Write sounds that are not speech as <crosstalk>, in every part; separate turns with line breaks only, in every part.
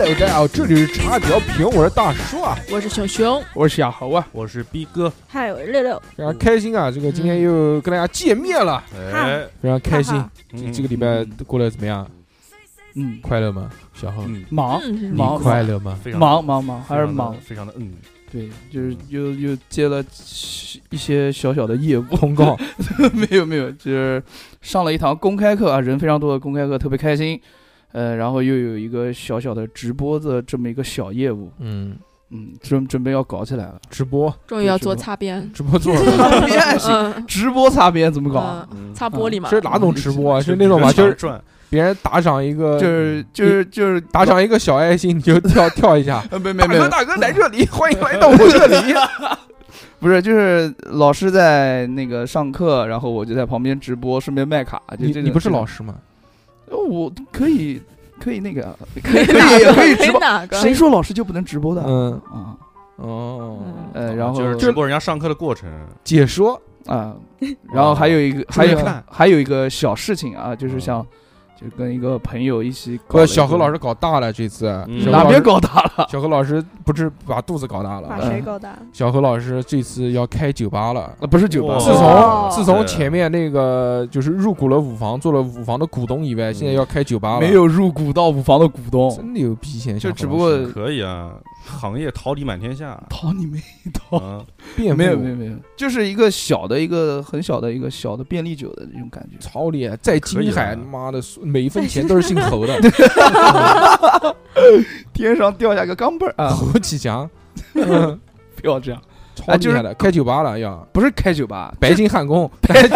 有大家好，这里是茶哦比较平，我是大叔啊，
我是熊熊，
我是小猴啊，
我是逼哥，
嗨，我是六六，
非常开心啊，这个今天又跟大家见面了，嗯
哎，嗯
非常开心
哈哈。
这这个礼拜过得怎么样？
嗯，
快乐吗？小猴，
嗯，
忙
嗯，
你
忙
快乐吗？
非常
忙忙忙，还是
非常的
忙。
非常的嗯，
对，就是又又接了一些小小的业务， <laughs>
通 <laughs> 告，
没有没有，就是上了一堂公开课啊，人非常多的公开课，特别开心。呃，然后又有一个小小的直播的这么一个小业务，
嗯，
嗯，准准备要搞起来了。
直播，
终于要做擦边，
直播做， <laughs>
嗯，
直播擦边怎么搞啊？
嗯擦玻璃嘛，
是哪种直播啊？是那种嘛，就
就是
是
转，
别人打赏一个，
就是就是就是
打赏一个小爱心，你 <laughs> 就跳跳一下。
呃，没没
大
没
哥，
有，
大哥来 <laughs> 这里，欢迎来到我这里。
<laughs> 不是，就是老师在那个上课，然后我就在旁边直播，顺便卖卡。
<laughs>
就
你
这
你不是老
师，
师吗？
呃我可以可以那个啊，可
可
以
以
可
哪
以
个？
可以直播。
哪个？
谁说老师就不能直播的？
嗯，
啊，
嗯
哦，
呃，然后
就是直播人家上课的过程，
解说，
啊，然后还有一个，还
注意
有
看
还有一个小事情啊，就是想就跟一个朋友一起搞
不
了一
是
个，
小何老师搞大了这次，
嗯
小何
哪
老
边
师？
搞大了？
<laughs> 小何老师不是把肚子搞大
把
了，
谁搞
呃
大？
小何老师这次要开酒吧了。
呃不是酒吧，
哇
自从
哦
自从
对
前面那个就是入股了五房，做了五房的股东以外，
嗯
现在要开酒吧了。
没，有入股到五房的股东， <laughs>
真牛逼！现在
就
小何
只不
老师
过
可以啊，行业桃李满天下，
讨你妹讨。
嗯，
变
没有
不
没有没有，就是一个小的一个很小的一个小的便利酒的这种感觉。
操你！在金海，
可以啊
妈的，每一分钱都是姓侯
<laughs>
的，
天上掉下个钢镚儿啊！
侯启
<laughs>
强，嗯
不要这样，
超厉
啊
害的，开酒吧了要。
不是开酒 <laughs> 吧，
白金汉宫，
白去， <laughs>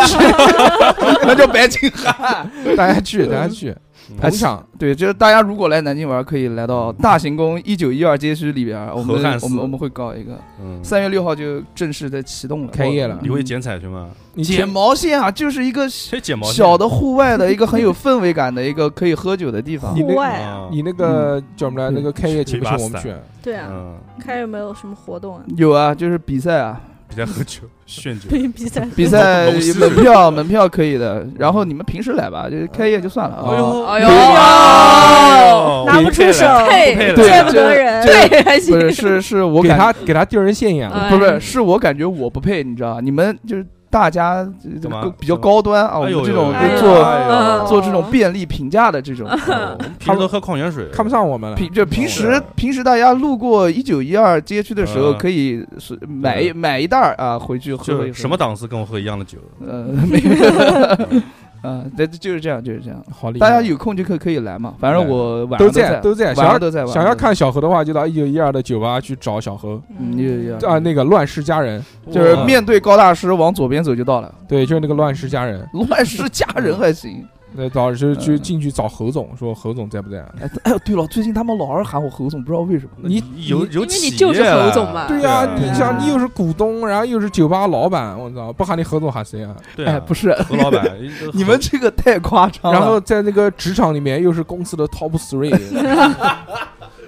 那叫白金汉。
大家去，大家
啊
去，捧场。
对，就是大家如果来南京玩，可以来到大行宫一九一二街区里边儿，我们
嗯河汉寺
我们我们会搞一个。
嗯，
三月六号就正式的启动了，
开业了
你会剪彩去吗？
你
剪
去
毛线啊，就是一个小
谁剪毛线
小的户外的一个很有氛围感的一个可以喝酒的地方
你。
户
那
外啊，
啊？
你那个
嗯
叫什么来？那个开业请不请我们去？
对啊，
嗯，
看有没有什么活动啊？
有啊，就是比赛啊，
比赛喝酒炫
<laughs>
酒，
比比赛
比赛
龙狮
门票门票可以的，然后你们平时来吧，就是开业就算了
哎
啊。
呦
哎呦，
哦
拿不出手，
配啊
对
见不得人。
<laughs>
这
对，还行
不，是是是我
给
感
他给他丢人现眼了。
哎
不
嗯
是是我感觉我不配，你知道吧？你们就是大家
干嘛
比较高端啊，我
哎
们
呦
这种
哎呦
就做
哎呦
嗯
做这种便利评价的这种。
哦我们平时都喝矿泉水，
看不上我们了。
平就平时
是
平时大家路过一九一二街区的时候，
嗯
可以是买一
对
买一袋儿啊，回去
就
喝
是
一喝。
什
<laughs>
么？档次跟我喝一样的酒，
呃，没有。嗯，对，就是这样，就是这样。
好厉害！
大家有空就可以可以来嘛，反正我晚上
都
在
在，都在，
晚
想
上都在。
要
晚上
想要
都在
看小何的话，就到一九一二的酒吧去找小何
嗯有有有
啊，那个乱世佳人，
就是面对高大师往左边走就到了。
对，就是那个乱世佳人。
乱世佳人还行。
那早就去
嗯
进去找侯总，说侯总在不啊在？
哎哎呦，对了，最近他们老是喊我侯总，不知道为什么。
你
有
你
有
因为
企
你就是
业了啊
侯总嘛
对啊呀、
呀，
你想你又是股东，然后又是酒吧老板，我操，不喊你何总喊谁啊？
对啊
哎，不是，
何老板，
你们这个太夸张了。
然后在那个职场里面又是公司的 top
<laughs>
three，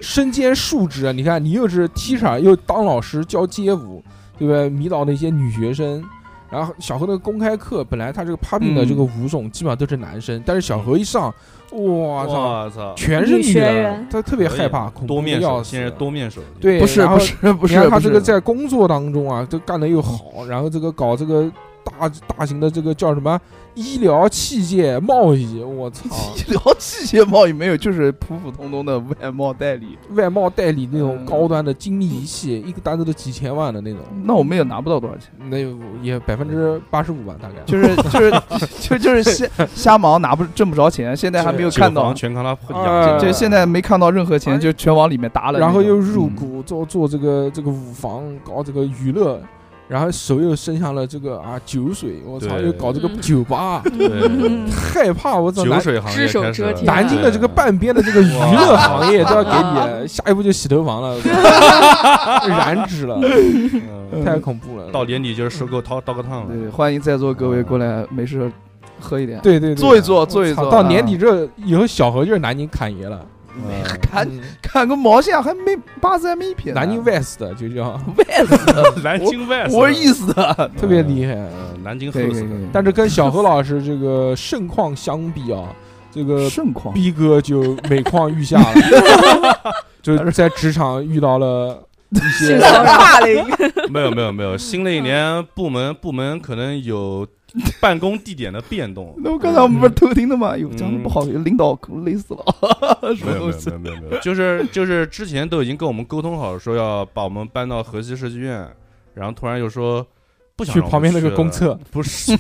身兼数职，啊你看你又是 teacher，又当老师教街舞，对不对？迷倒那些女学生。然后小何那个公开课，本来他这个 popping 的
嗯
这个舞种基本上都是男生，但是小何一上，我操，
我操，
全是女
女学
的
员，
他特别害怕，恐怖
多
的
面
要
手，
死
现在是多面手，
对，
不是
然后
不是不
你看
是，
他
不
这
是
个在工作当中啊，都干得又好，然后这个搞这个大大型的这个叫什么医疗器械贸易，我操，
<laughs> 医疗器械贸易没有，就是普普通通的外贸代理。
外贸代理那种
嗯
高端的精密仪器，一个单子都几千万的那种，
那我们也拿不到多少钱，
那也百分之八十五吧，大概。
就是就是 <laughs> 就就是瞎瞎忙拿不挣不着钱，现在还没有
酒
看到
房，全看他
呃
养
就现在没看到任何钱，就全往里面打了那种。
然后又入
嗯，
股做做这个这个舞房，搞这个娱乐，然后手又伸向了这个啊酒水，我操，
对
又搞这个
嗯
酒吧， <laughs>
<laughs>
嗯
害怕我操，
酒水行业
只手
开始
遮
了
天
南京的这个半边的这个娱乐行
<laughs>
业都要给你，下一步就洗头房了，染指了， <laughs>
嗯
太恐怖了。
到年底就是收购掏刀个烫了，
对，欢迎在座各位过来，没事喝一点，
对对对，
坐一坐坐一
操
坐。
到年底
啊
这以后，小何就是南京侃爷了，
嗯
看
嗯
看个毛线，还没八字还没一撇呢。
南京 West 的就
<laughs>
叫
<laughs> 南京外
我是意思的，
特别厉害。
嗯南京后
可以可以可
死
以。
但是跟小何老师这个盛况相比啊，这个
盛 <laughs> 况，。
逼哥就每况愈下了，就是在职场遇到了一些
性骚扰
霸凌，
没有没有没有，新的一年部门部门可能有办公地点的变动
<laughs> <laughs> 那我刚才我们不是偷听的吗？哟，
嗯
讲的不好，领导可累死了。 <laughs> 什
没有
么
没
东
有
西
没？有没有没有，就是就是之前都已经跟我们沟通好，说要把我们搬到河西设计院，然后突然又说不想
去
让我们
旁边那个
去
公
了
厕，
<laughs> 不
<laughs>
是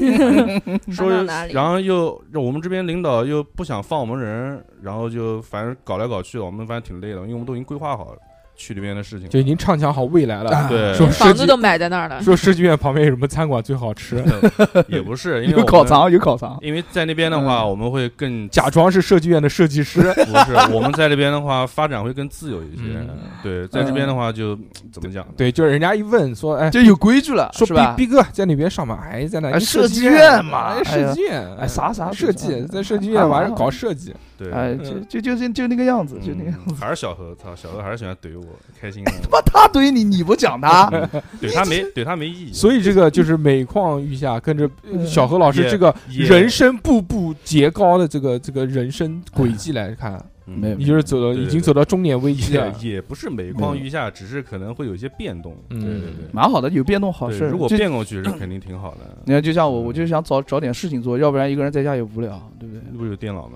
说
搬到哪，里
然后又我们这边领导又不想放我们人，然后就反正搞来搞去的，我们反正挺累的，因为我们都已经规划好了去那边的事情了。
就已经畅想好未
啊
来了。
对
说设
房
计
子都买在那儿了， <laughs>
说设计院旁边有什么餐馆最好吃， <laughs>
也不是，因为
有
我
烤
们，
肠，有烤肠。
因为在那边的话，我们会更
假装是设计院的设计师，
<laughs> 不是， <laughs> 我们在这边的话发展会更自由一些
嗯。
对，在这边的话就怎么讲呢？
对，就是人家一问说，哎，
<laughs> 就有规矩了，
说
是吧？
逼逼哥在那边上班，哎，在哪？
哎设计
院
院嘛
哎
哎呀
设计院，
哎啥啥
设
设计
计，
院
在设计院
哎
玩
好
搞设计，
对，
哎，就就就就就那个样子，就那个样子。
嗯还是小何，操，小何还是喜欢怼我，开心
<laughs>
的。
妈，他怼你，你不讲啊他，
嗯怼他没怼他没意义，
所以这个就是每况愈下，跟着呃
嗯
小何老师
也
这个
也
人生步步节高的这个这个人生轨迹来看，
嗯
没有
你就是走到
对对
已经走到中年危机
<laughs> 也
了。
也不是每
嗯
况愈下，只是可能会有一些变动。对
嗯
对对。
蛮好的，有变动好
对
事儿。
如果
就
变过去是肯定挺好的。
你看，就像我，我就想找找点事情做，要不然一个人在家也无聊，对不对？
那不是有电脑吗？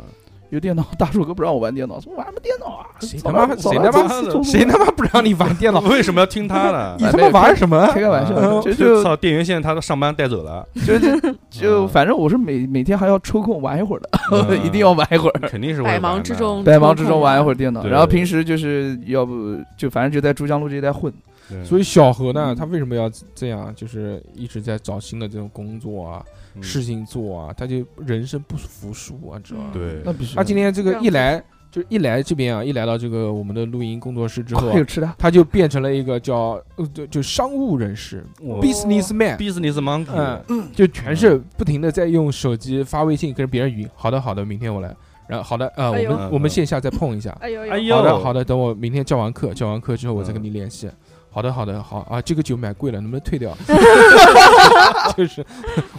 有电脑，大树哥不让我玩电脑，说玩什么电脑啊？
谁
早
他妈
晚早
谁
晚
他
妈
自己
的
做
谁他妈不让你玩电脑？
<laughs> 为什么要听他
<laughs>
的
你？
<laughs> 哎
他
没
妈
有
玩什么？
开个玩笑，
啊
就就
操，电源线他都上班带走了，
就
<laughs>
就就，
嗯
反正我是每每天还要抽空玩一会儿的，
嗯
<laughs> 一定要玩一
<laughs>
会儿。
肯定是会
百忙
玩
之
的
中，
百忙之中玩一会儿电脑，
对
然后平时就是要不就反正就在珠江路这一带混，
对
所以小何呢，
嗯
他为什么要这样？就是一直在找新的这种工作啊、
嗯
事情做啊，他就人生不服输啊，知道吗？
嗯对
那必须的。
他今天这个
让
一来，就是一来这边啊，一来到这个我们的录音工作室之
<laughs>
后啊
哦
哎
还，有吃的，
他就变成了一个叫呃就就商务人士
我
（businessman），
business monkey，
嗯，就全是不停的在用手机发微信跟别人语音。好的，好的，明天我来。然后好的，呃，我
哎呦
们我
嗯
们线下再碰一下。
哎呦
哎呦
好的，好的，等我明天教完
嗯
课，教完课之后我再跟你联系。好的，好的，好啊，这个酒买贵了，能不能退
<laughs>
掉？ <laughs> 就是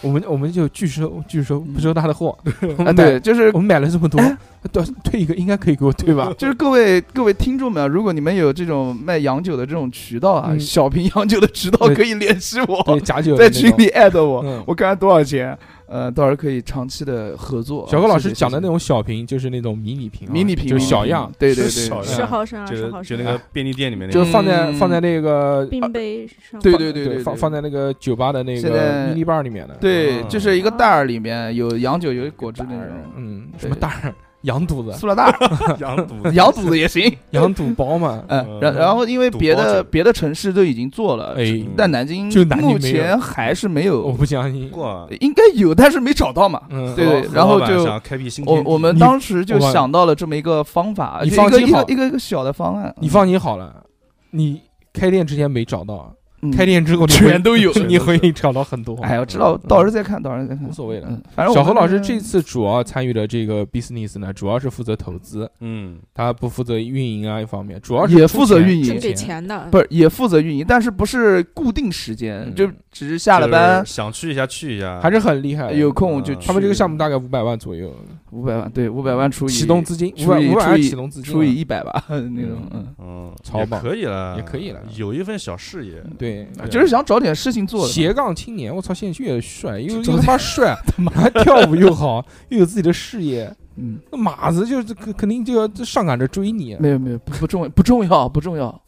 我们我们就拒收拒收，不收他的
<laughs>
货。我
啊
们
对，
买
就是
我们买了这么多，
哎
对，退一个应该可以给我退吧？
就是各位各位听众们啊，如果你们有这种卖洋酒的这种渠道啊，
嗯
小瓶洋酒的渠道
对
可以联系
对，
我，
假酒
<laughs> 在
的那
群
种
里艾特我，
嗯
我看看多少钱，呃，到时候可以长期的合作。啊
小柯老
谢
师
谢
讲的那。
谢
种小瓶，就是那种迷你瓶啊，
谢迷你瓶
就
迷你
小
瓶
样，
对对
是小
对，嗯
十毫
嗯
升啊，十毫
就就
升
那个啊便利店里面那
就
个
是放在放在那个
冰杯上，
对
放
对对对
放
对
放在那个酒吧的那
现
个
在
迷你 bar 里面的。，
对，
嗯
就是一个袋儿里面有洋酒，有果汁那种
嗯，
对
什么大儿、羊肚子、 <laughs>
塑料袋儿，
羊肚
洋肚子也行。
羊肚包嘛，
嗯
嗯，
然然后因为
赌
别
包
的
酒
别的城市都已经做了，
哎，
但南京
就南京
目
没有哦
前还是没
我
有，
不相信。
过，
应该有，但是没找到嘛。
嗯，
对对
何
然后
啊老板
就
想开辟新
我
天地
我们
你
当时就
我
想到了这么一个方法，
你
就
放
一个
心
一
好
个一个一个小的方案。
你放心好了，你开店之前没找到，
嗯
开店之后你会
全都有。
<laughs> 你会找到很多。
哎呀，我知道，
嗯
到时候再看，到时候再看，
无所谓了
嗯。反正我
小何
们
老师这次主要参与的这个 business 呢，主要是负责投资，
嗯，
他不负责运营啊一方面，主要是
也
出
负责
钱
运
是
营，
给钱的，
不是也负责运营，但是不是固定时间，
嗯
就只是下了班
就是想去一下去一下，
还是很厉害的。
有空就
嗯
去。
他们这个项目大概五百万左右，
五百万，对，五百万除以
启动资金，五
除
百
以
五百
除
万
以
启动资金啊，
除以一百吧，那种，嗯，
嗯，
超
也
棒
可以了，
也可以了
有一份小事业，
对，
啊就是想找点事情做的嘛。
斜杠青年，我操，现在越帅，又
这
又他妈帅，
<laughs>
还跳舞又好，又有自己的事业，
嗯，
那马子就是肯肯定就要上赶着追你，啊
没有没有，不不重要，不重要，不重要，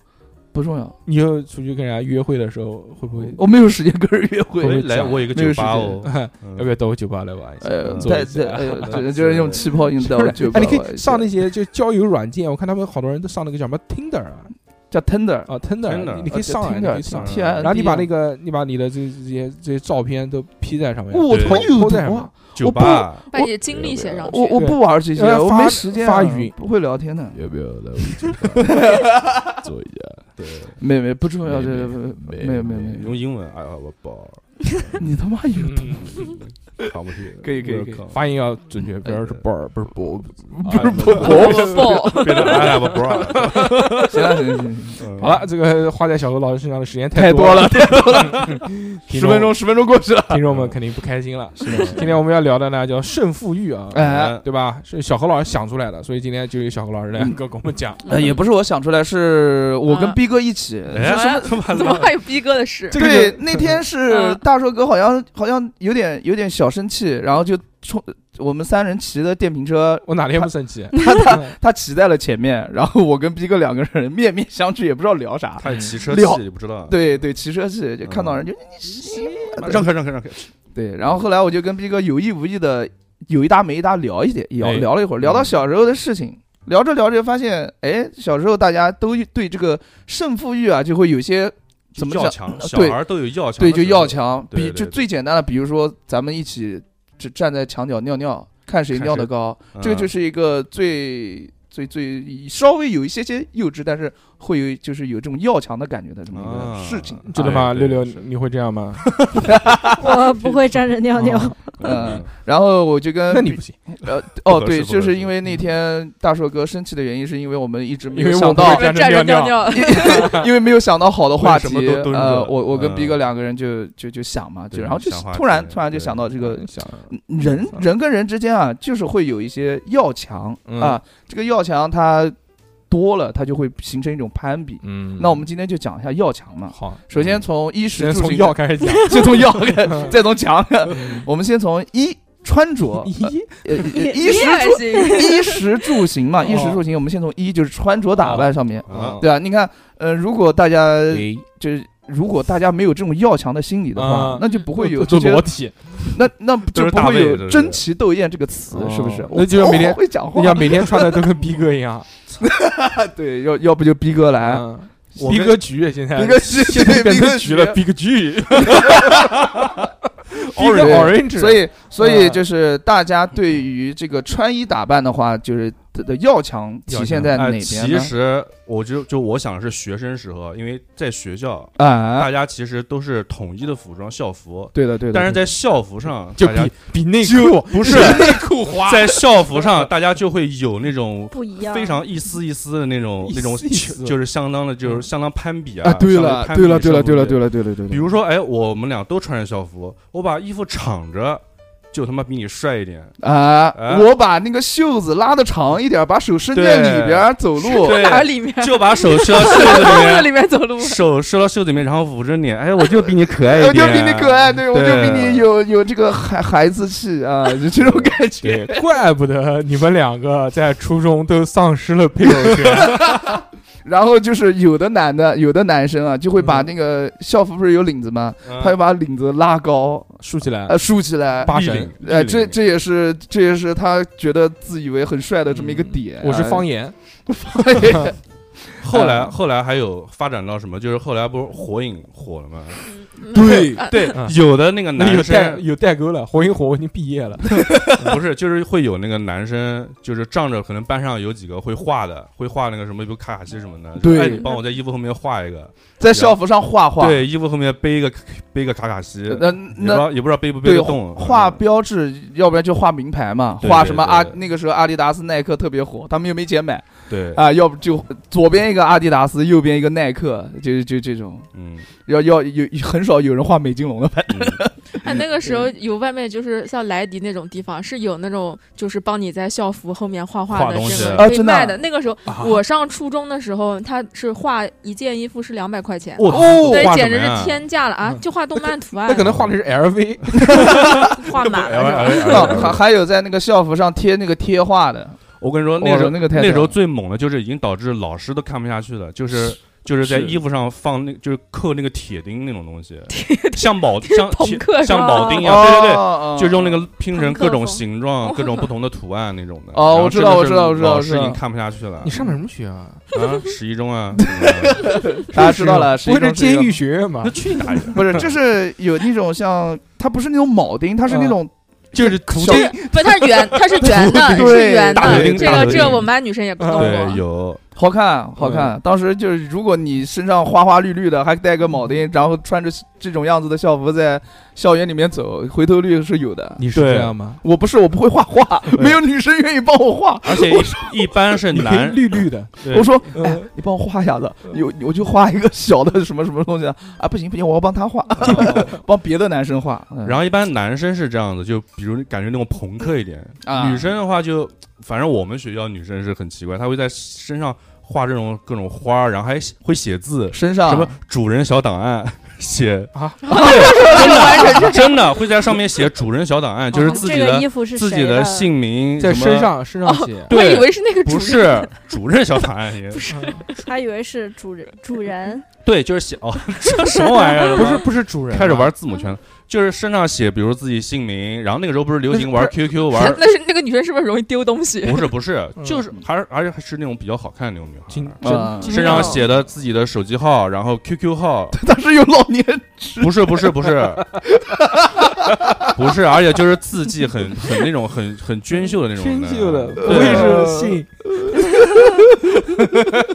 不重要。
你就出去跟人家约会的时候，会不会
我没有时间跟人约会
会。
哎来我有一个酒吧 <laughs> 哦，嗯
要不要到我酒吧来玩一下？
呃，
做
在
一
在
下。 <laughs>
呃，就是就是用气泡音到
不是
酒吧
哎，你
玩一
可
下。
以上那些就交友软件，我看他们好多人都上那个叫什么 Tinder 啊，
叫 Tender，
啊 Tinder，
Tinder
你你
呃
可以上啊，你可以上啊。
T I，
然后你把那个你把你的这这些这些照片都 P 在上面，
我他妈
对
有
偷在上
毒
面
啊，
酒吧，
把你的精力写上去。
我我不玩这些，
呃
我
发
没时间啊
发语音
不会聊天的。
要不要来我酒吧做一下？
对，
没没不重要，
没
这
没
没有没有没有。
用英文，哎呀，我包，
你他妈 <laughs> 有
嗯
扛不去，
<laughs> 可以可以
我
可以
靠
发音要准确，不要是 b 不是
啊
b
不是不
爆
变哎成阿拉伯
<laughs>
bra，
行了行了行了，
<laughs>
嗯
好了，这个花在小何老师身上的时间
<laughs> 太
多
多了，， <laughs>
听
十
众
分，钟十分钟过去了。
<laughs> 听众们肯定不开心了。今天我们要聊的呢叫胜负欲啊，
哎，
对吧？是小何老师想出来的，所以今天就由小何老师来
嗯
跟我们讲。
呃，也不是我想出来，是我跟
啊
逼哥一起。
哎
哎
他妈
怎么
<laughs>
还有逼哥的
<laughs>
事？
这个
对
就，
那天是
嗯
大硕哥，好像好像有点有点小生气，然后就冲我们三人骑的电瓶车，
我哪天不生气？
他他他骑在了前面，然后我跟逼哥两个人面面相觑，也不知道聊啥。
他骑车
撂
气你不知道，，
对对，骑车去就看到人就
让开让开让开，
对，然后后来我就跟逼哥有意无意的有一搭没一搭聊一点，聊
哎
聊了一会儿，
嗯
聊到小时候的事情，聊着聊着发现，哎，小时候大家都对这个胜负欲啊，就会有些怎么
要
讲？
强，
对
呃小孩都有要强的
对，
时候，
就要强，
对
比
对
就
对
最简单的，比如说咱们一起只站在墙角尿尿，看谁
看
尿的
谁
高，
嗯，
这个就是一个最。最最稍微有一些些幼稚，但是会有就是有这种要强的感觉的这么一
啊
个事情，
<laughs> 真的吗？
对
六
对
六，
是
你会这样吗？哦
我不会站着
啊
尿尿，
嗯，然后我就
<laughs>
跟
那你不行，
呃，
不
哦，
合
对，
适不
就
合
是
适嗯
因为那天大硕哥生气的原因，是因为我们一直
因
没有
为我
想
不会
到，
站着
着
尿
尿尿，
<laughs>
<laughs> 因为没有想到好的话
为什
题
么都，蹲着
呃，我我跟
嗯
逼哥两个人就就就想嘛，就
对
然后就
想话
突然
题
突然就
对嗯
想到这个
想
人
嗯
人跟人之间啊，就是会有一些要强
嗯
啊，这个要强它多了，它就会形成一种攀比。
嗯
那我们今天就讲一下要强嘛。
好，
首
嗯
先从衣食
先
住
从
行，啊
药开始讲。
<laughs> 先
<laughs>
从要开，再从强，啊
嗯
我们先从衣
<laughs>
穿着，
<laughs> 咦，
呃
<laughs>
呃呃
你
衣食
也
住
行，
<laughs> 衣食住行嘛，
哦
衣食住行，我们先从衣就是穿着打扮上面，
啊，
对啊，你看，呃，如果大家
哎
就是如果大家没有这种要强的心理的话
啊，
那就不会有
做
这些
裸体，
那那就不
都
会
是大卫这
有
是
争奇斗艳这个词，
哦
是不是？
那就
我
每天
我好会讲话
你，要每天穿的都跟逼哥一样。
对，要要不就逼哥来，
嗯
我
逼
跟
哥局啊现在
哎逼哥
<laughs>
局
现在变
逼哥
成局了，
局
逼哥局 <laughs>
对
，orange，
所以所以
嗯
就是大家对于这个穿衣打扮的话，就是它的要强体现在
啊
哪
哎，
边
其
呢？
实我就就我想的是学生时候，因为在学校，
啊，
大家其实都是统一的服装校服，
对的对的，
但是在校服上，
就
大家
比比内裤 <laughs>
不是
啊
内裤花， <laughs> 在校服上大家就会有那
<laughs>
种
<laughs> 不一样，
非常一丝一丝的那种
一丝
那种
一丝
就是相当的，就是相当攀比
嗯啊，对
相当
了
攀比
对了 <laughs> 对了
胜负
对了
欲
对了对了对了，
比如说，哎，我们俩都穿着校服，我把衣服敞着，就他妈比你帅一
<laughs>
点。
啊
哎，
我把那个袖子拉的长一点，把手伸在
对
里边儿走路。
对
哪儿里面？ <laughs>
就把手伸到袖子里
在
面，
里面走路，
手伸到袖子里面，然后捂着脸，哎，我就比你可爱
<laughs> 我
一
就
点，
比你可爱，对我就比
对
你有有这个孩孩子气啊， <laughs> 就这种感
<laughs>
觉。
对，怪不得你们两个在初中都丧失了配偶
<laughs>
权。
然后就是有的男的，有的男生啊，就会把那个校服不是有领子吗？
嗯。
他会把领子拉高，
竖起来，
呃，竖起来。
八
立
神
领
呃，
立
这
领
这也是这也是他觉得自以为很帅的这么一个
嗯
点啊。
我是方言，
言，
后来
呃
后来还有发展到什么？就是后来不是火影火了吗？ <laughs>
对
对
嗯
有的那个
那有
男
代
生
有代沟了，火影火我已经毕业了，
不是，就是会有那个男生，就是仗着可能班上有几个会画的，会画那个什么，比如卡卡西什么的，就
对
哎，你帮我在衣服后面画一个，
在校服上画画，
对，衣服后面背一个背一个卡卡西，
那
也不知
那
道也不知道背不背
对
得动。
画
嗯
标志，要不然就画名牌嘛，
对
画
对
什么
对
阿那个时候阿迪达斯、耐克特别火，他们又没钱买
对，
啊，要不就左边一个阿迪达斯，右边一个耐克，就就这种，
嗯，
要要有很少有人画美津浓的吧？
嗯
哎，那个时候有外面就是像莱迪那种地方，是有那种就是帮你在校服后面画
画
画的
东西
这种
啊
可以
真的啊
卖的。那个时候
<laughs> 啊
我上初中的时候，他是画一件衣服是两百块钱，
<laughs> 我
哦
对
画，什
简
么
直
呀
是天价了啊
嗯！
就画动漫图案
那，可能画的是 LV，
啊
画
哎
满
<laughs>
了是吧。
啊还还有在那个校服上贴那个贴画的，
我跟你说，
哇
那时候
那个太屌
时候最猛的就是已经导致老师都看不下去了，就是就是在
是
衣服上放那就是扣那个铁钉那种东西，像铆
<laughs>
像
朋
铁
克是吧
像铆钉一样，对对对。
哦
就用那个拼成
朋克
各种
风
形状、各种不同的图案那种的。
哦
然后
我知道
真的是
我知道我知道
老
我知
师已
道
经看不下去了。
你上的什么学啊？
啊，十一
<laughs>
中啊，什么的
大家知道了，
不会是
是一
监
种
狱学院
<laughs>
吧
那？去哪里？
不是，
<laughs>
就是有那种像它不是那种铆钉，它是
嗯
那种
就是图
小
钉，
不是，它是圆，它是圆的，
对
<laughs>
是圆
大
腿
的。
钉
嗯这
大
个
腿
这
钉
个我们班女生也不懂
啊
嗯 <laughs> 对，
我。
有
好看，好
嗯
看。当时就是，如果你身上花花绿绿的，还戴个铆钉，然后穿着这种样子的校服在校园里面走，回头率是有的。
你是
对
这样吗？
我不是，我不会画画，
对
没有女生愿意帮我画。
而且一一般是
<laughs> 你可以
男，
绿绿
<laughs>
的，
对
我说，
嗯
哎，你帮我画一下子，有我就画一个小的什么什么东西啊？啊不行不行，我要帮他画， <laughs> 帮别的男生画。嗯
啊然后一般男生是这样子，就比如感觉那种朋克一点，
啊
女生的话就，反正我们学校女生是很奇怪，她会在身上画这种各种花儿，然后还会写字，
啊身
什
上
么主人小档案写
啊，
<laughs>
<laughs>
对，真的 <laughs> 真的会在上面写主人小档案，
啊
就是自己
哦这个衣
的
服是
自己
谁
的
的
姓名
在
什么
身，上身上写，
我
对
以为是那个主
不
任，
是 <laughs> 主任小档案，也
嗯
<laughs>
还以为是主人主人，
<laughs> 对，就是写哦，这什么玩意儿？
不是不是主人，啊
开始玩字母圈了，就是身上写，比如自己姓名，然后那个时候不是流行玩
<laughs>
QQ <laughs> 玩
那。那是那个女生是不是容易丢东西？
不是不是，
嗯
就是还是而且还是那种比较好看的那种女
今
孩，
啊 <laughs>
真
身
嗯
上写的自己的手机号，然后 QQ 号，
但是有老年
不是不是不是，不是，而且就是字迹很很那种很很娟秀
<laughs>
的那种
真旧的，
对呃
不会是姓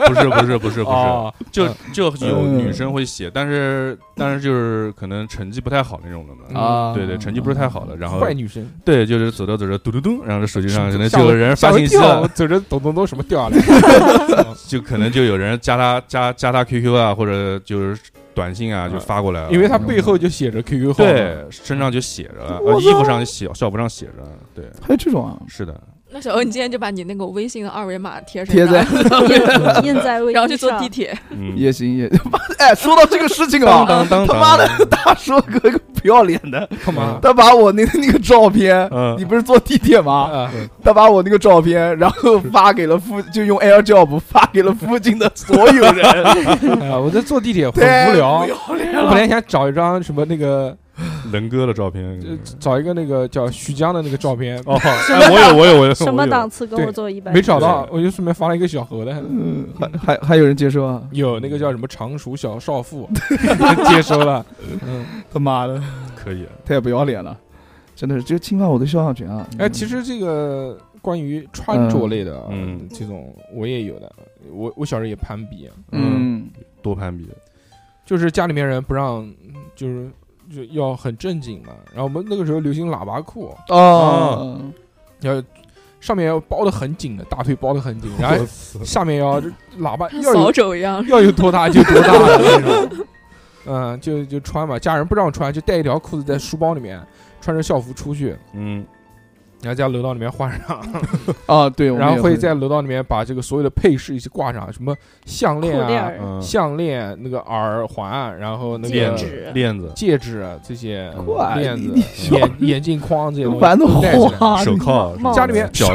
不是不是不是不是，
哦
就就有
嗯
女生会写，但是但是就是可能成绩不太好那种的嘛，
啊
嗯对对，成绩不是太好的，然后
坏女生，
对，就是走着走着嘟嘟嘟，然后这手机上可能
吓
就
我
有人发信息
吓我一跳
了，
走着咚咚咚什么掉下来，
就可能就有人加他加加他 QQ 啊，或者就是短信啊，就发过来了，
<laughs> 因为他背后就写着 QQ 号，，
对身上就写着了，呃衣服上就写，校服上写着，对，
还有这种啊？
是的。
那小欧，你今天就把你那个微信的二维码贴上，
贴在
印印在微信
然后去坐
上
地铁。
嗯，
也行也， <laughs> 妈的哎，说到这个事情
当
啊，
当当，
他妈的大叔哥个不要脸的，
干嘛？
他把我那个那个照片，
嗯
你不是坐地铁吗？
啊，
他把我那个照片，然后发给了附，就用 AirDrop 发给了附近的所有 <laughs> 人，
哎呀我在坐地铁很
太
无聊
无，聊
我本来想找一张什么那个，
能哥的照片。
呃找一个那个叫徐江的那个照片，
哦，哎我有我有我有，
什
我
么
有
档次跟
对
我坐一班？
<laughs> 没找到
对，
我就顺便发了一个小何的，
嗯，还还还有人接受啊？
有那个叫什么常熟小少 <laughs> 妇接收 <laughs> 了，嗯，
他妈的，
可以，
太不要脸了，真的是这侵犯我的肖像权啊！
哎，其实这个关于穿着类的啊，
嗯
这种我也有的，我我小时候也攀比，啊
嗯，
多攀比。
就是家里面人不让，就是就要很正经嘛，然后我们那个时候流行喇叭裤，
哦，
要上面要包的很紧的，大腿包的很紧，然
<laughs>
后下面要
嗯
喇叭
像
要有
扫帚一样，
<laughs> 要有多大就多大
<laughs>
的那种。嗯，就就穿吧，家人不让穿，就带一条裤子在书包里面，穿着校服出去，
嗯，
然后在楼道里面换上，
啊，对，我们
然后
也
会在楼道里面把这个所有的配饰一起挂上，什么项链
裤链
啊、
儿
嗯
项链、那个耳环，然后那
戒
个
链
指
子链子
戒指啊这些
哇
链
你
子、眼眼镜框这些东西
玩的
都带起来。
花， <laughs>
手铐
帽子
家里面
脚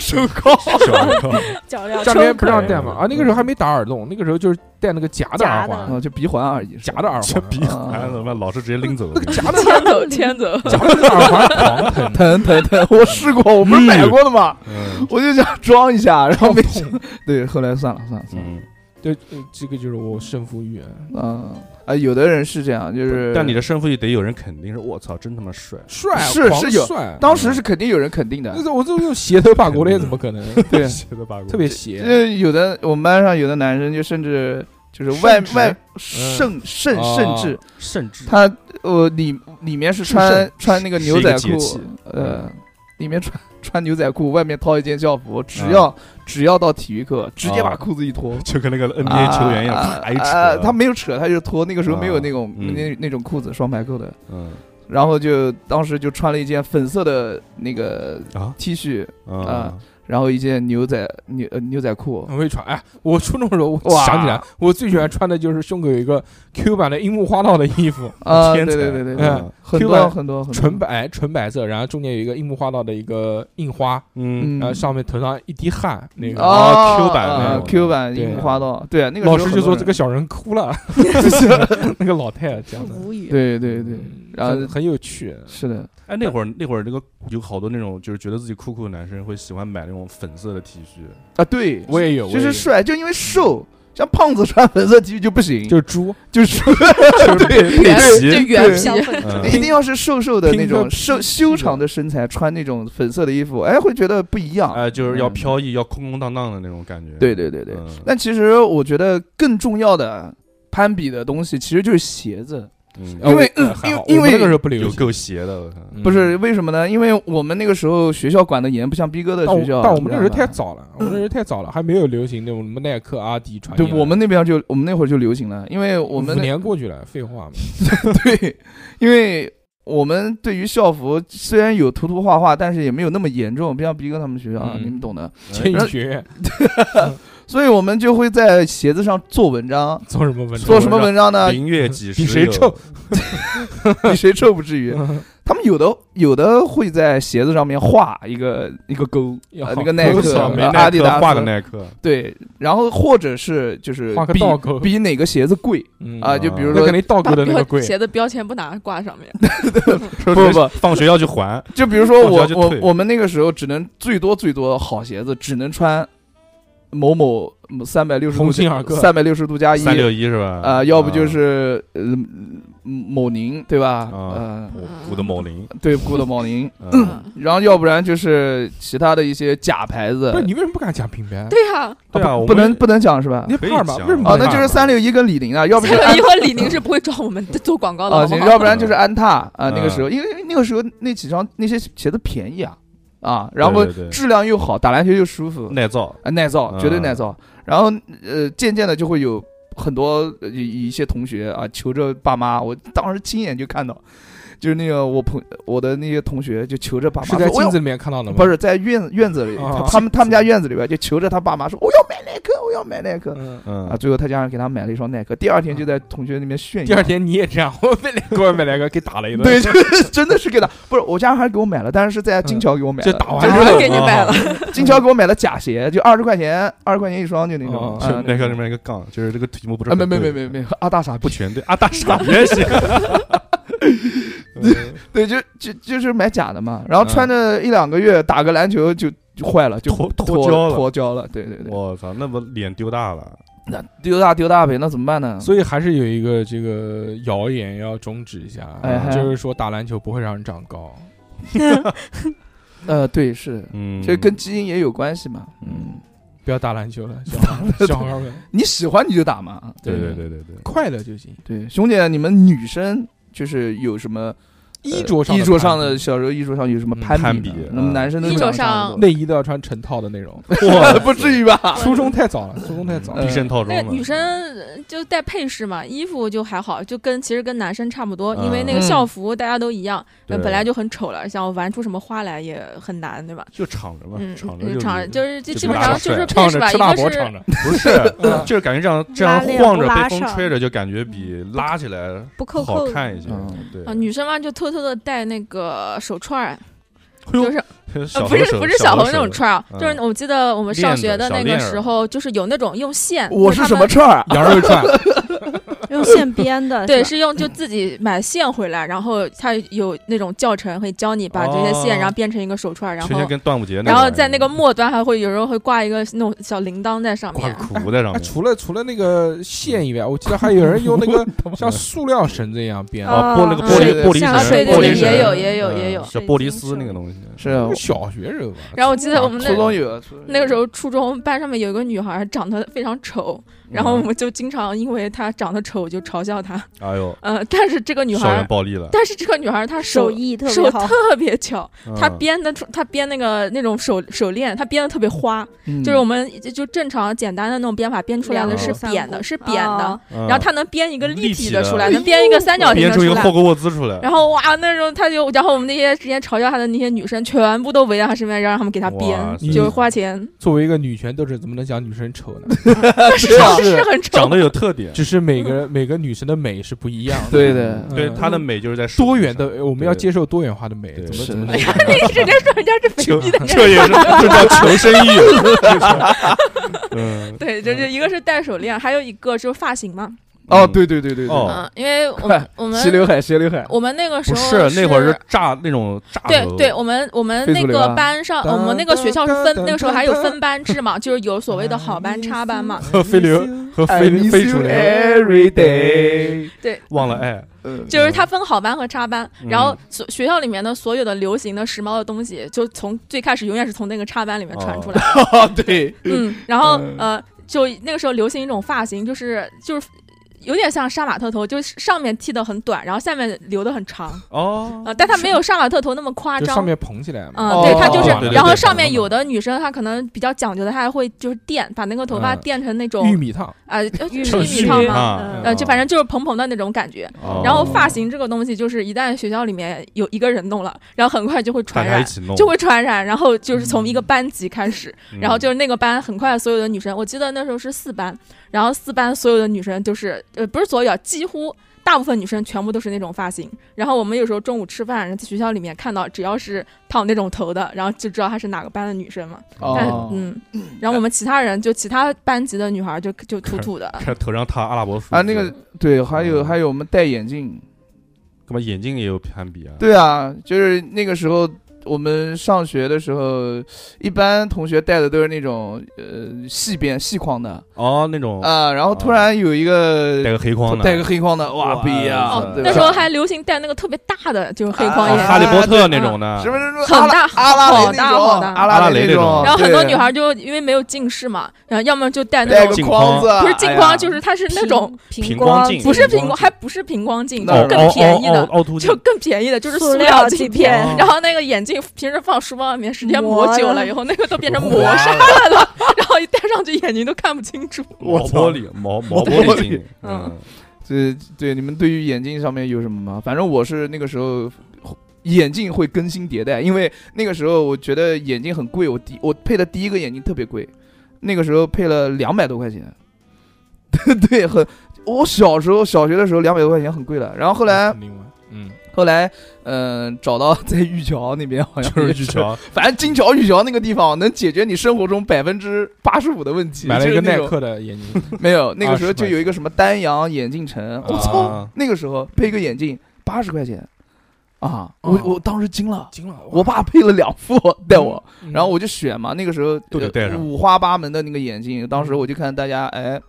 <laughs>
手啊铐，
手铐，
<laughs>
脚镣
家里面不让
抽
戴嘛啊，那个时候还没打耳洞，那个时候就是戴那个夹的耳
夹
<laughs>
环，
的
啊，就鼻环而已，
夹的耳
这
环，
逼
啊
孩子，妈老师直接拎走了。
夹
<laughs>
的
牵走牵走。
夹的那个耳环狂疼，
疼疼疼！我试 <laughs> 过，我不是买过的吗？
嗯
我就想装一下，然后没想 <laughs>
痛。
对，后来算了算了算
嗯，
对，呃这个就是我胜负欲。
了，嗯啊，有的人是这样，就是
但你的胜负欲得有人肯定是，我操，真他妈帅。
帅
是
狂
是有
帅，
当时是肯定有人肯定的
那，是我这种斜头把国内怎么可能？
<laughs> 对，
特别
就
斜，
是有的我们班上有的男生就甚至就是外
甚至
外
嗯
甚甚
哦
甚至
甚至
他呃里里面是
是
穿
甚
穿那个牛仔
是一个节
裤
气，
呃
嗯，
里面穿穿牛仔裤，外面套一件校服，只
嗯
要只要到体育课，直接
啊
把裤子一脱。
就跟那个 NBA 球员一样，
啊
啪一
啊
扯。
他没有扯，他就脱。那个时候没有那种
啊嗯
那那种裤子，双排扣的。
嗯
然后就当时就穿了一件粉色的那个
啊
T 恤，
啊
然后一件牛仔牛呃牛仔裤。
很会穿。哎，我初中的时候，我
哇
想起来，我最喜欢穿的就是胸口有一个 Q 版的樱木花道的衣服，<laughs>
啊，对
天才
对对对对
嗯，
很
Q
多
版
很多很多
纯白纯白色，然后中间有一个樱木花道的一个印花，
嗯
嗯
然后呃上面头上一滴汗那个。
哦
，Q 版那
啊
种
Q 版
对
樱木花道，对，那个时候
老师
很
就
多
说
人
这个小人哭
<laughs>
了，那个老太太这样的，
无语。
对 <laughs> 对对，
嗯
然后
很很有趣，
是的，
哎，那会儿那会儿那个有好多那种就是觉得自己酷酷的男生会喜欢买那种粉色的 T 恤，
<laughs> 啊，对，
我也有，我
就
也
是
有
帅，就因为瘦，像胖子穿粉色 T 恤就不行，
就是猪， <laughs>
就是
就是
对
配
就
齐，
原
对
皮
小。粉
嗯
一定要是瘦瘦的那
拼个
种瘦修长的身材，穿那种粉色的衣服，哎，会觉得不一样。
哎，就是要飘逸，要空空荡荡的那种感觉。
嗯对对对对。
嗯，
但其实我觉得更重要的攀比的东西其实就是鞋子，
嗯
因为
呃我还好
因
我
为
们那个时候不流
有
行，
够邪的，我看。
嗯
不是为什么呢？因为我们那个时候学校管的严，不像逼哥的
但
学
我
校。
但我们那时候太
早，
早了，我们那时候太早了，还没有流行那种什么耐克、阿迪、传。
嗯对我们那边就我们那会儿就流行了，因为我们
五
那
年过去了，废话嘛，
<laughs> 对，因为我们对于校服虽然有涂涂画画，但是也没有那么严重，不像逼哥他们学校，啊，
嗯
你们懂的。
建
然
议
后
学院
所以我们就会在鞋子上做文章，
做什么文章？
做什么文章呢？ <laughs>
零月几十
比谁
有
臭？
比谁臭不
<laughs>
至于。他们有的有的会在鞋子上面画一个一个勾，
要
啊
好
那个耐
我
我
克
操
操，
没
没
啊
耐
阿迪
克
达斯
画个耐克，
对，然后或者是就是
画个
比
倒钩
比哪个鞋子贵
嗯
啊？就比如
那
说
肯定倒
把
钩的那
标
个贵，
鞋的标签不拿挂上面，
不
不不
放学要去
<laughs>
还，
就比如说我
放学就
我
退
我们那个时候只能最多最多好鞋子只能穿某某三百六十
鸿
度
星尔克
三百六十度加一
三六一是吧？
啊，要不就是呃嗯某宁对吧？
啊
呃，
我我的某林，
对，Good Morning。
嗯，
然后要不然就是其他的一些假牌子
不，是你为什么不敢讲品牌？
对呀，
对啊，
不
我
不
们
能不能讲是吧
你？
可以
怕吧？
讲
为什么
哦，
不
那
敢
就
讲
是三六一跟李宁啊，
<laughs>
要不是安
以后李宁是不会找我们做广告的，
啊，
好不
行，
哦好
要不然就是安踏啊。那个
嗯
时候，因为那个时候那几双那些鞋子便宜啊啊，然后
对对对
质量又好，打篮球又舒服，
耐造，
啊，耐造，绝对
嗯
耐造。然后呃，渐渐的就会有很多呃一一些同学啊，求着爸妈，我当时亲眼就看到，就是那个我朋我的那些同学就求着爸妈
是在
啊说我
镜
要
子里面看到的吗？
不，是在院院子里，
啊
他们他们家院子里边就求着他爸妈说我要买耐克，我要买耐克。
嗯。
嗯
啊！最后他家人给他买了一双耐克，第二天就在同学那边炫耀。
第二天你也这样，我买两个，买两个，给打了一顿。 <laughs>
对，就是真的是给他，不是我家人还给我买了，但是是在
嗯
金桥给我买的，
就打完
就
了
是
我给你买了，
金桥给我买了假鞋，就二十块钱，二十块钱一双就那种
哦。
啊
是耐克那边一个杠，就是这个题目不是
啊，
很
没
对，
没没没没，阿大傻逼
不，全对啊，大傻也行，
<laughs>
嗯
对，就就就是买假的嘛，然后穿着一两个月打个篮球就就坏了，就
嗯脱
脱
脱胶了
脱胶了，对对对，
我操，那不脸丢大了，
那丢大丢大呗，那怎么办呢？
所以还是有一个这个谣言要终止一下啊，
哎嗨
就是说打篮球不会让人长高。
呃，对，是的，
嗯，
这跟基因也有关系嘛，
嗯
嗯，
不要打篮球了，小孩小孩们
你喜欢你就打嘛，
对对对对对，
快乐就行。
对，熊姐，你们女生就是有什么
衣着上
呃衣
的
着
攀
上的
比，
小时候衣着上有什么
嗯
攀
攀比
呢那么
嗯
男生都
衣
长
着
得差不
上
多
内衣都要穿成套的那种。
不至于吧？
初中太早了，初中太早
嗯
了
必。胜套装
那
了，
个女生呃就带配饰嘛，衣服就还好，就跟其实跟男生差不多，因为那
嗯
个校服大家都一样，
对
本来就很丑了，想玩出什么花来也很难，对吧？
就敞着嘛
嗯，，
敞着
嗯，
是
场就是就
就
基本
拉
上就
出来
是
唱
配饰
着
吧，
吃
一
大
个
伯
是
唱着，
不
<laughs>
是，
嗯
就是感觉这样这样
拉链
晃着
不拉
被风
上
吹着，就感觉比拉起来
不扣
好
扣子，
看一些
嗯。
对
啊，，女生嘛就偷偷的戴那个手串儿，
哎呦
就是呃
小
不是
猴手
不是小
猴
红那种
手
串儿啊，
嗯
就是我记得我们上学的那个
链子小链儿
时候，就是有 <laughs> 那种用线，
我
就是他
什么
们
串
<laughs>
儿啊？
羊肉串，
用线编的，
对，
是
是用就自己买线回来，然后它有那种教程会教你把这些线，
哦
然后编成一个手串，然
全
后
全跟端午节那
然
玩
后
意儿
在那个末端还会有时候会挂一个那种小铃铛在上
挂个
面。
啊苦在上
哎，
面，
嗯
除了除了那个线以外，我记得还有人用那
<laughs>
个像塑料绳子一样编的。
啊
哦，玻璃
嗯
玻璃
是
玻
像
璃绳，
对对
玻璃
对，
绳
也有也有
嗯
也有。
小玻璃丝那个东西
是
嗯
那
啊
个，小学时候吧。
然后我记得我们
初
那
中有，啊初中有
那个时候初中班上面有一个女孩长得非常丑，然后我们就经常因为她长得丑就嘲笑她。
嗯哎呦，
嗯，但是这个女
校园
孩，
暴力了，
但是这个女孩她
手
手
艺特
手
别好，
特别巧，
嗯
她编的出她编那个那种手手链，她编的特别花，
嗯
就是我们就就正常简单的那种编法编出来的是
两
股
扁
三
的，
股
是扁的
哦，
然
然后她能编一个立
立体
体的
的嗯
出来，能编一个三角形
编
的
嗯出一个
出
霍
来。
格沃兹出来，
然后哇，那时候她就，然后我们那些之前嘲笑她的那些女生，全部都围在她身边，让她们给她
哇
编，
塞
就花钱，
作为一个女权斗士，怎么能讲女生丑呢？ <laughs>
是
啊
是很
长
丑，
得有特点，
只是每个每个女生的美是不一样的。
对的
嗯
对她的美就是在
多元的，我们要
对
接受多元化的美，
对
怎么
是
怎么
的
能？
直接说人家 <laughs> 是 <laughs>
就
肥逼的人。
这也是这叫求生欲，
<laughs>
嗯
对，就是一个是戴手链，还有一个就是发型嘛，
哦，
嗯
对对对对对，
哦
嗯，因为我
快
们我
斜
们
刘海，斜刘海，
我们那个时
不
候
是那会儿是炸那种炸
对
头
对，我们我们
非主
那
流
个
啊
班上，我们那个学校是分，那个时候还有分班制嘛，就是有所谓的好班、差
<laughs>
班嘛。
和非流和
I
非
miss
非
you
主流
every day，
忘了哎爱，
嗯
就是它分好班和差班，
嗯
然后所学校里面的所有的流行的时髦的东西，就从最开始永远是从那个差班里面传出来的。
哦，对，
嗯，然后
嗯
呃，就那个时候流行一种发型，就是就是有点像杀马特头，就是上面剃的很短，然后下面留的很长啊、
哦，
但它没有杀马特头那么夸
就上
张。
面膨起来嘛。
嗯，对，
哦
它就是
哦对，对
然后
对
上
懂
面
了
有的女生她可能比较讲究的，她还会就是垫，把那个头发
嗯
垫成那
玉
种
米烫，
啊，呃
玉
玉
成
米
须
烫吗？
啊
呃，就反正就是蓬蓬的那种感觉。
哦
然后发型这个东西，就是一旦学校里面有一个人弄了，然后很快就会
大
传
家一
染，
起弄，
哎就会传染，然后就是从一个班级开始，
嗯
然后就是那个班很快所有的女生，我记得那时候是四班，然后四班所有的女生就是呃不是所有啊，几乎。大部分女生全部都是那呃种发型，然后我们有时候中午吃饭，然后在学校里面看到，只要是烫那种头的，然后就知道她是哪个班的女生嘛。但
哦，
嗯，然后我们其他人就其他班级的女孩就就土土的，
看头上烫阿拉伯数
啊，
字
那个对，还有
嗯
还有我们戴眼镜，
干嘛眼镜也有攀比啊？，
对啊，就是那个时候我们上学的时候，一般同学戴的都是那种呃细边细框的
哦，那种
啊，然后突
哦
然有一
戴
个
个黑框的，
戴个黑框的，哇
哇
逼啊
哦！
对吧
那时候还流行戴那个特别大的，就是黑框
哦
眼
啊
哈利波特那种的，
什么什么
很大
阿拉
好
蕾
大
那种
好大
阿
啊
拉蕾那
阿拉蕾那种
然后很多
对
女孩就因为没有近视嘛，然后要么就戴那
戴
种
个
镜框
框子，
不是近
哎呀
框，就是它是那
平
种
平
平
光镜哦
不是
平
平
光
光，还不是平光镜，就
那
是
种
更便宜的，
凹凸镜
就更便宜的，就是
塑
塑
料
料
镜
镜
片
然后那个眼镜平时放书包里面，时间
磨
磨久
的
了以后，那个都变成磨
磨
砂了的，然后一戴上去眼睛都看不清楚。
毛
我操
玻璃毛毛
毛
玻
玻璃
璃
<laughs>
镜，
嗯，
对对，你们对于眼镜上面有什么吗？反正我是那个时候眼镜会更新迭代，因为那个时候我觉得眼镜很贵，我第我配的第一个眼镜特别贵，那个时候配了两百多块钱， <laughs> 对，很。我小时候小学的时候两百多块钱很贵了，然后后来
肯定嘛嗯，
后来嗯、呃找到在玉桥那边好像
就是
也
巨，桥
反正金桥玉桥那个地方能解决你生活中百分之八十五的问题，
买了一
就是
个
那
耐
种
克的眼镜，
没有，那个时候
20
就有一个什么丹阳眼镜城，我、操
啊，
那个时候配个眼镜八十块钱，啊，我
啊
我当时惊了，
惊了，哇
我爸配了两副带我，，
嗯
然后我就选嘛，那个时候
都得戴上
呃五花八门的那个眼镜，当时我就看大家，哎，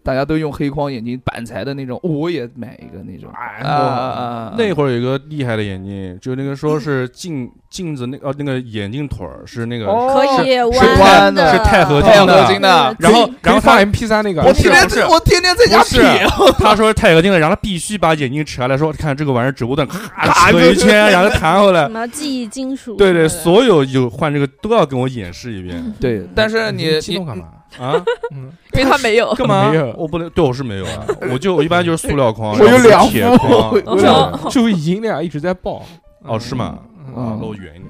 大家都用黑框眼镜，板材的那种，我也买一个那种，
哎
啊啊啊啊
那会儿有一个厉害的眼镜，就那个说
<laughs>
是镜镜子那个哦那个眼镜腿儿是那个，
哦
可以
弯
的，
的
是钛合金
钛
的
合金的，
然后
可以
然后
放
他
MP 三那个，
我
是
天
不是
天我天天在家啊
不
<laughs>
是
撇，
他说是钛合金的，然后他必须把眼镜扯下来说，看这个玩意儿直播的，
<laughs> 啊
咔扯一圈，然后弹回
什
嗯
来。
么记忆金属，
对对，所有有换这个都要跟我演示一遍
对，但是
你
你
这么激动
你
干 <laughs> 嘛？
<laughs>
啊！
嗯，
因为他没有。
干嘛
没有？
我不能，对我是没有
<laughs>
啊，我就我一般就是塑料框，
我有
然后是
两
铁
副
框
我
有两
啊
就音量一直在
<laughs>
爆。
哦是吗
嗯？
啊
嗯
那我远一点。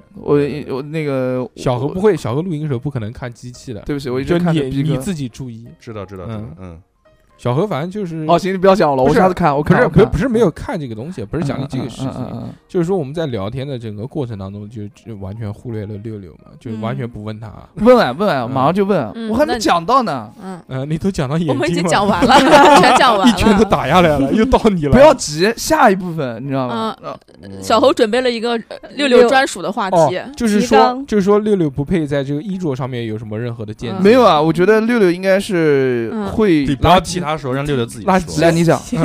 我我那个
小何
我
不会，小何录音的时候不可能看机器的，
对不起，我一直
就
看着
你
逼
你
哥。
自己注意。
知道知道，知道
嗯
嗯，
小何反正就是
哦，行，你不要讲了，我
不是
下次看，我
不
看
是
我
不
看
是不是没有看这个东西，不是讲你这个事
嗯嗯
情，
嗯嗯
就是说我们在聊天的整个过程当中就就完全忽略了六六嘛，就完全不问他。
嗯问啊问啊，
嗯
马上就问啊，
嗯
我还
那
没
你
讲到呢，
嗯，
嗯、你都讲到眼睛
我
了，
们已经讲完
<laughs>
了，全讲
<laughs>
完
一拳都
了。
打下来了，又到你了。
不要急，下一部分你知道吗？啊
嗯
小侯准备了一个呃六
六
六专属的话
哦
题，，
就是
提
说
纲，
就是说，六六不配在这个衣着上面有什么任何的见解。
嗯
没有啊，我觉得六六应该是
嗯
会
你不要提他的时候，让六六自己
垃
说
圾
来，你讲，
嗯，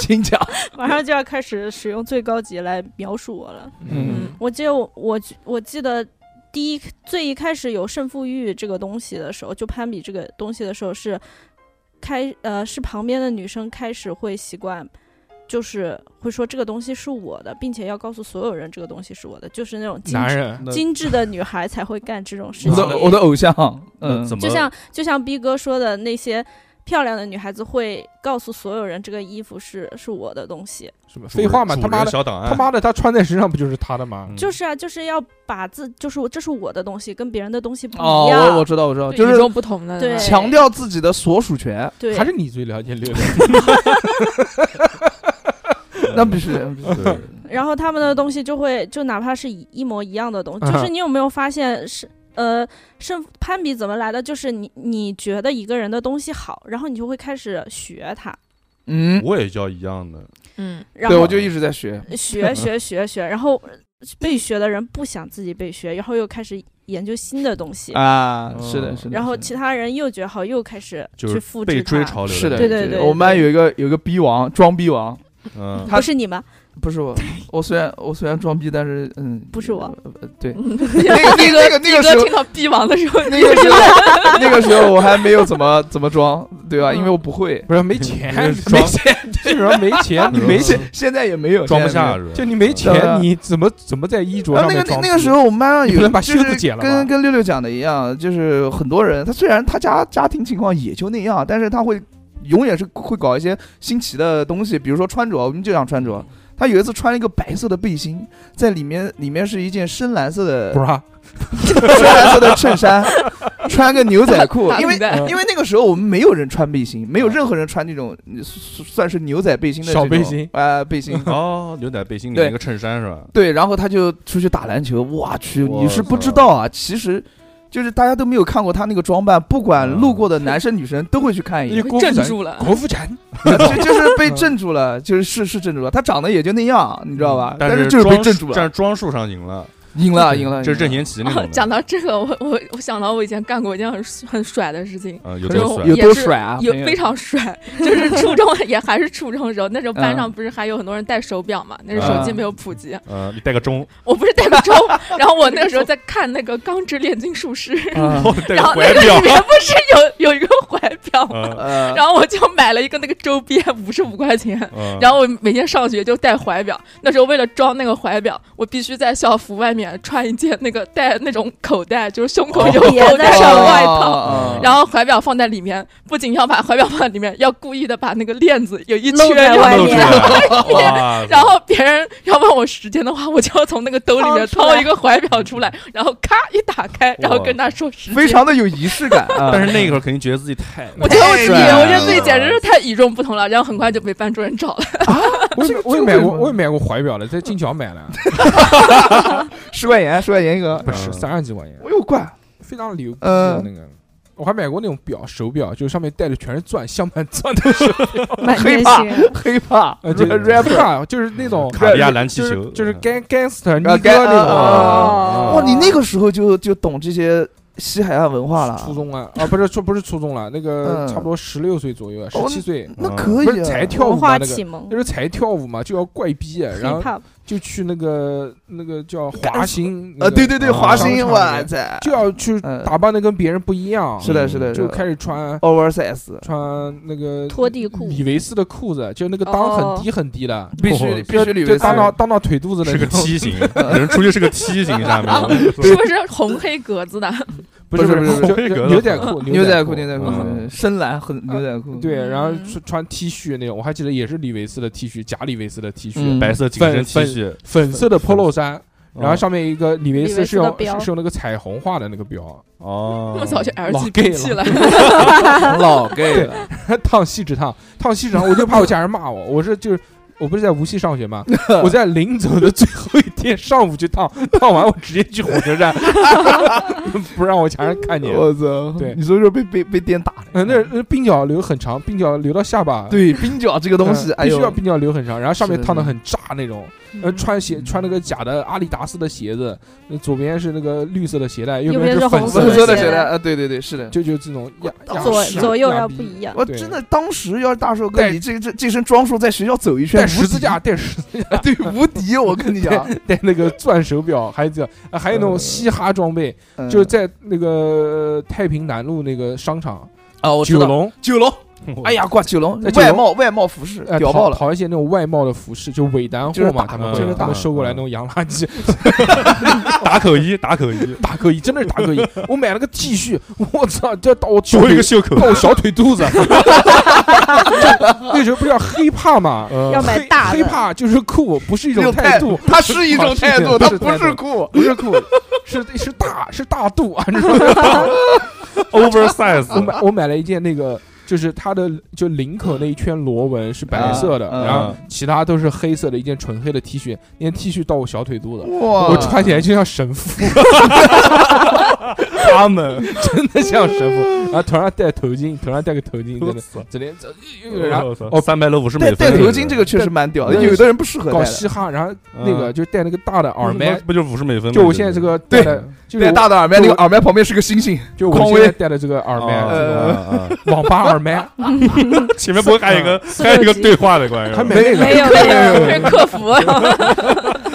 请讲。
马上就要开始使用最高级来描述我了。
嗯，
我记得我我我记得第一最一开始有胜负欲这个东西的时候，就攀比这个东西的时候是开呃是旁边的女生开始会习惯，就是会说这个东西是我的，并且要告诉所有人这个东西是我的，就是那种
嗯
精
男
致
人，
精致的女孩才会干这种事
我
情。
的我的偶像，
那
嗯，
怎么
就像就像逼哥说的，那些漂亮的女孩子会告诉所有人，这个衣服是是我的东西。
什么
主人
废话嘛，
主
他妈
人
的，
小档
哎
案
他妈的，他穿在身上不就是他的吗？
嗯
就是啊，就是要把自就是我这是我的东西，跟别人的东西不
哦，
一样。
我我知道我知道，
对
就
与
是
众不同的
对
强调自己的所属权，
对，
还是你最了解六
<laughs>
六？
那必须的。
对
然后他们的东西就会就哪怕是一一模一样的东西，就
啊
是你有没有发现是呃胜攀比怎么来的？就是你你觉得一个人的东西好，然后你就会开始学他。
嗯，
我也叫一样的，
嗯，，
然
对，我
后
就一直在学。
学学学学，然后被学的人不想自己被学，然后又开始研究新的东西，
啊，
嗯
是的，是的。
然后
是的
其他人又觉得好，又开始
就
去
是
复制
被追
它。
潮流
是的，
对
对
对对
我们班有一个有一个逼王，装逼王，
嗯，
他
不是你们，
不是我，我虽然我虽然装逼，但是嗯，
不是我
呃，呃对
那
<laughs> 那个那个那个那个时
哥
候
听到逼王的时候，
那个时 <laughs> 候那个时候我还没有怎么怎么装，对吧？因为我不会，
不是没钱，
没
没
装
钱，基本上没钱，
<laughs>
你没钱，
现在也没有
装不
现在
下
也没有
是吧？。
就你没
对
钱，你怎么怎么在衣着
然
上
后那
面
个
装逼？
那个时候，我们班上
你
有
不能把
就是
靴子解了
跟
吗
跟六六讲的一样，就是很多人，他虽然他家家庭情况也就那样，但是他会永远是会搞一些新奇的东西，比如说穿着，我们就讲穿着。他有一次穿了一个白色的背心，在里面里面是一件深蓝色的
不是啊，
深蓝色的衬衫，穿个牛仔裤，因为呃
打领带
因为那个时候我们没有人穿背心，没有任何人穿那种嗯算算是牛仔背心的
小
这种
背心
啊背心
哦，牛仔背心里
对
那个衬衫是吧？
对，然后他就出去打篮球，哇去，
哇
你是不知道啊，其实就是大家都没有看过他那个装扮，不管
嗯
路过的男生女生都会去看一
你
眼，
郭富
镇
城，
住啊了。
郭富
<laughs>
城，
就就是被镇住了，就是是是镇住了，他长得也就那样，你知道吧？但
是
就是被
装
镇住
嗯但是
了，
装束上赢了，
赢
啊
了赢了，
这是
赢
郑贤
了
齐
<laughs>
那
哦
种，
讲
的。
到这个，我我我想到我以前干过一件很很甩的事情，
啊，有
这
多
种
帅
有
也
多
是
甩啊，
有
朋友 <laughs>
非常帅，就是初中也还是初中的时候，那时候班
嗯
上不是还有很多人戴手表嘛，那时候手机
嗯
没有普及，
呃，你带
<laughs>
个钟，
我不是戴个钟，然后我那个时候在看那个《钢之炼金术师》，
<laughs>
<laughs>
啊
哦带
然
个
后
怀
那个
表
里，面不是有有一个怀表吗？
嗯
呃，
<laughs> 然后我就买了一个那个周边，五十五块钱。
嗯，
然后我每天上学就戴怀表，那时候为了装那个怀表，我必须在校服外面穿一件那个带那种口袋，就是胸口有
别的
口袋上
哦
外套，
嗯
哦
然后怀表放在里面，不仅要把怀表放在里面，要故意的把那个链子有一圈
露在
要
外
露出
面
来，
<laughs>
哇
然后别人要问我时间的话，我就要从那个兜里面
掏出
掏
来
一个怀表出来，然后咔一打开，然后跟他说时间。
非，常的有仪式感啊。
<laughs> 但是那个时候肯定觉得自己太，
我觉得我自己，
太帅了
我觉得自己简直是太与众不同了。然后很快就被班主任找了，
我也
这个
我也
这个
买
为什
过，
么
我也买过怀表的，在金桥买
<laughs>
的，
十块钱，十块钱一个，
不是
嗯
三十几块钱，
我又怪，
非常牛逼
呃
的那个。我还买过那种表，手表，就上面戴的全是钻，镶满钻
<laughs>
的手表，
满
黑
天
怕
星。
黑怕
呃就
<laughs>
rapper，
rapper，就是那
<laughs>
种
卡地亚蓝气
就是
球
就是
嗯
gang gangster
啊
尼
，gang-
哥那
啊
种啊。
啊
哦
哇，你那个时候就就懂这些西海岸文化了，
初中啊啊，不是初不是初中了，那个
嗯
差不多十六岁左右，十七岁，
那可以
不是
啊
才跳舞
文
嘛
化
那个
启。蒙
那时候才跳舞嘛，就要怪逼，然后
，hiphop
就去那个那个叫华兴
啊，对对对，
啊
华
商
星，
场
哇
里
塞
就要去打扮的跟别人不一样，
是的，是的，
就是
的
开始穿
oversize，
穿那个
拖地裤
李维斯的裤子，就那个裆很低很低的，
必须必须
就
李
就
维
裆到
斯，
裆到腿肚子的
是
那
个
种，<laughs>
梯形，人出去是个梯形，下面
是不是红黑格子的？
不是
不是
不
不是
就
不是
就牛仔裤
牛仔
仔
裤，牛仔裤，
嗯
嗯深蓝很牛仔裤，
对，然后
嗯
穿穿 T 恤那种，我还记得也是李维斯的 T 恤，假李维斯的 T 恤，
嗯
白色紧身 T 恤，
粉色的啊 polo 衫，然后上面一个李维
李维
斯
斯
是用
的标
是是用那个彩虹画的那个 <laughs> 标，
哦
那，么早就 L
老
G
gay
B 气
了
了，
老 gay 了，
<laughs> 烫锡纸烫，烫锡纸烫，我就怕我家人骂我，我是就是。我不是在无锡上学 <laughs> 吗？我在临走的最后一天上午去烫，烫完我直接去火车站， <laughs> 不让我家人看见。
我操，
对
你说说被被被电打了，
嗯，那那鬓角留很长，鬓角留到下巴，
对鬓角这个
嗯，
东西，哎
必须要
呦，
鬓角留很长，然后上面
是的
烫的
是的
很炸那种。
嗯
呃，穿鞋穿那个假的阿迪达斯的鞋子，呃左边是那个绿色的鞋带，右
右
边
边
是
是
粉
红
粉
的
色
色
的
的
鞋
鞋
鞋
带，
带
啊，对对对，是的。
就就这种压压
左
屎
左右
压
要
逼
不一样，
我
对
真的当时要是大寿哥，
带
你这这这身装束在学校走一圈，
带十
无敌
字架，带十 <laughs> 字架，
对，无敌！我跟你讲，
带那个钻手表，还有这啊还有那种嘻哈装备，
嗯
就是在那个太平南路那个商场，
啊，我知
九
道
龙，
九龙， <laughs> 哎
呀，
呀，挂九龙
在，九龙
外贸外贸服饰
呃，
屌爆
淘
了，
淘一些那种外贸的服饰，就尾单
就是
货嘛，
打
他们
嗯
会
嗯
他们收过来那
嗯
种洋垃圾， <laughs>
打口一，打口一，
大哥衣，真的是大哥衣，我买了个 T 恤，我操，这到我
就
腿
一个
<laughs>
袖口，
到我小腿肚子。那时候不叫黑怕嘛，
呃
<laughs>
要买
黑
大
黑
的。
怕就是酷，不是一
这
呃种态度，
它是一种态度，
不
它
是
不
态
是
度
酷。
不是酷， <laughs> 是是大是大度啊！你知道吗我 <laughs>
oversize，
买我买了一件那个，就是它的就领口那一圈螺纹是白色的，
啊啊
然后其他都是黑色的，一件纯黑的 T 恤，那件 T 恤到我小腿肚子。
哇
我穿起来就像神父，
他们，
真的像 <laughs> 神父，然后头上戴头巾，头上戴个头 <laughs> 巾，真的，整天这又又然后
哦，三百六五十美
戴
分，
戴头巾这个确实蛮屌的，有的人不适合戴
搞
的。
嘻哈，然后那个就戴啊那个大的耳麦，
不就是五十美分吗？哦
就我现在这个戴的，就是
戴
我
大的耳麦，那
就
个耳麦旁边是个星星。
就我
匡
现在
威
戴的这个耳麦，
啊
这个
呃
啊
<laughs>
啊
网吧耳麦，
前面不会还有一 <laughs> 个
四
还有一个
四六级
对话的关系？
还 <laughs> 没那
没
个，
有没有，是客服。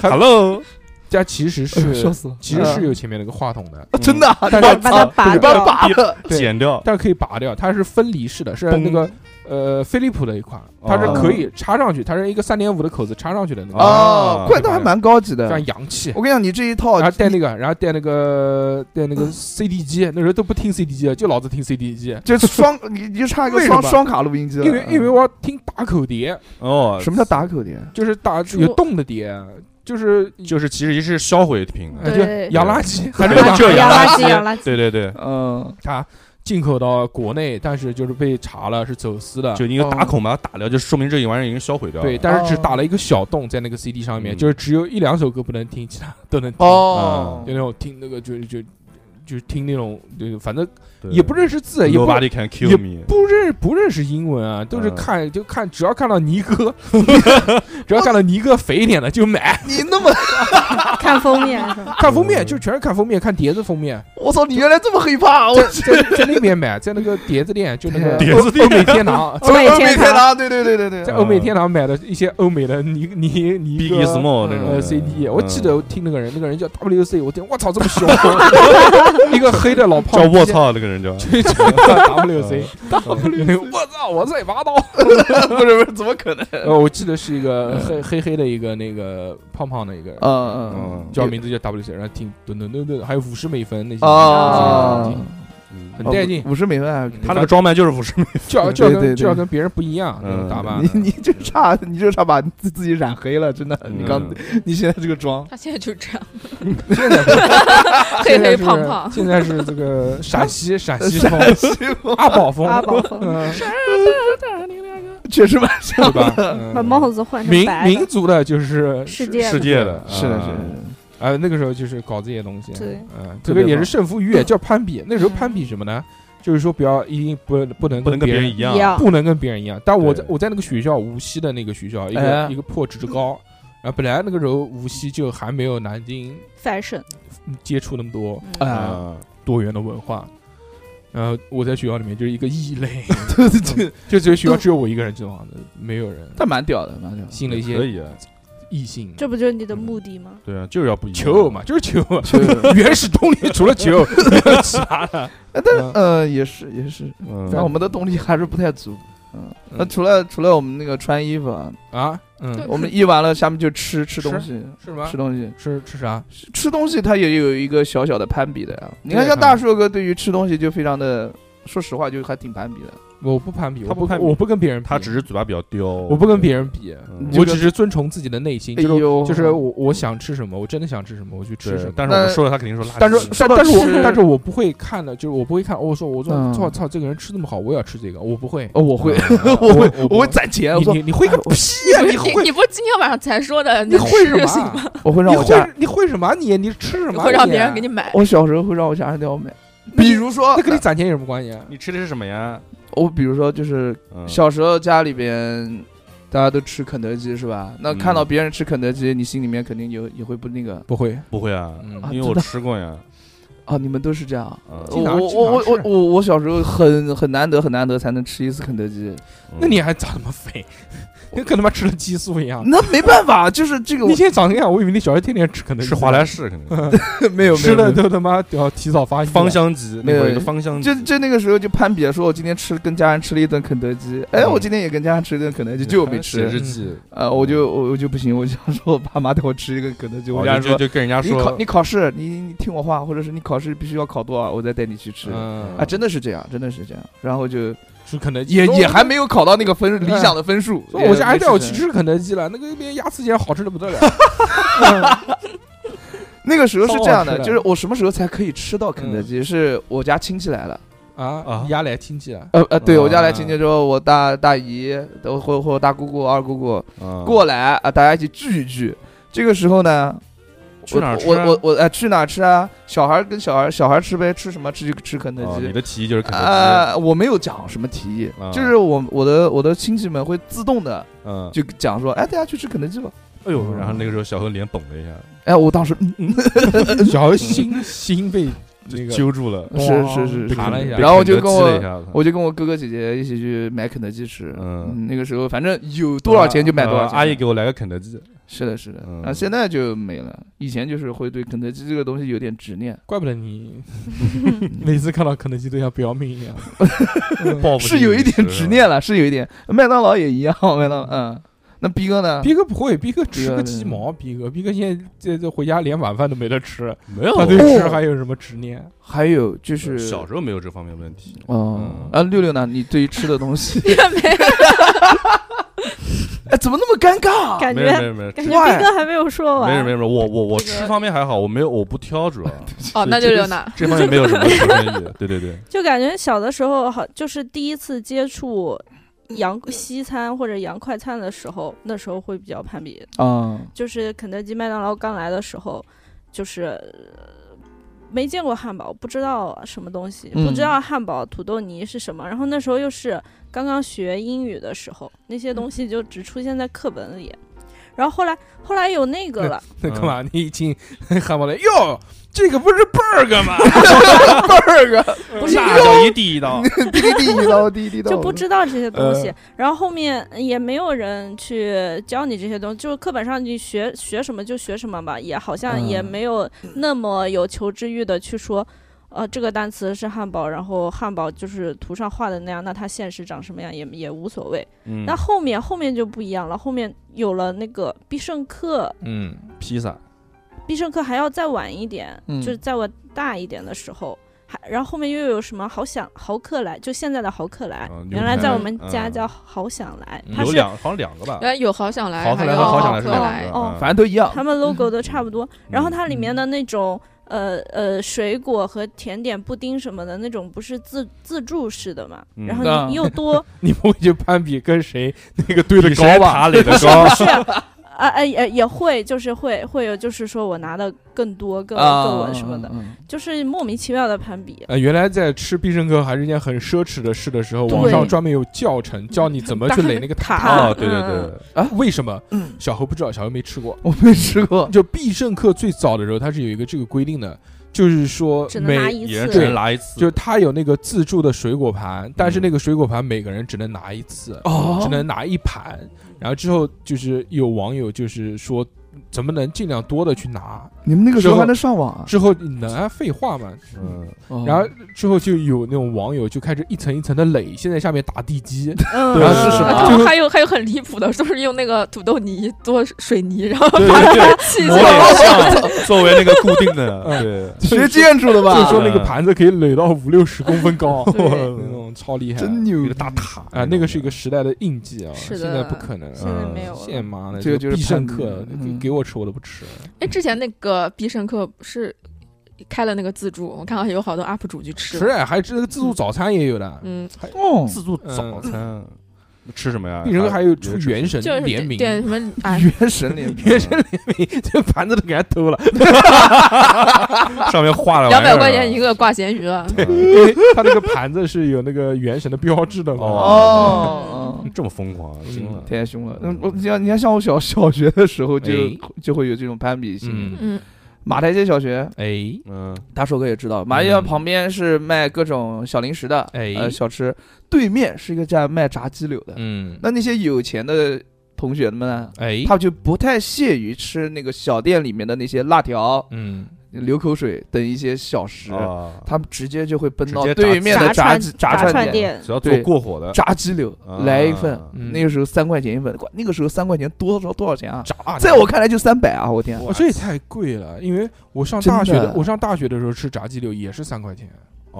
Hello，
但其实
<laughs>
是
哎死了！
其实是有前面那个话筒的，
啊真的啊，
但
把
是
把它拔
对
把它
掉。
拔嗯了，
对
剪掉，
但是可以拔掉，它是分离式的，是那个呃飞利浦的一款，它是可以插上去，它是一个三点五的口子插上去的那个，
啊，
哦怪倒还蛮高级
非
的
常。洋气。
我跟你讲，你这一套
然后带那个，然后带那个，带那个 CD 机，那时候都不听 CD 机，就老子听 CD 机，
就是双，你你就差一个
为什
双
么
双卡录音机了。
因为因为
嗯
我要听打口碟，
哦，
什么叫打口碟？
就是打
出
有洞的碟，就是
就是其实是销毁品
哎
的，
对
就洋垃圾，还是
对
把
就
洋
垃
垃圾洋垃圾
对对对，
嗯，
它进口到国内，但是就是被查了是走私的
就，你有打孔把它打掉，就说明这玩意儿已经销毁掉了。
对，但是只
哦
打了一个小洞在那个 CD 上面，
嗯
就是只有一两首歌不能听，其他都能听。
哦
就，那种听那个就就就听那种，就反正
对
也不认识字，也不
Nobody can
也
kill me，
不认不认识英文啊，都是
嗯
看就看，只要看到尼哥， <laughs> 只要看到尼哥肥一点的就买，
你那么，
看封面是
<laughs> 嗯
哦
吧？
看封面就全是看封面，看碟子封面，
我操，你原来这么害怕！啊我
在在在那边买，在那个碟子店，就那个
<laughs> 碟子
欧欧美天堂。
欧美
欧
天
美天啊堂，对对对对
在
对，
欧美天堂买的一些欧美的尼尼尼
Big
哥
is small 那种
呃
的
CD，我记
嗯
得我听那个人，那个人叫 WC，我听我操这么凶，一个黑的老胖
叫
子
卧槽啊那个人叫，
就就 WC，我操，我再拔刀！
不是不是，怎么可能？
呃，我记得是一个黑黑黑的一个那个胖胖的一个人，
嗯嗯
嗯，
叫名字叫 WC，然后挺顿顿顿顿，还有五十美分那些，
哦，
嗯
很带劲
五十美分啊还
他那个装扮就是五十米，
就要就要
对对
跟
对
就要跟别人不一样那种
嗯
打扮
你。你就差你就差把自自己染黑了，真的。你
<laughs>
刚
嗯
你现在这个妆，
他现在就这样，
现在不是
黑
现在
黑
是
胖
<laughs>
胖。
现在是这个陕西陕西风
风
阿宝风，
阿宝风
嗯
确实蛮
对
像
<laughs>
吧？
的。
嗯
把帽子换成
民
白
民
的，
族的就是
世界的
世界的，
<laughs> 是的，
啊
是的，
哎，那个时候就是搞这些东西。
对嗯
嗯，这
特
个也
别
是
棒
胜负欲，叫攀比。那时候攀比什么呢？就是说不要一定不不能
不能跟别
别
人
人
一样
一，样
不能跟别人一样。但我在
对
我在那个学校，无锡的那个学校，一
哎
个一个破职高。然后本来那个时候无锡就还没有南京
fashion，
接触那么多
哎
啊，
多元的文化。然后我在学校里面就是一个异类，
对对对，
就只有学校只有我一个人这种的，没有人
但蛮屌的，蛮屌的。
信了一
可
些
以啊，
异性。
这不就是你的目的吗？
对啊，就是要不一样
求
嗯
偶嘛，，就是求偶。 <laughs>
就是
原始动力除了求偶， <laughs> 没有其他的。
哎 <laughs> 但是
嗯
呃，也是也是，
嗯
但我们的动力还是不太足。嗯，那
嗯
除了除了我们那个穿衣服啊，
啊，嗯，
我们一完了，下面就吃 <laughs> 吃东西，
是吗
吃？东西，
吃吃啥？
吃东西它也有一个小小的攀比的呀。你看
对
像
嗯
大硕哥对于吃东西就非常的，说实话就还挺攀比的。
我不攀比，
他
我
不攀比
我不跟别人比，
他只是嘴巴比较刁，
我
我
不跟别人比，
嗯
这
我
个
只是遵从自己的内心，
哎
就是
呦，
就是我我想吃什么，我真的想吃什么，我去吃什
对
么，。
但是我
那
们说了，他肯定说垃圾，嗯
但是
说
但
到
但是我
吃
但是我不会看的，就是我不会看。哦我说我说
嗯
操操，这个人吃这么好，我也要吃这个，我不会。
哦，我会， <laughs>
我
我会
我，
我会攒钱。我
你
说
你你会个
哎我
屁呀！你
你
会
你不是今天晚上才说的？
你会什
是
么
行吗？
啊？
我会让
你
我家
会，你会什么啊？你你吃什么啊？
<laughs> 会让别人给你买？
我小时候会让我家人带我买，比如说
那跟你攒钱有什么关系啊？
你吃的是什么呀？
我比如说就是
嗯
小时候家里边大家都吃肯德基是吧？那看
嗯
到别人吃肯德基，你心里面肯定也也会不那个
不会，
不会啊
嗯，
因为我吃过呀，
啊，你们都是这样。
嗯
我
经常
我
经常
我我
吃
我我小时候很很难得很难得才能吃一次肯德基，啊
那你还长那么
<laughs>
肥，跟跟他妈吃了激素一样。
那没办法，就是这个我
你现在长这样，我以为你小时候天天吃肯德基，
吃嗯华莱士肯定
没有没
吃
有没
的
有，
都他妈要提早发育了
芳香鸡，
没
那
有
会儿有个芳香鸡
就，就那个时候就攀比了，说我今天吃跟家人吃了一顿肯德基，哎，
嗯
我今天也跟家人吃了一顿肯德基，就我没
显
<laughs>
吃，
示器
呃，我就我我就不行，我想说我爸妈带我吃一个肯德基，我
哦
家
就
人
就
说 <laughs>
就跟人家
你考
说
你考试，你你听我话，或者是你考试必须要考多少，我再带你去吃。
嗯
啊，真的是这样，真的是这样。然后就
吃肯德基，
也
说
也还没有考到那个分理
哎
想的分数。
说我家还带我去
吃。
吃肯德基了，那个边鸭翅尖好吃的不得了。
<laughs> 那个时候是这样的，
超好吃的
哦就是我嗯什么时候才可以吃到肯德基？是我家亲戚来了，
啊
啊，
鸭来亲戚了，
呃呃，对
啊
我家来亲戚之后，我大大姨都或或大姑姑、二姑姑
嗯
过来啊，大家一起聚一聚。这个时候呢，
去哪儿吃
我
啊
我我哎，去哪儿吃啊？小孩儿跟小孩儿小孩儿吃呗，吃什么吃就吃肯德
哦你
基。
的提议就是肯德
啊，我没有讲什么提议
啊，
就是我我的我的亲戚们会自动的
基，嗯，
就讲说，哎，大家去吃肯德基吧。
哎呦，然后那个时候小何脸绷了一下，
哎，我当时嗯嗯，
小何心 <laughs> 心被那个
揪住了，
是是是
被弹了一下
被
然后我
肯
就
德
跟
基了一
我
下子
我就跟我哥哥姐姐一起去买肯德基吃。
嗯
嗯，那个时候反正有多少钱就买多少
呃
钱。
阿姨给我来个肯德基，
是的，是的
嗯。
啊，现在就没了。以前就是会对肯德基这个东西有点执念，
怪不得
<laughs>
你每次看到肯德基都像不要命啊一样。
报复
是
性
有一
饮食
点执。念了，是有一点。麦当劳也一样， <laughs> 麦当劳。嗯，那逼哥呢？
逼哥不会，逼哥吃
逼
个
哥
鸡
是
毛，逼哥逼哥现在这这回家连晚饭都没得吃，
没有，
他对吃
哦
还有什么执念？
还有就是
呃小时候没有这方面问题。
哦
嗯，
啊，六六呢？你对于吃的
<laughs>
东西，
也没
哎，怎么那么尴尬？啊
感
没有没
觉
有没有，
感觉
怪
斌哥还没有说
没
完，
事没事，没事我我我
这个
吃方面还好，我没有我不挑，
<laughs>
主要
哦，那就留那。
这方面没有什么争议。对对对，
就感觉小的时候好，就是第一次接触洋西餐或者洋快餐的时候，那时候会比较攀比。
啊，
就是肯德基、麦当劳刚来的时候，就是呃没见过汉堡，不知道什么东西，
嗯
不知道汉堡、土豆泥是什么。然后那时候又是刚刚学英语的时候，那些东西就只出现在课本里。然后后来后来有那个了，
嗯
那 <laughs> 干嘛？你一进汉堡店，哟，这个不是 burger 吗？哎
二个
不是
<laughs> 那叫一地一道，
<laughs> 滴滴滴到滴滴到，嗯
就不知道这些东西
呃。
然后后面也没有人去教你这些东西，就是课本上你学学什么就学什么吧，也好像
嗯
也没有那么有求知欲的去说。呃，这个单词是汉堡，然后汉堡就是图上画的那样，那它现实长什么样也也无所谓。
嗯
那后面后面就不一样了，后面有了那个必胜客，
嗯，
披萨，
必胜客还要再晚一点，
嗯
就是在我大一点的时候，还然后后面又有什么好想豪客来，就现在的豪客来，
啊牛
原来
排
在我们
嗯
家叫好想来，
嗯
它
有
是
两好像两个吧，
原来哎有好想来，
好
还
看来
有
和好想
好
来是
客
两
来
个，
哦
嗯
反正都一样
他。们 logo 都差不多，然后它里面的那种。呃呃，水果和甜点、布丁什么的那种，不是自自助式的嘛？
嗯
然后
啊
你又多， <laughs>
你不会去攀比跟谁那个堆的
比谁
高吧？
爬垒的高，
是啊，呃也也会，就是会会有，就是说我拿的更多、更更
啊
稳什么的，
嗯
就是莫名其妙的攀比。
呃，原来在吃必胜客还是一件很奢侈的事的时候，
对
网上专门有教程教你怎么去垒那个啊
塔
哦，对对
嗯
对，
为什么？小何不知道，小何没吃过。
<laughs> 我没吃过。
就必胜客最早的时候，它是有一个这个规定的，就是说
只能拿
每
一
也
次，
只能拿一次，
就是它有那个自助的水果盘，但是那个水果盘每个人只能拿一次，
哦
只能拿一盘。然后之后就是有网友就是说，怎么能尽量多的去拿？
你们那个时候
之后
还能上网啊？
之后你能啊废话嘛？
嗯，
哦 <laughs>
然后之后就有那种网友就开始一层一层的垒，现在下面打地 <laughs> 基，
嗯，
对
啊是什么
啊
啊
他
就
们还有还有很离谱的，都是用那个土豆泥做水泥，然
<laughs>
后
对对对，
砌
模
成。
拟像作为那个固定的，
嗯
对，
学建筑的吧？
就说那个盘子可以垒到五六十公分 <laughs> 高，
对嗯
那种超厉害，
真牛
一个大塔
啊！那个是一个时代的印记啊，
是的
现在不可能
现在没有
嗯现
了。
妈的，
这个就是
必胜客
叛逆，嗯
给给我吃我都不吃。
哎，之前那个必胜客是开了那个自助，我看到有好多 UP 主去吃
吃。哎，还这个自助早餐也有的，
嗯，
哦，
自助早餐，吃什么呀？
必胜客还有出原神
嗯就是
联名，
点什么哎，
原神里面
<laughs> 原神联名，这盘子都给他偷了，
<laughs> 上面画了
两百块钱一个挂咸鱼了。
个，
因为他那个盘子是有那个原神的标志的嘛。 <laughs>
哦。
<laughs> 这么疯狂，惊了！
太凶了，嗯，我你像你看，像我小 <laughs> 小学的时候就
哎
就会有这种攀比心。
嗯，
嗯，
马台街小学，
哎
嗯，
大硕哥也知道，马街
嗯
旁边是卖各种小零食的，
哎
呃，小吃。对面是一个家卖炸鸡柳的。
嗯，
那那些有钱的同学们呢，
哎，
他就不太屑于吃那个小店里面的那些辣条、
嗯，
流口水等一些小食，
啊，
他们直接就会奔到
直接炸
对面的炸
炸
鸡
炸
炸
串
店。
店
只要做过火的，
炸鸡柳
啊
来一份，
嗯
那个时候三块钱一份，管那个时候三块钱多少多少钱啊？
炸！哦
在我看来就三百啊！我天啊，
哇，这也太贵了，因为我上大学
真的
的，我上大学的时候吃炸鸡柳也是三块钱，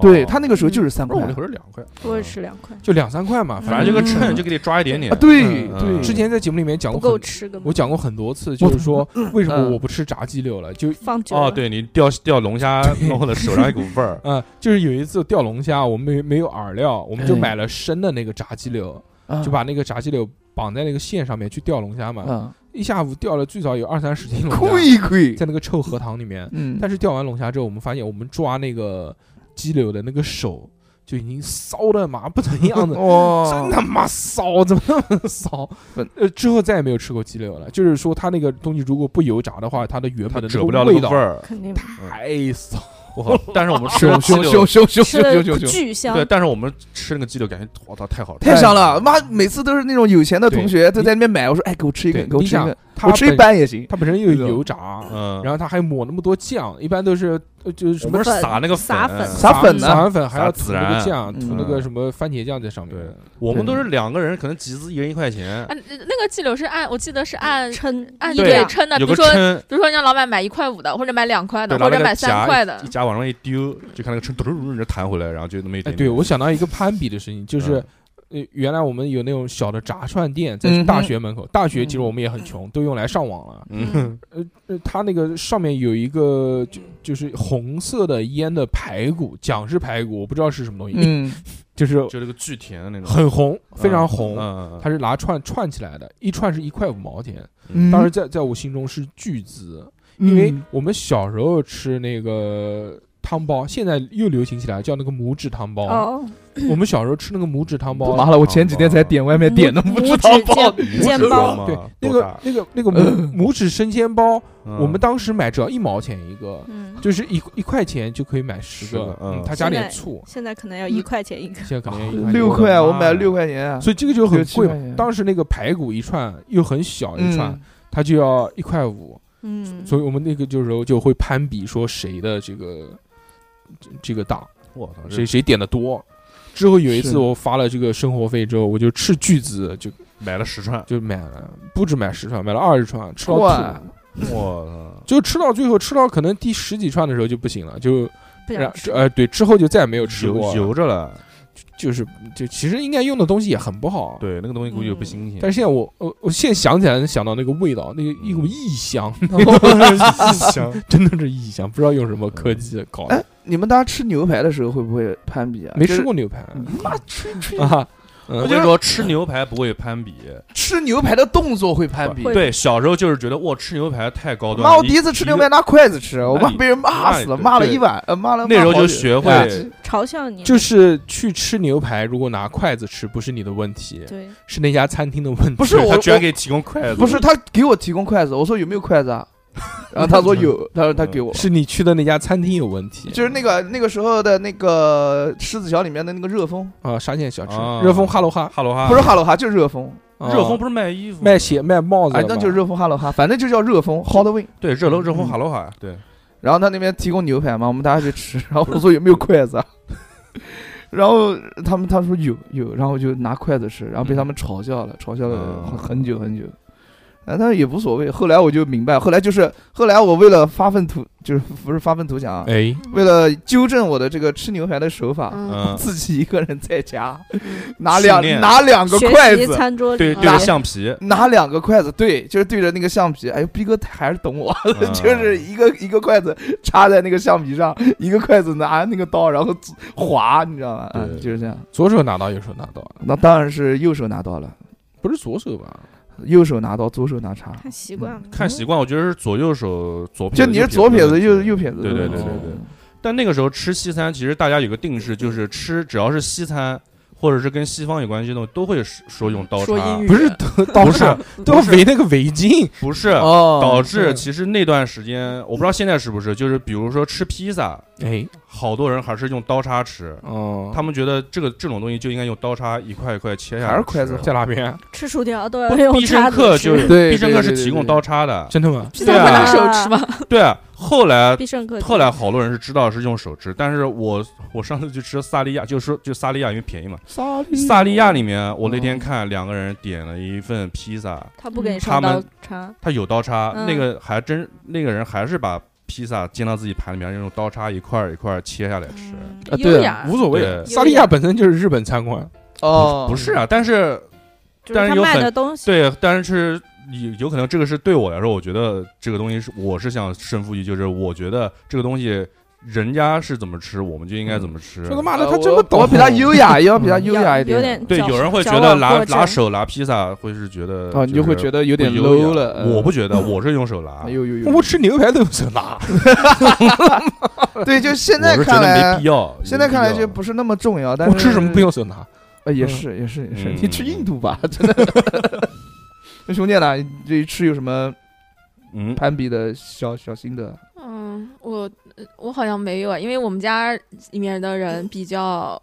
对他那个时
嗯
候就是三
我
块
那
啊，
会儿两块，
我也吃两块，
就两三块嘛，
反正
就
这
嗯
个秤就给你抓一点点，
啊对
嗯
对，
之前在节目里面讲
不
过
够
很，
吃根
我
本。
讲过很多次，就是说为什么
嗯
我不吃炸鸡柳了，就
放久了
哦，，对你钓钓龙虾，弄了手上一股
<laughs>
味儿，
嗯，就是有一次钓龙虾，我们没没有饵料，我们就
哎
买了生的那个炸鸡柳，
啊
就把那个炸鸡柳绑在那个线上面去钓龙虾嘛。
啊
一下午钓了最少有二三十斤龙
亏
虾，
一亏。
在那个臭河塘里面。
嗯，
但是钓完龙虾之后，我们发现我们抓那个激流的那个手就已经骚的嘛不成样子，
哦，
真他妈骚，怎么那么骚
不？
呃，之后再也没有吃过鸡柳了。就是说，它那个东西如果不油炸的话，它的原
它
本的
遮不
那
掉
个
那
味
个
道
味儿。
肯定
嗯
太骚。
我靠！但是我们吃
熊熊熊熊熊
吃的
熊熊熊，
巨香
对，，但是我们吃那个鸡柳，感觉我操太好了，
太香了！妈，每次都是那种有钱的同学都在那边买，我说哎，给我吃一个，
对，
给我
你
吃一
想
个，，
它
我吃一
本
半也行。
它本身又
对
有
的
油炸，
嗯，
然后它还抹那么多酱，一般都是呃就是什
我
么
们是撒那个
撒粉
撒粉呢
撒完粉还
撒
要
孜
涂那
然
个酱，
嗯
涂那个什么番茄酱在上面。哎
对我们都是两个人，可能集资一人一块钱，
啊，那个鸡柳是按我记得是按
称啊
按
对
对称的，比
有
如
呃个
说
称，
比如说人家老板买一块五的，或者买两块的，
对，
或
拿那
者买
个
三
夹
块的
一，夹往上一丢，就看那个称嘟嘟嘟就弹回来，然后就那么一
哎，
点点。
对我想到一个攀比的事情，就是
嗯。
呃，原来我们有那种小的炸串店，在
嗯
大
哼嗯
学门口。大学其实我们也很穷，都用来上网了。
嗯，
呃呃，它那个上面有一个就就是红色的腌的排骨，蒋氏排骨，我不知道是什么东西，
嗯，
<laughs> 就是
就那个巨甜的那种，
很红，非常红。
嗯嗯
它是拿串串起来的，一串是一块五毛钱，
嗯
当时在在我心中是巨资，因为
嗯
我们小时候吃那个汤包，现在又流行起来叫那个拇指汤包。
哦，
我们小时候吃那个拇指汤包，
妈了，我前几天
哦
才点外卖，点的不知道包。
拇
嗯，
指煎煎包，
对，那个那个那
<laughs>
个拇拇指生煎包，
嗯
嗯
我们当时买只要一毛钱一个，
嗯，
就是一一块钱就可以买十
是
个
的，嗯
它加点醋，
现在可能要一块钱一个，
现在可能要一块钱
六
我的
块，啊
妈
我买了六块钱啊，
所以这个就很
六七
贵
块
嘛
钱。
当时那个排骨一串又很小一串，
嗯，
它就要一块五，
嗯，
所以我们那个就时候就会攀比说谁的这个这这个大，
我操，
谁谁点的多。之后有一
是
次我发了这个生活费之后，我就斥巨资就
买了十
<laughs>
串，
就买了，不止买十串，买了二十串，吃到
哇
吐，
我操，
就吃到最后吃到可能第十几串的时候就不行了，就
不
然
想吃，
呃对，之后就再也没有吃过
油
了。
油着了，
就是就其实应该用的东西也很不好，。啊
对，那个东西估计不新鲜。
但是现在我我我现在想起来能想到那个味道，那个一股异香，嗯 <laughs> 异香， <laughs> 真的是异香，不知道用什么科技搞的
哎，，你们大家吃牛排的时候会不会攀比啊？
没吃过牛排
就是，妈吹吹，
啊。
我
嗯
跟你说，吃牛排不会攀比，
吃牛排的动作会攀比。
会
对，小时候就是觉得哇，吃牛排太高端了。
妈，我第一次吃牛
个，
排拿筷子吃，我妈
那你
被人骂死
那
了，骂了
对
一晚，呃，骂了
那时候
骂好
就
久
学会
哎
嘲笑你，
就是去吃牛排，如果拿筷子吃，不是你的问题，
对，
是那家餐厅的问题。
不是
他
我
居然给提供筷子，
不是他给我提供筷子，我说有没有筷子啊？然后他说
<laughs>
有，他说他给
嗯
我，
是你去的那家餐厅有问题。
就是那个那个时候的那个狮子小里面的那个热风，
啊，沙县小吃
啊，
热风哈罗哈，
哈罗哈，
不是哈罗哈就是热风，
啊
热风不是卖衣服
卖鞋卖帽子的
哎
嘛，，
那就是热风哈罗哈，反正就叫热风 Halloween。
对热楼热风
嗯
哈罗哈，对，
然后他那边提供牛排嘛，我们大家去吃， <laughs> 然后我说有没有筷子啊？ <laughs> 然后他们他说有有，然后我就拿筷子吃，然后被他们嘲笑了，嘲笑了很
嗯
很久很久。啊，但是也无所谓。后来我就明白，后来就是后来我为了发愤图，就是不是发愤图强啊，
哎，
为了纠正我的这个吃牛排的手法，
嗯，
自己一个人
<laughs>
在家拿
训
两
练
拿两个
学
筷
习
子，
餐桌
对
里
啊
对着橡皮，
拿两个筷子，对，就是对着那个橡皮。哎呦，逼哥还是懂我，
<laughs> 嗯
<laughs> 就是一个一个筷子插在那个橡皮上，一个筷子拿那个刀，然后划，你知道吗？嗯，
对
就是这样。
左手拿刀，右手拿刀，
那当然是右手拿刀了，
不是左手吧？
右手拿刀，左手拿叉。
看习惯了，
嗯
嗯
看习惯，我觉得是左右手左撇
就
子，
你
右
是
撇
左撇子，
的
右
问题
右撇子。嗯
对对
对对
对但那个时候吃西餐，其实大家有个定式，就是吃只要是西餐或者是跟西方有关系的东西，都会说用刀
说英
叉
语，
不是刀
不是
叉都要围那个围巾，
不是。
哦，
导致
对
其实那段时间，我不知道现在是不是，就是比如说吃披萨，
哎，
好多人还是用刀叉吃，
哦，
他们觉得这个这种东西就应该用刀叉一块一块切下来吃。
还是筷子
在哪边？啊
吃薯条都要用
必
叉
胜
子
客
吃
就
对
必胜
对
客
对
是
对
提供
对
刀叉的，
真的吗？
披萨
对啊
会拿手吃吗？
对啊。后来
必胜客
后来好多人是知道是用手吃，但是我我上次去吃萨莉亚，就说就萨莉亚因为便宜嘛，
萨
嗯
萨莉亚里面我那天
嗯
看两个人点了一份披萨，
他不给你
嗯
上
他
刀
们
叉，
他有刀叉，
嗯
那个还真那个人还是把披萨煎到自己盘里面，用刀叉一块儿一块儿切下来吃。
嗯
啊对啊
优雅，
无所谓，
对
萨莉亚本身就是日本餐馆，
哦，
不是啊，但是
就
但是
是他
有
卖
很
的东西，
对，但是有有可能这个是对我来说，我觉得这个东西是我是想胜负欲，就是我觉得这个东西人家是怎么吃，我们就应该怎么吃。
嗯
说他妈的，他
呃
真
我
不懂。
<laughs>
我比他优雅，也要比他
嗯
优雅一
有点
对，
矫
有人会
矫
觉得
枉
拿
过
拿
正
手拿披萨，会是觉得
啊，你就会觉
得
得有点
不优
low
雅
了。嗯
我不觉得，我是用手拿
哎，呦呦呦！
我吃牛排都不手拿，
对，就现在
我是觉
看
得没
来
必，要。
现在看来就
就
不是那么重要。但
我
是
吃什么不用手拿。
呃，也是也是也是，
嗯
你去印度吧，真的。 <laughs> 那兄弟呢？你这一吃有什么
嗯，
攀比的小小心得？
嗯，我我好像没有啊，因为我们家里面的人比较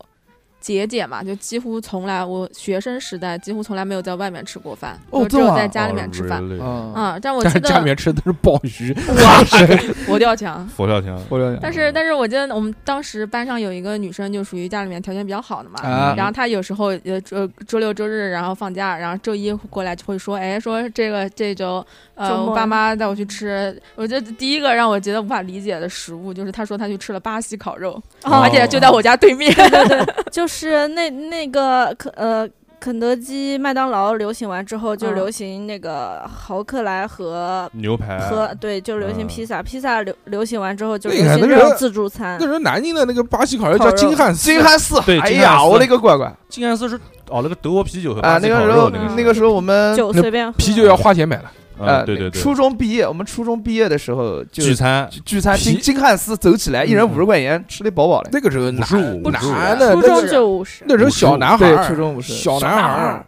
节俭嘛，就几乎从来我学生时代几乎从来没有在外面吃过饭，
哦
就只
这
有
样
在
啊
家里面吃饭。
哦，really
啊，
啊、但我
但
记
是家里
得
面吃的都是鲍 <laughs> 鱼，
哇，佛跳墙。
佛跳墙，
我聊聊
但是但是我记得我们当时班上有一个女生，就属于家里面条件比较好的嘛，
啊
嗯
然后她有时候呃周周六周日然后放假，然后周一过来就会说，哎，说这个这周
周
呃
末
我爸妈带我去吃，我觉得第一个让我觉得无法理解的食物就是她说她去吃了巴西烤肉，
哦
而且就在我家对面。
<laughs> 哦就是那那个肯呃肯德基、麦当劳流行完之后，就
嗯
流行那个豪克莱和。
牛排，
哎
和对，就流行
嗯
披萨，披萨流流行完之后就
那
流
个
行
那
这
个
种自助餐
那。时候南京的那个巴西烤肉
烤
叫
肉
金汉寺，
金汉寺，
对
哎
金汉
呀，
寺
我勒个乖乖啊！
金汉斯是哦那个德国啤酒和巴
那
西
个
烤
时
肉
候
那
个
个
那个时候我们
酒随便喝
啤酒要花钱买的。
啊
呃
对对对，
初中毕业，我们初中毕业的时候就
聚餐
聚聚餐，金
啤
金汉斯走
嗯
起来，一人五十块钱，吃的饱饱的。
那个时候
五十五
男
五十五。
男的
初
那
中
时候
就五十，
啊那时候小男孩
对
儿，，
初中五十，
小男孩儿，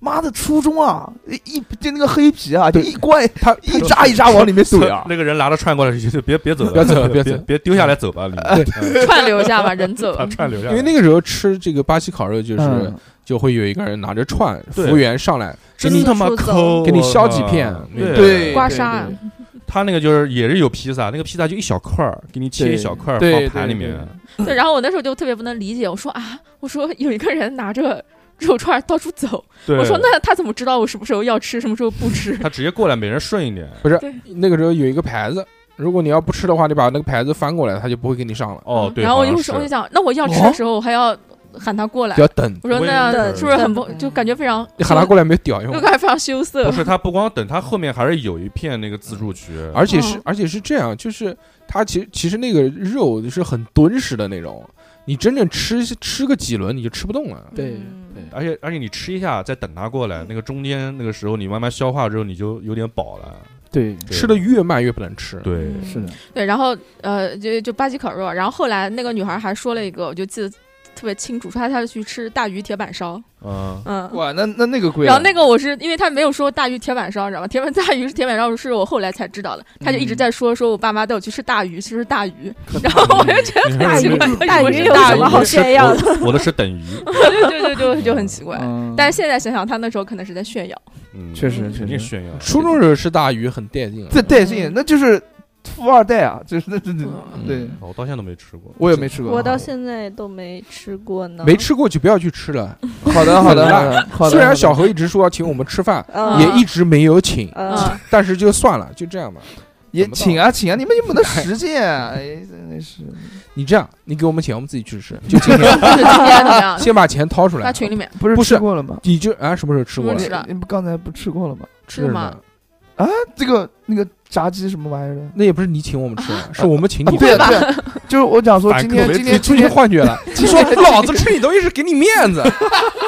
妈的，初中啊，一一就那个黑皮啊，就
对
一罐
他
一扎一扎往里面怼
<laughs>
<laughs>
啊
那个人拿着串过来，就别别走了，
不要走了不要
<laughs> 别
走
别丢下来走吧，你
呃
串流一下吧，人走
<laughs> 把。啊串留下来。
<laughs> 因为那个时候吃这个巴西烤肉就是
嗯
就会有一个人拿着串，服
对
务员上来给
真
你
他妈
出走
抠，
给你削
我
几
靠
片
对
啊对
刮痧啊
对
他那个就是也是有披萨，那个披萨就一小块儿，给你切
对
一小块儿
对
放
对
盘里面
对。
对，然后我那时候就特别不能理解，我说啊，我说有一个人拿着肉串到处走，
对，
我说那他怎么知道我什么时候要吃，什么时候不吃？
他直接过来，每人顺一点。
那个时候有一个牌子，如果你要不吃的话，你把那个牌子翻过来，他就不会给你上了，
哦，对。
然后我就
好
说，
像
我
是
就想，那我要吃
哦
的时候，我还要喊他过来
就。要等。
我说
我也
那
是
是不是很不
对
就感觉非常
你喊他过来没屌用
就，感觉非常羞
<laughs>
涩
不。是他不光等，他后面还是有一片那个自助区。
而且是
嗯
而且是这样，就是他其实其实那个肉是很敦实的那种，你真正吃吃个几轮你就吃不动了。
对
嗯
对
而且而且你吃一下，再等他过来，那个中间那个时候你慢慢消化之后，你就有点饱了。
对
对
吃的越慢越不能吃，
对，
是的，
对，然后呃，就就巴西烤肉，然后后来那个女孩还说了一个，我就记得特别清楚，说她她去吃大鱼铁板烧，
嗯，
嗯。
哇，那那那个贵了。啊
然后那个我是因为她没有说大鱼铁板烧，你知道吗？铁板大鱼是铁板烧是我后来才知道的，她就一直在说说我爸妈带我去吃大鱼，其实是大鱼，然后我就觉得很奇怪，为
大
什么
鱼
是
有
大
什
鱼
么好
我
炫耀的？
我的 <laughs> 是等于，
对对对，就就很奇怪。
嗯，
但是现在想想，她那时候可能是在炫耀，
嗯，
确实
肯
确
定
实
炫耀。
初中时候吃大鱼很带劲啊，
这带劲，那就是富二代啊，就是那那那，
嗯
对
哦我到现在都没吃过。
我也没吃过。
我到现在都没吃过呢。
没吃过就不要去吃了。
好的好的好的嗯 <laughs> 好的。
虽然小
好的
何一直说要请我们吃饭，
嗯，
也一直没有请，
嗯，
但是就算了，就这样吧。
也
怎么到
请啊请啊，你们又不能实践啊，哎，真的是。
你这样，你给我们钱，我们自己去吃。就今
<laughs>
天，
今天怎
<laughs>
么样？
先把钱掏出
发
来。
群里面
不是
不是
吃过了吗？
你就啊，什么时候吃过
不
了
是？的
你你不刚才不吃过了吗？
吃了吗
什？么？
这个那个炸鸡什么玩意儿的？
那也不是你请我们吃的，是我们请
啊
你。
对啊对啊，就是我想说
反
今
客
天
为
今
你
天
出
今
现
天
<laughs> 幻觉了。你说老子吃你东西是给你面子。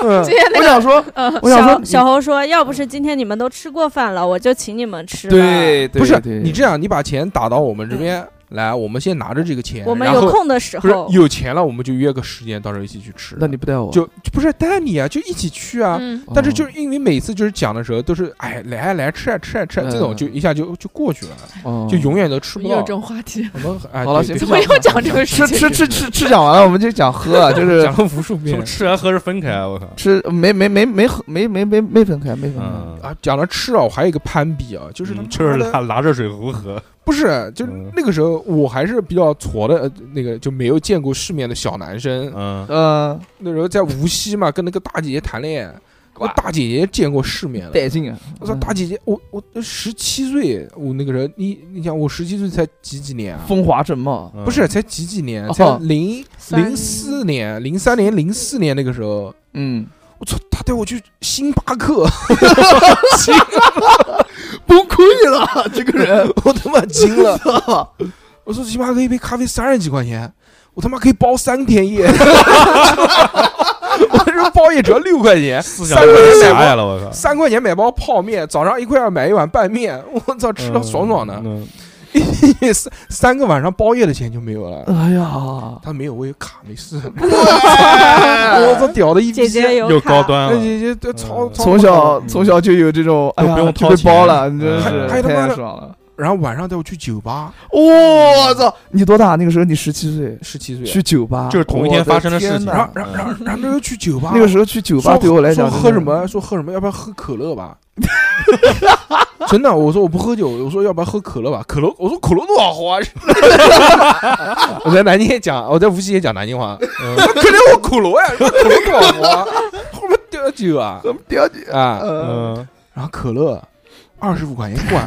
嗯，
今天那
我
个
想说，我想说
小
你，
小侯说，要不是今天你们都吃过饭了，我就请你们吃了。
对， <laughs> 对
不是
对
你这样，你把钱打到我们这边来，我们先拿着这个钱，
我们
然
有
后
空的时
不是
候，
有钱了，我们就约个时间，到时候一起去吃。
那你不带我？
就就不是带你啊，就一起去啊。
嗯，
但是
哦
就是因为每次就是讲的时候都是哎来啊来啊吃啊吃啊吃啊这种
嗯
就一下就就过去了，
哦
就永远都吃不
又有
到
这。种话题，
我们哎，
好了
对
行
对
怎么又讲这个事
<laughs>
吃
情？
吃吃吃吃讲完了，我们就讲喝啊，就是
讲了无数
怎
遍
么吃完喝是分开啊？我靠！
吃没没没没喝没没没没分开没分开。
嗯，
啊，讲了吃啊，我还有一个攀比啊，就是他
嗯
妈
就是
的
拿拿热水壶喝，
不是就是
嗯
那个时候我还是比较矬的，呃那个就没有见过世面的小男生。
嗯，
呃，
那时候在无锡嘛，跟那个大姐姐谈恋爱，那
哇
大姐姐见过世面了。
带劲啊！
我操，大姐姐，我我十七岁，我那个时候你你想我十七岁才几几年啊？
风华正茂，
嗯
不是，才几几年？
哦
才零
三
零四年、零三年、零四年那个时候，
嗯，
我操，他带我去星巴克，
崩溃了，这个人， <laughs>
<laughs> 我他妈惊了。我说星巴克一杯咖啡三十几块钱，我他妈可以包三天
<laughs>
一夜，我说包夜只要六块钱，
思想
三个人买
太狭
包
啊
隘了，我靠，
三块钱买包泡面，早上一块二买一碗拌面，我操，吃的爽爽的，
嗯，
嗯
<laughs> 三三个晚上包夜的钱就没有了。
哎呀，
他没有，我有卡，没
<laughs>
事。我操，屌的一逼
姐！姐有
又
卡
高，端
那
了，
姐姐这超超
嗯从小
嗯
从小就有这种，哎呀，
不用
就
掏
被
钱
包了，你真
嗯
是
还他妈
太
的
爽了！
然后晚上带我去酒吧，
我操，你多大？那个时候你十七岁，
十七岁，
去酒吧
就是同一天发生的事情
我天
然后
哪
然后然后然后就去酒吧。
那个时候去酒吧
说
对我来讲，
说喝什？么？说喝什么？要不要喝可乐 <laughs> 吧？真的，我说我不喝酒，我说要不要喝可乐吧？可乐，我说可乐多好喝啊！ <laughs> 我在南京也讲，我在无锡也讲南京 <laughs> 话，
嗯
可能我可乐呀，说可乐多好喝啊， <laughs> 后面掉酒啊
怎么屌你？
啊！
呃，
嗯， <laughs>
然后可乐二十五块钱一 <laughs> 罐，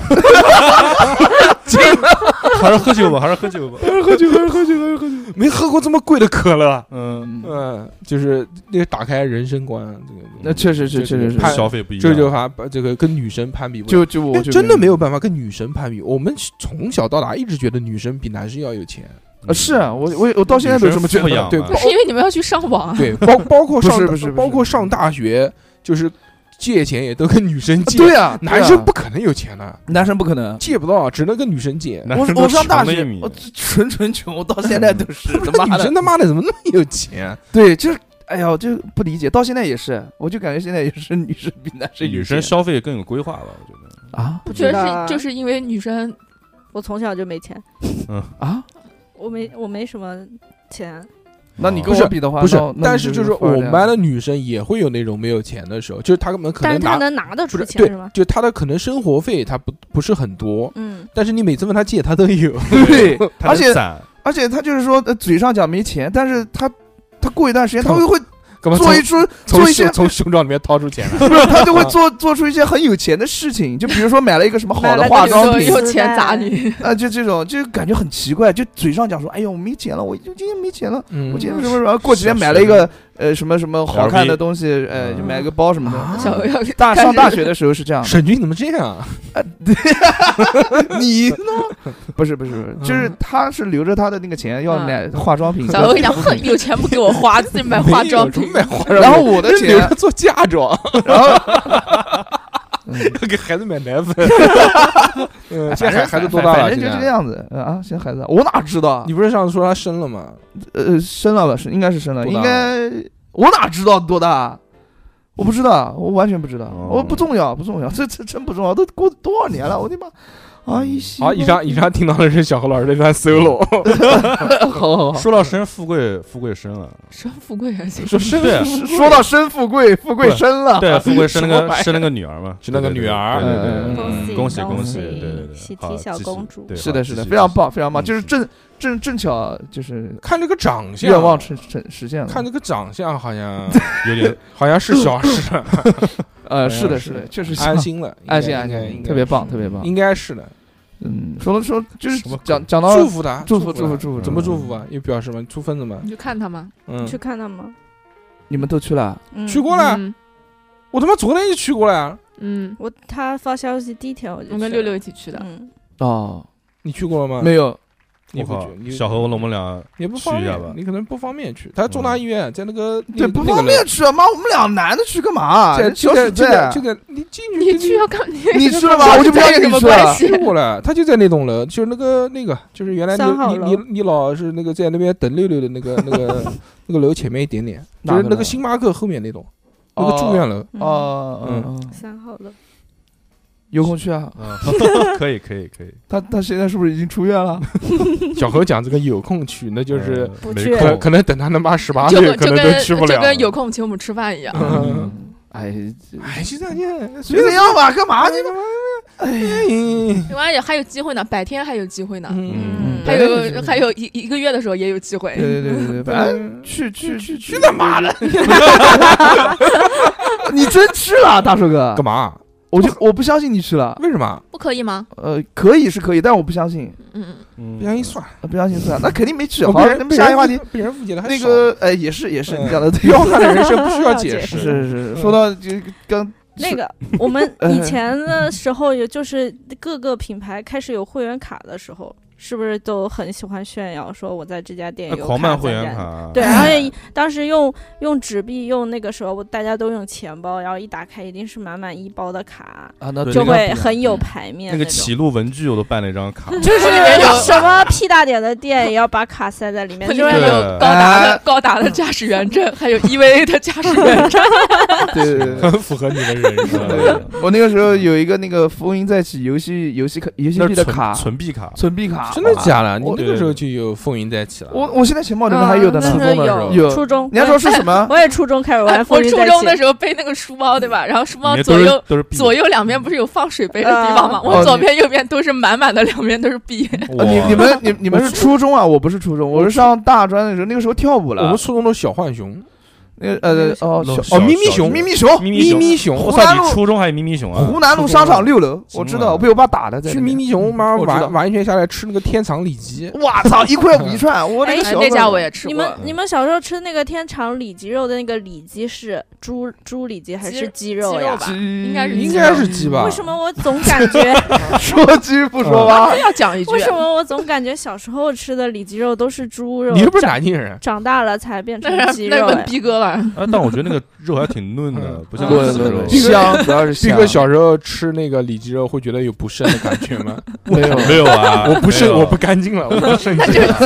还是喝酒吧，还是喝酒吧，
喝酒喝酒喝酒喝酒，没喝过这么贵的可乐。
嗯，
嗯，就是那个打开人生观，这个
那确实是，
这
确实是呃
看，
消费不一样，
这就还把这个跟女神攀比不了。
就就我
但
就
哎真的没有办法跟女神攀比。我们从小到大一直觉得女生比男生要有
<laughs>
钱，
嗯
啊，是啊我我我到现在都这么觉
不
得
一，样，
对
是因为你们要去上网啊。
对，包包括上
不是不是不是
包括上大学，就是借钱也都跟女生借，
对啊，对啊
男生不可能有钱的，
男生不可能。
借不到，啊只能跟女生借。
男
我
生都
我上大
穷得一
学
米，
我纯纯穷，我到 <laughs> 现在都是他
那
妈
女
的
生。他妈的怎么那么有钱？
对，就是哎呀，我就不理解，到现在也是，我就感觉现在也是女生比男生有
女生
钱
消费更有规划吧，我觉得，
啊
我觉得
是的
是就是因为女生
我从小就没钱，
嗯
啊。
我没我没什么钱，
那你
哦
跟
不
我
是
比的话，
不是
那，那
但
你
是就
就
是我们班的女生也会有那种没有钱的时候，就是她根本可
但
能
是他
拿
能拿得
不
出
是
钱
对
是吗？，
就她的可能生活费她不不是很多，
嗯，
但是你每次问她借，她都有。
<laughs> <laughs> 对，
<laughs> 他
而且
攒，
而且他就是说呃嘴上讲没钱，但是他他过一段时间他
干
会
嘛
会
干嘛
做一
从
出
从
做一些
胸。从胸罩里面掏出钱来？
<laughs> 不是，他就会做做出一些很有钱的事情，就比如说买了一个什么好
买
的
了
化
个
妆
手
品
游
有钱砸你，
啊，就这种，就感觉很奇怪，就嘴上讲说，哎呦我没钱了，我就今天没钱了，
嗯
我今天什么什么，过几天买了一个呃什么什么好看的东西，呃
嗯
就买个包什么的。
啊
小要
大
开始
上大学的时候是这样的，
沈军怎么这样
<laughs>
啊？
你呢？ <laughs> 不是不是不是，就是
嗯
他是留着他的那个钱要买化妆品。
小欧
<laughs>
跟你讲，哼，有钱不给我花，自己买化妆品
没有。买化妆品，
然后我的
人留
钱 <laughs>
着，做嫁妆，
然 <laughs> 后嗯
给孩子买
<laughs>
奶粉。嗯，现在孩孩子多大了？
反正就这
现
个
在。
样子呃啊。现在孩子，我哪知道啊
你？不是上次说他生了吗？
呃，生了吧，是应该是生了，
多大
应该我哪知道多大啊？我不知道，我完全不知道，
哦
我不重要，不重要， <laughs> 这这真不重要，都过多少年了，我的妈！哎，
好，啊以上以上听到的是小何老师的一段 solo，
<laughs> 好好好。
说到生富贵，富贵生了，
<laughs> 生富贵啊还行，
说生
对
说到生富贵，富贵生
啊
了，
对，富贵生了
什么玩意
个
儿
生了个女儿嘛，
<laughs> 生了个女儿
对对对
嗯
对
嗯
对，
恭
喜
喜
恭
恭
喜，对
喜
对对，
喜提
好
小
继续
公主
对，
是
好
的，是的，
继续
非常
继续
棒，非常棒，
嗯
就是
是
正正正巧就是
<laughs> 看这个长相，
愿望成成实现了。
啊看这个长相好像 <laughs>
有点
好像是小事，
呃，是的，
哎是
是的，
的
确实是 <laughs>
安心了，应该
安心
应该
安
应
心，
该
特别棒，特别棒。
应该是的，
嗯，说了说就是
什么鬼
讲讲到
祝福他，
祝福
祝
祝福
他
祝福
怎么祝福啊？有表示吗？出分子吗
你？就看他嘛。
嗯，
去看他吗？
你们都去了，
嗯，
去过了，
嗯
我他妈昨天就去过了呀，
嗯，
我他发消息第一天我就
我跟
去
六
了
六一起去的。
嗯，
哦，
你去过了吗？
没有，
你
我
不
靠
去，你
小何我们俩
也不方
去一下吧
便，你可能不方便去。他重大医院在那个那
嗯对，
个
不
那个
方
楼
便去啊！妈，我们俩男的去干嘛啊？
在
人
就
小
在
史
就
在
在，就在你进去
你去要干你 <laughs>
你去了吧？我就不要跟
什
你
么
去了
关。
去
系？
过了，他就在那栋楼，就是那个那个，就是原来你
三号
你
楼
你你老是那个在那边等六六的那个那
<laughs>
个那个楼前面一点点，
哪
就
个
是那
楼
个啊星巴克后面那栋，那个住院楼。
嗯，
哦，
嗯
嗯，嗯
三号的，
有空去啊！
嗯， <laughs> 可以可以可以，
他他现在是不是已经出院了？
小何讲这个有空去，那就是
嗯
不
没
去
可
空
可能等他他妈十八
就
岁，
跟
可
就
能
跟
都去不
就
了了
跟。有空请我们吃饭一样。
嗯，
<laughs> 哎，
哎，就这样，
就这样吧，干嘛去？
哎，
没关系，还有机会呢，白天还有机会呢。
嗯，
还
白天
有
有
还有一一个月的时候也有机会
对，对对哎对对，反正
嗯
去去去去
去他妈的！
你真去了，大叔哥
干？嘛？
我就我不相信你去了。
为什么？
不可以吗？
呃，可以是可以，但我不相信，
嗯，
嗯
不相信算了。
呃不相信算了，那肯定没去。
我
好，
被人
那下一个话题，，
被人误解的还
那
少
个呃，也是也是，
嗯
你讲的对。
彪悍的人生不需
<laughs>
要解
是
释。
是是，
嗯
说到就刚
那个我们
<laughs>
呃
嗯
以前的时候，也就是各个品牌开始有会员卡的时候，是不是都很喜欢炫耀，说我在这家店
那
有
呃狂
卡
办会
在
员
这儿
卡，啊
对，而
<laughs>
且当时用用纸币，用那个时候大家都用钱包，然后一打开一定是满满一包的卡，
啊，那
对
就
呃那个嗯
会很有排面
那个
种
齐鲁文具我都办了一张
<laughs>
卡，
嗯
就是
<laughs>
什么屁大点的店也要把卡塞在里面，
它里
就
面
是
对
有高达的高达的驾驶员证，还有 EVA 的驾驶员证。
对对对。
<laughs> 很符合你的人设。
对我那个时候有一个那个《福音再起》游戏游戏卡游戏
那
币
是
的
存
卡，
存币卡，
存币卡，
真的假的？你
啊我
那个时候就有风云再起了。
我我现在钱包里面还有的
那
初
时
中的
呢。
时
候
候
嗯有
初中，
你还说是什么？
<laughs> 我也初中开始玩
呃我
风云
初
再
中的
起，
时候背那个书包，对吧？然后书包
里面
左
都
右
是都是币，
左右两边不是有放水杯的地方吗？
啊
我
哦
左
你
边右边都是满满的，两边都是币。
啊
哇
你你们你你们是初中啊？我不是初中，我是上大专的时候，那个时候跳舞
我们
了。
初中都小浣熊、
那个呃哦
小
小
哦咪咪
小
熊
咪咪熊，
咪
咪
熊
咪熊，
我
湖
操，
南
你
路
初中还有咪咪熊啊
湖？南路商场六楼，我知道，我被我爸打的，在
去
那
咪
边。
咪熊妈
我知道
玩玩一圈下来吃那个天长里脊，
哇操，一块五一串，我那个
哎
小
那
时
家
候
我也吃
你
过。
们你们小时候吃那个天长里脊肉的那个里脊是猪猪里脊还是鸡肉
鸡
呀
肉？吧
鸡
应该是
应该是鸡吧？
为什么我总感
<laughs>
觉？
<laughs> 说鸡不说蛙
非，要讲一句
为，什么我总感觉小时候吃的里脊肉都是猪肉？
你是不是
长
南京人？啊
长大了才变成
那是
鸡肉哎
那
呀
问？逼哥了。
啊，但我觉得那个肉还挺嫩的
嗯，
不像
对
那个
对
肉
对啊
香，主要是啊
毕
香。
哥小时候吃那个里脊肉会觉得有不适的感觉吗？
没有
没有啊，
<laughs> 我不是，
没有
我不干净了，我不是。
那就是 <laughs> 鸡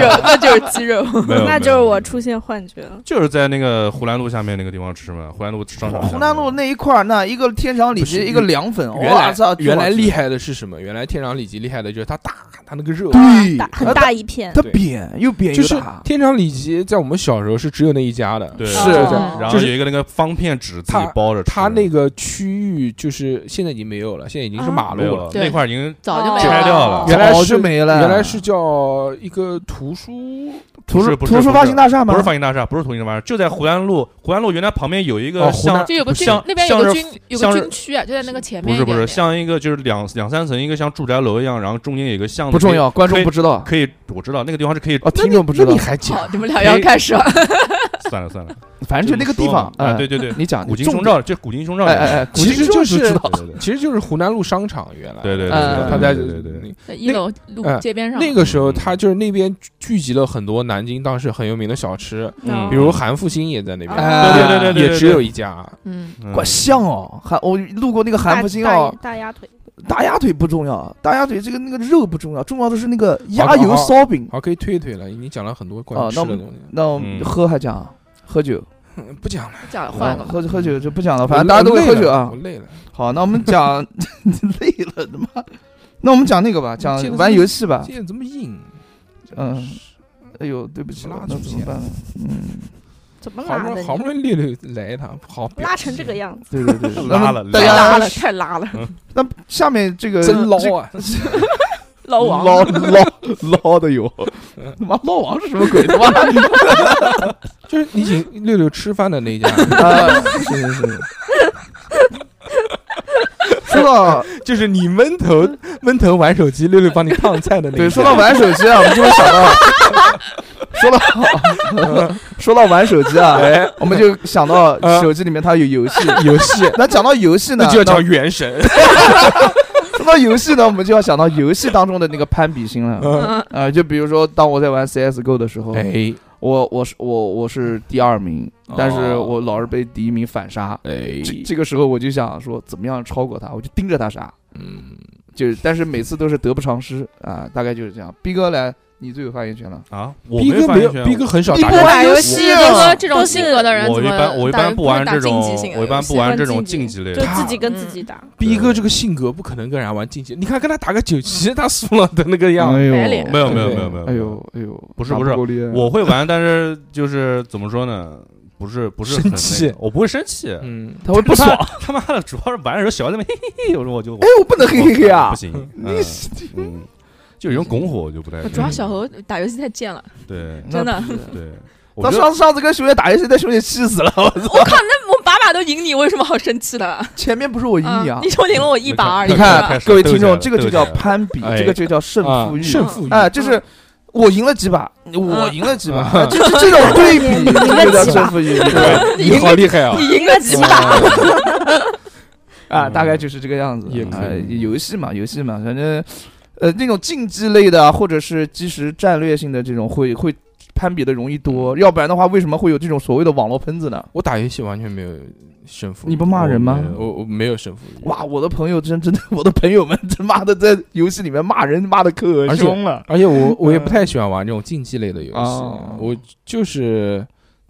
肉，那就是鸡肉。
没有，
那
没
就是
有
我出现幻觉了。
就是在那个湖南路下面那个地方吃嘛，湖南路商场下面。
湖南路那一块儿，那一个天长里
不
脊，
是
一个凉粉，
原来
哇操，
原来
巨好吃
厉害的是什么？原来天长里脊厉害的就是它大，它那个肉。
对
大很大一片，
它
对
扁又扁
就
又
是
大，
天长里脊，在我们小时候是只有那一家的，
对，
是
哦
然
就
后
是
有一个那个方片纸自己包着吃，
它那个区域就是现在已经没有了，现在已经是马路
没有
了。
了，
对
那块儿已经
早就没
拆
有
掉了
原来
早
是
就
没了，
原来是叫一个图书
图
不
书
是不是
图书发行大厦吗？
不是发型大厦，不是同一个玩意儿，就在湖南路，湖南路原来旁边有一
哦
个
湖南
像
就有个军
像
那边有
像
个
是
军有
像
个
是
军区啊，就在那个前
不
面
是
一
不
点点。
是像一个就是两两三层，一个像住宅楼一样，然后中间有一个巷子，
不重，要，观众
可以
不知道
可以我知道那个地方是可以
哦，听众不知
那
道
你，还
好
讲，
你们俩要开始了。
算了
<laughs>
算了，
反正就那个地方
就，是说嘛啊，
嗯
对，对对，
你讲
古今
重
胸
点
罩就古今胸罩，
哎哎哎，
其实就是
知道
对对对
其实就是湖南路商场原来。
对对对
嗯
对，
他在
对对对对。
在一楼路
哎
街边上，
那个时候，他就是那边聚聚集了很多南京当时很有名的小吃，
嗯
比如韩复兴也在那边，
哎对对对
对对
也只有一家。
嗯，
嗯
管像哦，韩我路过那个韩
大
福兴哦，
大大鸭腿，
大鸭腿不重要，大鸭腿这个那个肉不重要，重要的是那个
好
鸭
好
油
好
烧饼。
好，可以退一退了，已经讲了很多关
哦
于吃
那
的
我们
东西，
那我们
嗯
喝还讲啊喝酒，
嗯不讲了，
不讲了啊换
<laughs>
哦
个吧。
喝喝酒就不讲了，
我
反正大家都会
累了
喝酒啊
我。累了，
好，那我们讲累了他妈，那我们讲那个吧，讲
这个
玩
是
游戏吧。
现在这么硬，
嗯，哎呦，对不起，
拉
那
出
怎
去
么办呢？嗯，
怎么
好
拉
不容
的
易？好不容易溜溜来一趟，好
呃
表
拉成这个样子，
对对对，
<laughs> 拉
那
了
么大
太
家
拉了，太拉
嗯
了，
那下面这个
真
这
捞啊！ <laughs>
捞王
捞捞捞的有，他妈捞王是什么鬼？他妈 <laughs>
就是你请六六吃饭的
<laughs>
那一家，
啊，是是是。说到
就是你闷
<laughs>
头闷头玩手机，六六帮你烫菜的那一家
对，说到玩手机啊，我们就会想到，说到说到玩手机啊，我们就想到
啊
手机里面它有 <laughs> 游戏。
游戏，
那讲到游戏呢，
那就要
那
叫原神。
说到游戏呢，我们就要想到游戏当中的那个攀比心了。
嗯
嗯
啊，就比如说，当我在玩 CS:GO 的时候，
哎
我我是我我是第二名，但是我老是被第一名反杀。
哎
这这个时候我就想说，怎么样超过他？我就盯着他杀，
嗯，
就是但是每次都是得不偿失啊，大概就是这样。逼哥来，你最有发言权了。
啊，我
逼哥
发
没
言
有，
权
逼哥很少
逼
打
哥
游戏，
打游
西
戏
哥
啊，
这种性格的人，
我
怎
一
么
般我一般
打
不玩这种
打竞技性，的
我一般
游戏
不玩这种竞技类
就
的。
自己跟
嗯
自己打。
逼哥这个性格不可能跟人家玩竞技。你看跟他打个九七，他输了的那个样子。
哎呦，
白脸
没有没有没有没有
哎呦哎呦，
不是
打
不是
够力
我会玩，但是就是怎么说呢？不是不是
生
很那
气
个我不会生气。
嗯，
他会不爽。
他妈的，主要是玩的时候小孩子们嘿嘿嘿，我说我就
哎，我不能嘿嘿嘿啊
不！行，嗯嗯，就有人拱火我就不太
我主要小猴打游戏太贱了，
对
那
真的
不是
对，
他
我觉得
上上次跟熊姐打游戏，那熊姐气死了。我
<laughs>
操
我靠，那我把把都赢你，我有什么好生气的？
前面不是我 <laughs> 赢你啊
啊，你就赢了我一把而已。啊
你
你
看
看
各位
斗起
听众，
来
这个就
斗起
叫
来
攀比，
哎
这个就叫胜
啊
负欲。
胜负欲，
哎，就是我赢了几把，我
嗯
赢了几把，
嗯
就是这种对比，
你赢了
这叫
几把
胜负欲，对
你赢
好厉害
<laughs>
啊！
你赢了几把？
啊，
嗯
大概就是这个样子。
也
啊
可以
游戏嘛，游戏嘛，反正呃，那种竞技类的啊或者是即时战略性的这种会会攀比的容易
嗯
多，要不然的话，为什么会有这种所谓的网络喷子呢？
我打游戏完全没有胜负欲，
你不骂人吗
我没有我我没有胜负欲，
哇，我的朋友真真的， <laughs> 我的朋友们他妈的在游戏里面骂人骂
<laughs>
的可
而且
凶了。
而且我我也不太喜欢玩这种竞技类的游戏，
哦
我就是。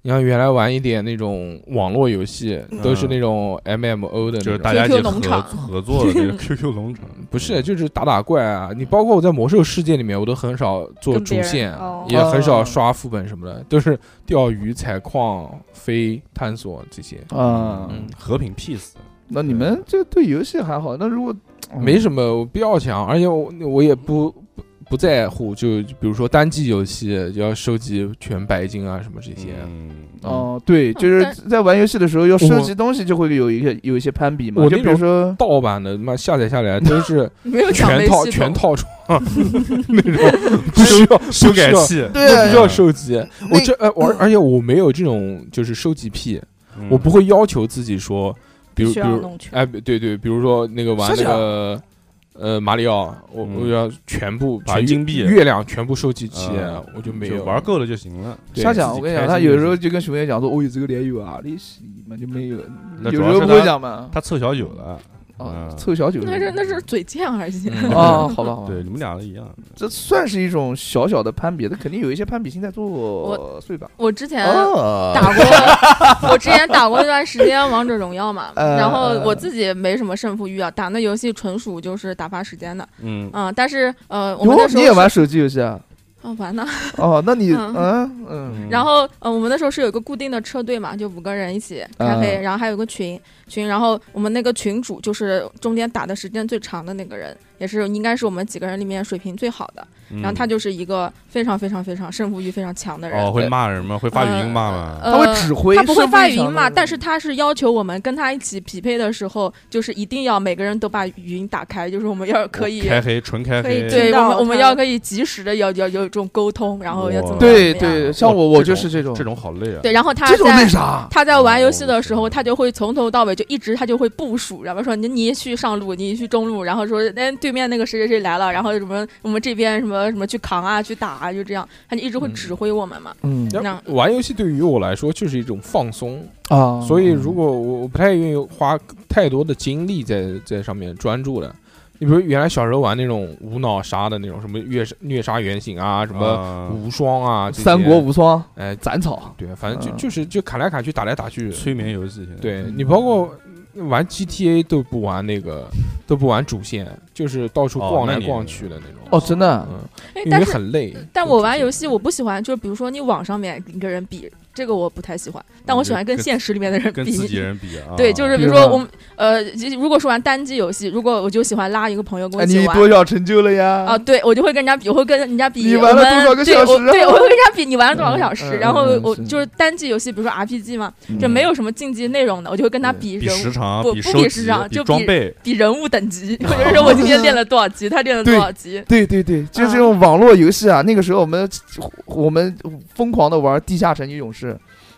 你像原来玩一点那种网络游戏，都是那种 MMO 的那种，
就是大家一
QQ
起
农
合
场
合作的那个 QQ 农场，
不是就是打打怪啊。你包括我在魔兽世界里面，我都很少做
跟别
主
人
线，
哦
也很少
哦
刷副本什么的，都是钓鱼、采矿、飞、探索这些。
啊、
嗯
和平 peace。
那你们这对游戏还好，那如果
嗯没什么必要强，而且我我也不不不在乎，就就比如说单机游戏就要收集全白金啊什么这些，
嗯，
哦，对，就是
但
在玩游戏的时候要
我
收集东西，就会有一个有一些攀比嘛。
我
就
那
比
种
如说，
盗版的妈下载下来都是
没 <laughs> 有奖
全
杯
套
系
全
统，
套装那种，不需要
修改
不需要
器，
对
不需要
嗯
收集。我这呃，我而而且我没有这种就是收集癖，
嗯
我不会要求自己说，比如
必须
比
要
如
弄全。
哎对对，比如说那个玩
收集
那
啊
个。呃，马里奥，我
嗯
我要全部把
全
月
金币
月亮全部收集齐
嗯，
啊我就没
就
有嗯
玩够了就行了。
对
瞎
自
讲，
己
我跟你
开
讲，
心
他
就
有时
行
候就跟熊爷讲说，我有这个脸有啊，你是嘛就没有，
那
有
主
时
要
候
是
不会
他
讲嘛。
他凑小酒了，
啊，
嗯
凑小酒
那是啊那是嘴贱而已。
嗯
<laughs> 哦，好吧，好吧，
对，你们俩的一样。
这算是一种小小的攀比，那肯定有一些攀比心在作
我
祟吧？
<laughs> 我之前
哦，
打过， <laughs> 我之前打过一段时间王者荣耀嘛，
<laughs> 呃
然后我自己没什么胜负欲啊，打那游戏纯属就是打发时间的，
嗯，
嗯，但是呃，我们那
哟，
时候
你也
是
玩手机游戏啊？
啊玩呢，
哦，那你
嗯
嗯嗯
嗯
然后呃，我们那时候是有一个固定的车队嘛，就五个人一起开黑，
嗯
然后还有个群群，然后我们那个群主就是中间打的时间最长的那个人，也是应该是我们几个人里面水平最好的，
嗯
然后他就是一个非常非常非常胜负欲非常强的人，
嗯哦会骂人吗？会发语音骂吗？
呃
他会指挥，
他不会
是
发
非
语
常
音嘛，
的
但是他是要求我们跟他一起匹配的时候，就是一定要每个人都把语音打开，就是我们要可以，
开黑，纯开
可以
黑。
对我
听到
们我们
他
要可以及时的要要有这种沟通，然后要怎么怎么
对
样
对，
哇
像我
这
我就
种
是这种
这种好累啊。
对，然后他
这种那
啊在
啥，
他在玩游戏的时候，他就会从头到尾就一直他就会部署，然后说你你去上路，你去中路，然后说哎对面那个谁谁谁来了，然后什么我们这边什么什么去扛啊去打啊，就这样，他就一直会
嗯
指挥我们嘛。
嗯
要
那
玩游戏对于我来说就是一种放松，
嗯
啊，
所以如果我我不太愿意花太多的精力在在上面专注的。你比如原来小时候玩那种无脑杀的那种，什么虐虐杀原型啊，什么
啊
无双啊，这些
三国无双
哎，
斩草，
对，反正就
嗯
就是就砍来砍去，打来打去。
催眠游戏，现在，
对你包括玩 GTA 都不玩那个，都不玩主线，就是到处
哦
逛
那
来
你
逛去的那种。
哦，真的
嗯，
哎
因
但
为
是
很累。
但
就
我
主
玩
线
游戏我不喜欢，就是比如说你网上面跟人比，这个我不太喜欢，但
嗯
我
就
喜欢跟
跟
现实里面的人
跟
比。
自己人比
<laughs>
啊。
对，就是比如
比如
说
呢
我们呃，就如果说玩单机游戏，如果我就喜欢拉一个朋友跟我
哎，
一起
你
玩。
多少成就了呀？
啊，对，我就会跟人家比，我会跟人家比，
你
我
玩了
们
多少个小时啊
对我，对，我会跟人家比，你玩了多少个小时。
嗯嗯
然后
嗯
我
是
就是单机游戏，比如说 RPG 嘛，
嗯
就没有什么竞技内容的，我就会跟他比
比
人
时
物、
长，
不
比
不
收
比
集
时长
比
就比
装备，
比人物等级，
哦
或者说我今天练了多少级，他练了多
对
少级。
对对对，就是这种网络游戏啊。那个时候我们我们疯狂的玩《地下城与勇士》，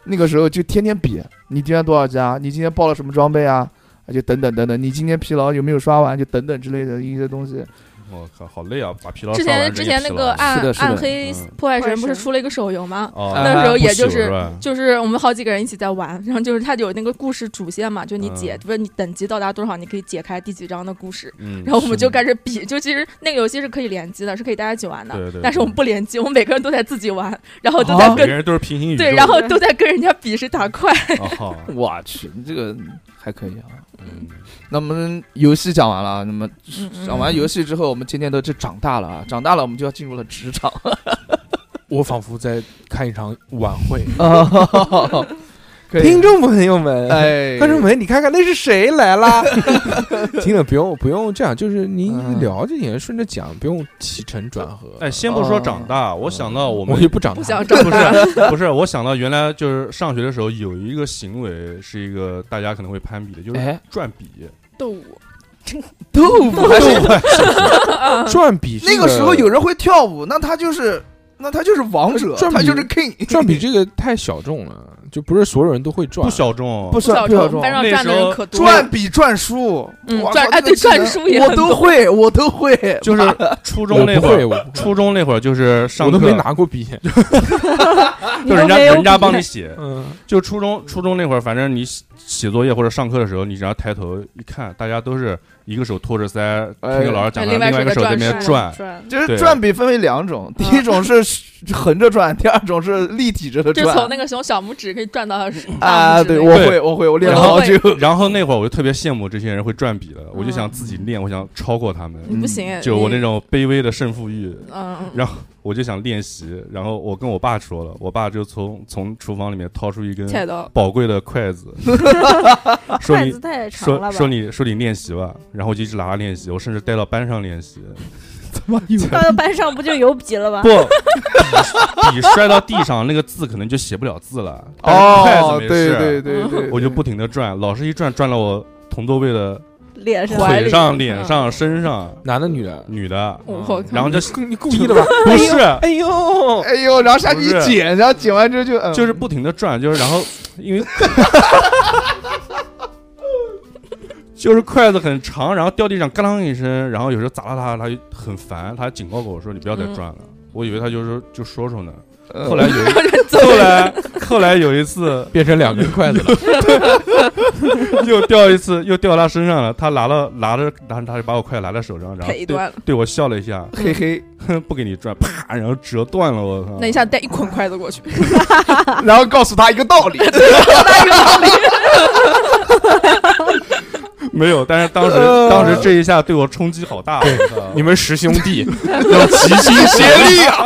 那个时候就天天比，你今天多少级啊？你今天爆了什么装备啊？啊就等等等等，你今天疲劳有没有刷完？就等等之类的一些东西。
我靠，好累啊！把疲劳
之
刷完
前
人
之
也
前
疲
那个
劳了啊
暗
是的是的啊
暗黑
嗯
破坏
破坏
神不是
神
出了一个手游吗？
哦
那
那时候
不
也
朽
就是嗯
吧
就是我们好几个人一起在玩，然后就是它有那个故事主线嘛，就你解
嗯，
不是你等级到达多少，你可以解开第几章的故事。
嗯，
然后我们
是
就
的
开始比，就其实那个游戏是可以联机的，是可以大家一起玩的。
对对
但是
对
我们不联机，我们每个人都在自己玩，然后都
啊
在
每
跟、
个人都是平行宇宙，
对，然后都在跟人家比谁打
<laughs>
快。 <laughs>
哦
我去，你这个还可以啊。
嗯
那么游戏讲完了啊，那么
嗯嗯
讲完游戏之后，我们今天都就长大了啊，长大了我们就要进入了职场
我仿佛在看一场晚会。
啊。 <laughs> 可以
听众朋友们，
哎，
观众们，你看看那是谁来
<laughs>
了？听了不用不用这样，就是您
嗯
聊这点，顺着讲，不用起承转合。
哎，先不说
哦
长大，我想到我
我
们
就不长
不
大
想
了，
长大，
不是，我想到原来就是上学的时候有一个行为是一个大家可能会攀比的，就是
哎，
转
<laughs>
笔。
斗舞，
豆腐还是
转笔这。
那个时候有人会跳舞，那他就是那他就是王者，
呃
转笔
他就是 king。 <laughs>
转笔这个太小众了，就不是所有人都会赚
<laughs> 不。小众，
不
小
不小
班上
那
赚的
时
人
候
可多了
赚，比赚书，
嗯
哇
赚
靠
哎
这
对
个技能
赚书也
我
很
都
多
会，我都会，
<laughs>
就是初
我
中那
不
会
会，
儿，
我不会
初中那会儿就是上
我
课
都没拿过笔。
就
你都
人家
没有
人家
<laughs>
比
帮你写，
嗯，
就初中初中那会儿，反正你写写作业或者上课的时候，你只要抬头一看，大家都是一个手托着腮，听
哎
个老师讲
哎
完，
另外
另外一个
手
手
在
在那边
转
转，
转
就是
对
转笔分为两
嗯
种，第一种是横着转，第二种是立体着的
就从
转。
那个熊小拇指可以转到是大
啊，
拇指
对，
那
我
个
会，我会，我练了
然后
好久。
<laughs> 然后那会儿我就特别羡慕这些人会转笔的，我就
嗯
想自己练，我想超过他们。
你不行，
嗯就我那
你
种卑微的胜负欲，
嗯，嗯
然后我就想练习。然后我跟我爸说了，我爸就从从厨房里面掏出一根
嗯菜刀，
宝贵的筷子，说
筷
你
子太长了
说
吧？
说你说你练习吧。然后我就一直拿它练习，我甚至带到班上练习。
到了班上不就有笔了吗
不，？笔笔摔到地上，那个字可能就写不了字了。但是 <laughs> 筷
哦
子，没
对
事，
对
嗯
对对，
我就不停的转，老是一转转到我同座位的
脸上
怀里
腿上、
嗯
脸上、身上，
男的女的？
女的。
我靠，<laughs>
然后就
你故意的吧？
不是，
哎呦，
哎呦，然后下去一
不是
剪，然后剪完之后就嗯
就是不停的转，就是然后因为 <laughs> 就是筷子很长，然后掉地上嘎啷一声，然后有时候砸到他，他就很烦，他还警告过我说你不要再
嗯
转了。我以为他就是就说说呢，
嗯
后来有一
走
后来后来有一次
变成两根筷子了。
<laughs> 又掉一次又掉他身上了，他拿了拿着拿着他就把我筷子拿在手上，然后
腿
对
断了，
对我笑了一下， <laughs>
嗯嘿嘿，
哼，不给你转，啪，然后折断了，我操！
那一下带一捆筷子过去，嗯
然后告诉他一个道
<laughs>
理，
没有，但是当时
呃
当时这一下对我冲击好大，我操
你们十兄
<laughs>
弟
要齐心协力啊！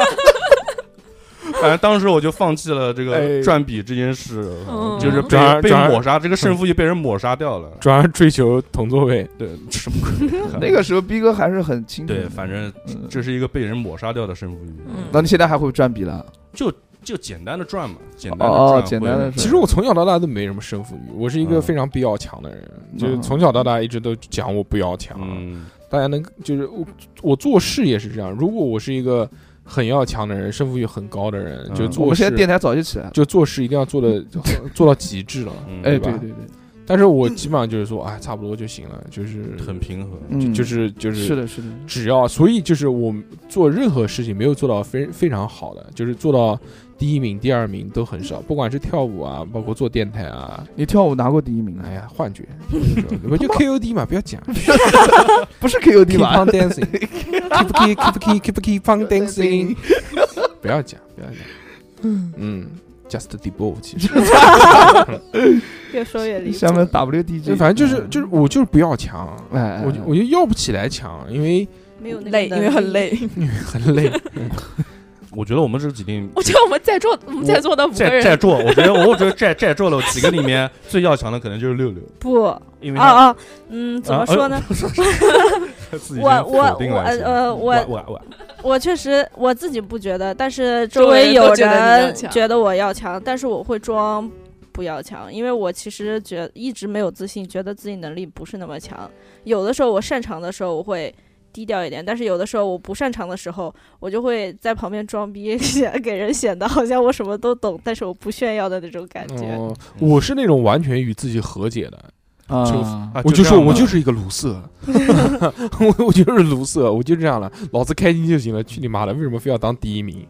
反正当时我就放弃了这
哎
个转笔这件事，
嗯
就是被
转而
被
转而
抹杀，这个
嗯
胜负欲被人抹杀掉了。
转而追求同座位，
对，什么鬼
那个时候逼哥还是很清楚的。
<laughs> 对，反正
嗯
这是一个被人抹杀掉的胜负欲，
嗯
那你现在还会转笔了？
就简单的转嘛，简单的
哦
转
简单地
会
转
其实我从小到大都没什么胜负欲，我是一个
嗯
非常比较强的人，
嗯
就是从小到大一直都讲我不要强。
嗯，
大家能就是我我做事也是这样，如果我是一个很要强的人，胜负欲很高的人，
嗯
就
我
做
们现
事
在电台早就起来了。
就做事一定要做的做到极致了。
嗯
哎，
吧
对对对，
但是我基本上就是说，哎，差不多就行了，就是
很平和。
嗯，
就是就是
的，是的，
只要，所以就是我做任何事情没有做到非非常好的，就是做到第一名、第二名都很少，不管是跳舞啊，包括做电台啊，
你跳舞拿过第一名
哎
啊？
呀，幻觉，我 <laughs> 就 KOD 嘛，不要讲
不是 KOD
，keep
吧
on <laughs> dancing，keep keep keep keep keep keep on dancing，不要讲，不要讲，嗯，just the ball，其实
越说越离谱。
下面
<laughs>
WDG，
就反正就是就是我就是不要强，
嗯哎，
我就我就要不起来强，因为 <laughs>
没有那个
累，因为很累。 <laughs>
因为很 <laughs> 累，
我觉得我们这几天
我觉得我们在座我们在座的五个
在在
人，
座，我觉得我觉得在在座的几个里面最要强的可能就是六六，
不啊
因为他
啊，嗯，怎么
呃
说呢？？
他自己
我
先
我
否定
我
了一下
呃我
我我我
我确实我自己不觉得，但是
周
周
围
围
都
有
觉得你要
人
强
觉得我要强，但是我会装不要强，因为我其实觉一直没有自信，觉得自己能力不是那么强。有的时候我擅长的时候我会低调一点，但是有的时候我不擅长的时候，我就会在旁边装逼， <laughs> 显给人显得好像我什么都懂，但是我不炫耀的那种感觉。
哦，我是那种完全与自己和解的，
啊，
啊
我就
这
说
样
我
吧
就是一个卢瑟，我我就是卢瑟，我就这样了，老子开心就行了，去你妈的，为什么非要当第一名？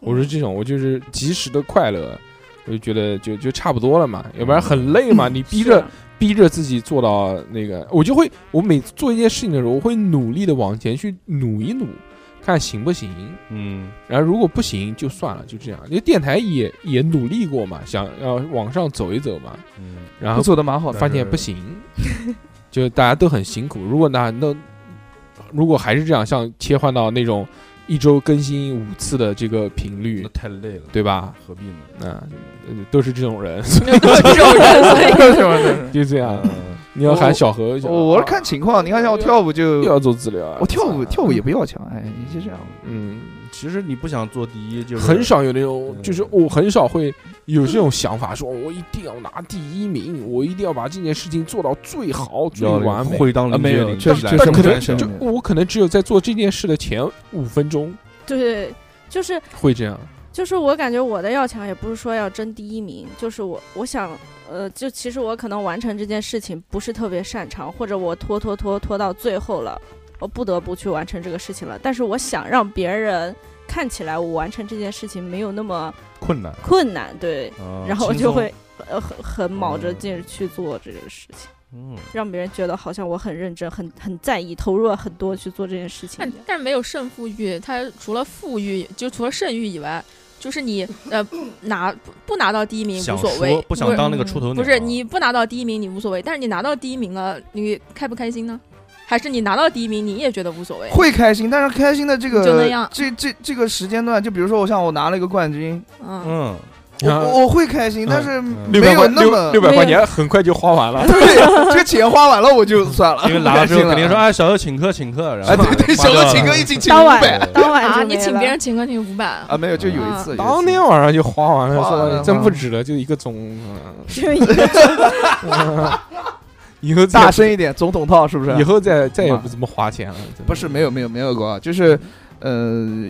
我是这种，我就是及时的快乐，我就觉得就就差不多了嘛，要不然很累嘛，你逼着逼着自己做到那个，我就会，我每次做一件事情的时候，我会努力的往前去努一努，看行不行。
嗯
然后如果不行就算了，就这样。因为电台也也努力过嘛，想要往上走一走嘛，
嗯，
然后
我做的蛮好的，
发现不
<laughs>
行，就大家都很辛苦。如果那那如果还是这样，像切换到那种一周更新五次的这个频率
那，太累了，
对吧？
何必呢？
那、呃都是这种人，
这种人，所以
<laughs> 就 <laughs> 这样。
嗯
你要喊小何，小何
<laughs> 我我是看情况，你看像我跳舞
又
就
要做治疗啊，
我跳舞
操
跳舞也，不要强，哎，你就这样，
嗯，
其实你不想做第一，就是
很少有那种，
嗯
就是我很少会有这种想法，说哦我一定要拿第一名，我一定要把这件事情做到最好、最
要
完美。
会当
啊
邻
没
居
有
邻
确
居
实
来
确
但
实
可
不
能
太
就
深
我可能只有在做这件事的前五分钟
对，就是
会这样。
就是我感觉我的要强也不是说要争第一名，就是我我想，呃，就其实我可能完成这件事情不是特别擅长，或者我拖拖拖拖到最后了，我不得不去完成这个事情了。但是我想让别人看起来我完成这件事情没有那么
困难，
困难，对，
啊
然后我
轻
就
松
会呃很很卯着
嗯
劲儿去做这个事情，
嗯，
让别人觉得好像我很认真、很很在意、投入了很多去做这件事情
但
一样。
但没有胜负欲，它除了负欲，就除了胜欲以外，就是你呃拿不不拿到第一名
想
无所谓
说，不想当那个出头鸟，啊
不是你不拿到第一名你无所谓，但是你拿到第一名了，你开不开心呢？还是你拿到第一名你也觉得无所
哎
谓？
会开心，但是开心的这
就那
个
样
这这这个时间段，就比如说我像我拿了一个冠军，
嗯，
嗯，
我
啊
我我会开心，
嗯
但是
嗯
六
没
百
有
块
那么
六六百块钱很快就花完了，
<laughs> 对，这个钱花完了我就算
<laughs>
了，
因为拿了之后
不开
肯
心 <laughs>
定
了
说，哎，小何请客请客，然后
哎，对对，小哥请客一起请
当
五
晚
百
当晚
啊，
就
你
没
请
了
别人请客请五百，
啊，没有，就有一次，有一次
当天晚上就花完了，
花
是
完
吧
了嗯
真
花
不
完
止了，就一个钟。啊
就一个
以后再
<laughs> 大声一点，总统套是不是？嗯
以后再再也不怎么花钱了。真的
不是没有没有没有过啊，就是呃，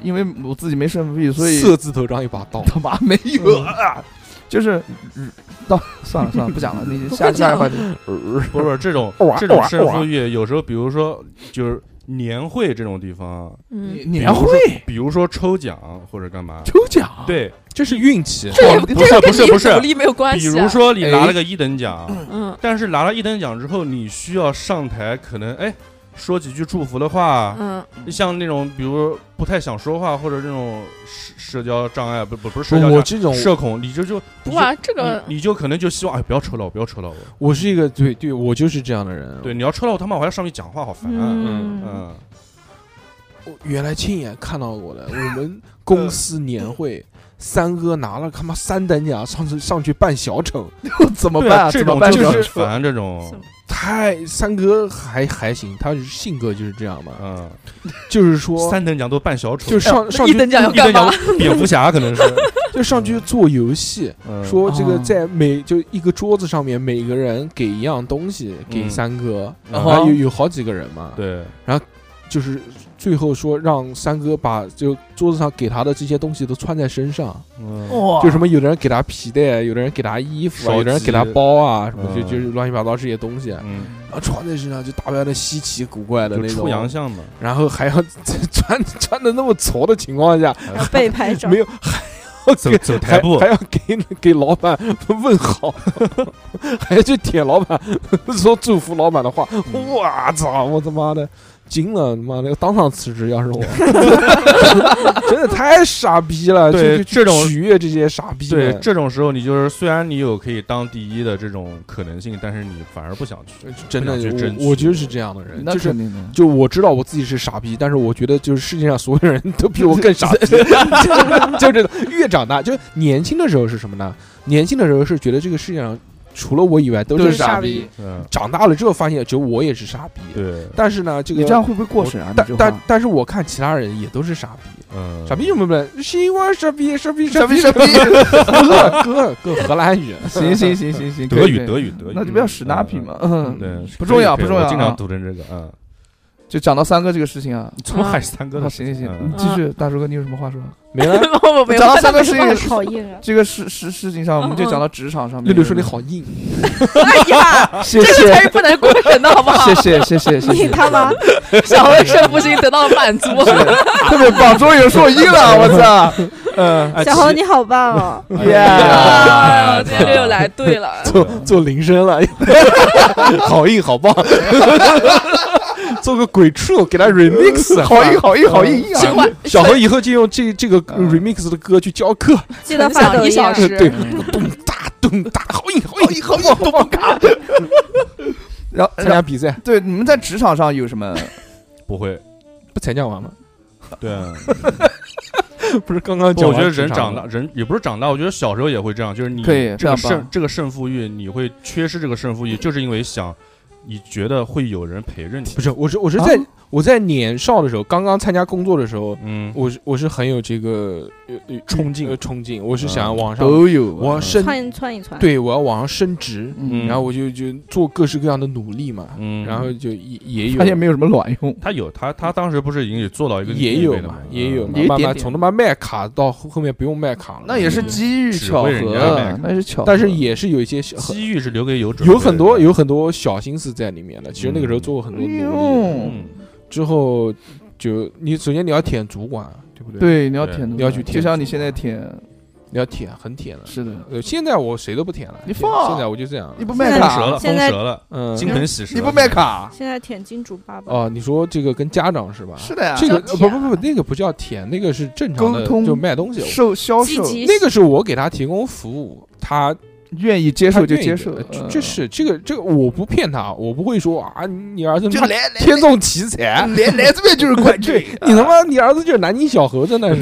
因为我自己没胜负欲，所以，
色字头上一把刀
他妈没有啊，就是嗯到算了算了，不讲了，你下
不讲
下一
了
个话题。
<laughs> 不是这种
哇
这种
哇
胜
哇
负欲，有时候比如说就是年会这种地方啊，
嗯，
年会
比如说抽奖或者干嘛，
抽奖，
对，
这是运气。
这也
不
这个
不
跟
是
你
不是
努力没有关
比
系啊。
如说你拿
哎
了个一等奖，
嗯，
但是拿了一等奖之后，你需要上台，可能哎说几句祝福的话，
嗯
像那种比如不太想说话或者这种社社交障碍，不不不是社交障
我
碍，
这种，
社恐，你就就
不
你
过
就
啊，这个
你你就可能就希望哎不要抽到我，不要抽到我，
我是一个对对，我就是这样的人。
对，你要抽到我他妈我还要上去讲话，好烦啊，
嗯，
嗯，
我原来亲眼看到过的，我们公司年会。三哥拿了他妈三等奖，上次上去扮小丑，
<laughs> 怎么
对
办
啊，
啊？
这
怎么
种
办？
就很
是
烦这种，
太三哥还还行，他性格就是这样嘛，
嗯，
就是说
三等奖都扮小丑，
就上上
一
去
等奖要
一等
干
奖
嘛？
蝙蝠侠可能是
就上去做游戏，
嗯
说这个
哦
在每就一个桌子上面，每个人给一样东西给
嗯
三哥，
嗯
然后有有好几个人嘛，，
对，
就是最后说让三哥把就桌子上给他的这些东西都穿在身上，
嗯，
哇
就什么有的人给他皮带，有的人给他衣服啊，
手
有的人
机
给他包啊，什么就
嗯
就是乱七八糟这些东西，啊然
嗯，
后穿在身上就打扮的稀奇古怪的
就
那
出洋
种，
相嘛，
然后还要 <laughs> 穿穿的那么潮的情况下，
然后被拍照
没，有 <laughs> 还要
走
给
走
还
台步
还，要给给老板问好， <laughs> 还要去舔老板， <laughs> 说祝福老板的话。我操！我他妈的惊了，他妈的当场辞职。要 <laughs> 是我，真的太傻逼了。
对
就就
这种
取悦这些傻逼
对
们，
这种时候，你就是虽然你有可以当第一的这种可能性，但是你反而不想去。
真的
不想去争取
我我就是这样的人，
那
就是
肯。定的。
就我知道我自己是傻逼，但是我觉得就是世界上所有人都比我更傻 <laughs> 逼，就这种。越长大，就是年轻的时候是什么呢？年轻的时候是觉得这个世界上除了我以外都
都
是
是傻
逼
逼，
嗯，
长大了之后发现，就我也是傻逼。
对，
但是呢，这个
你这样，会不会过审啊？你
但
这话
但但是我看其他人也都是傻逼，
嗯，
傻逼有没有问？西瓜傻逼，傻逼，
傻逼
逼，傻
傻逼，
哥 <laughs> 哥哥荷兰语，
<laughs> 行行行行行，
德语
语，
德语德语，
那就不要史纳匹嘛，嗯，
对，
不重要
可以
不重要
我经常
啊。
读成这个，嗯，
就讲到三哥这个事情啊，
怎么还是三哥
那
的？
行行行，
嗯
你继续，大叔哥，你有什么话说？
没
<laughs>
了。
啊
<laughs> 我没有
讲到三哥事
好
情，
讨厌啊！
这个事事事情上，我们就讲到职场上面。
六六说你好硬，
<laughs> 哎呀，
谢
这个才
谢
是不能过审的好不好
谢？谢谢谢谢
你
谢，
他妈
小何胜负心得到了满足。
特别棒，终于有说硬了，我操！ <laughs> 嗯，
小侯你好棒 <laughs> 哦！
啊，
哎
呀，
这个又来对了。
做做铃声了， <laughs> 好硬好棒， <laughs> 做个鬼畜给他 remix，嗯
好硬好硬好硬
情
啊！
怀
小何以后就用这这个 remix 的歌去教课，呃
记得发抖
一
音啊
小！时，
对，
嗯
咚哒咚哒，好硬好硬好硬，咚咚嘎，
然后
参
然
加
后
比赛
对你们在职场上有什么？
不会，
不参加完吗？<laughs>
对，啊
不是刚刚
不
讲
我
完
觉得
职
人
场
长
了
大，人也不是长大，我觉得小时候也会这样，就是你
可以
这
非
个
常棒
胜这个胜负欲，你会缺失这个胜负欲，就是因为想你觉得会有人陪着你，
不是，我是我是在、
啊
我在年少的时候，刚刚参加工作的时候，
嗯，
我是我是很有这个呃呃
冲劲
呃冲劲，我是想
嗯
往上，
都有
我要
啊。
升，
窜一窜一窜，，
对我要往上升职，
嗯
然后我就就做各式各样的努力嘛，
嗯，
然后就也也有
发现没有什么卵用，
他有他他当时不是已经有做到一个
也
地位
有
了
嘛
吗，
也有
嗯
嘛
也，一
慢
点
慢
点
从他妈卖卡到后后面不用卖卡了嘛，
那也是
嗯
机遇
指
巧
挥人家
合啊
呗，
那是巧合。
但是也是有一些小很
嗯机遇是留给有准备
有很多
的人
有很多小心思在里面的。其实那个时候做过很
哎
多努力的，
呦，
嗯
之后就你首先你要舔主管，啊对不对？，
对，你要
对
舔的，
你要去
就
舔
像你现在舔，
你要舔，很舔的。
是的，
呃，现在我谁都不舔了，
你
现
放
现在我就这样
你，不
现
卖
在
封舌
卡
了，，
现
封
在
舌了，
嗯，
金盆洗舌，
你不卖卡，
现在舔金主爸爸，
哦，你说这个跟家长是吧？
是的呀，
这个
叫
呃不
舔
不不，那个不叫舔，那个是正常的
沟，通
就卖东西。
售销
积
售
极
那个是我给他提供服务，他
愿意接
他
受就
愿意
接
的
受
呃，这
嗯
这是这个这个我不骗他，我不会说啊，你儿子
就
妈
来来
<laughs> 天啊纵奇才，，
来来这边就是冠军
<laughs> 你他妈你儿子就是南京小猴子那是。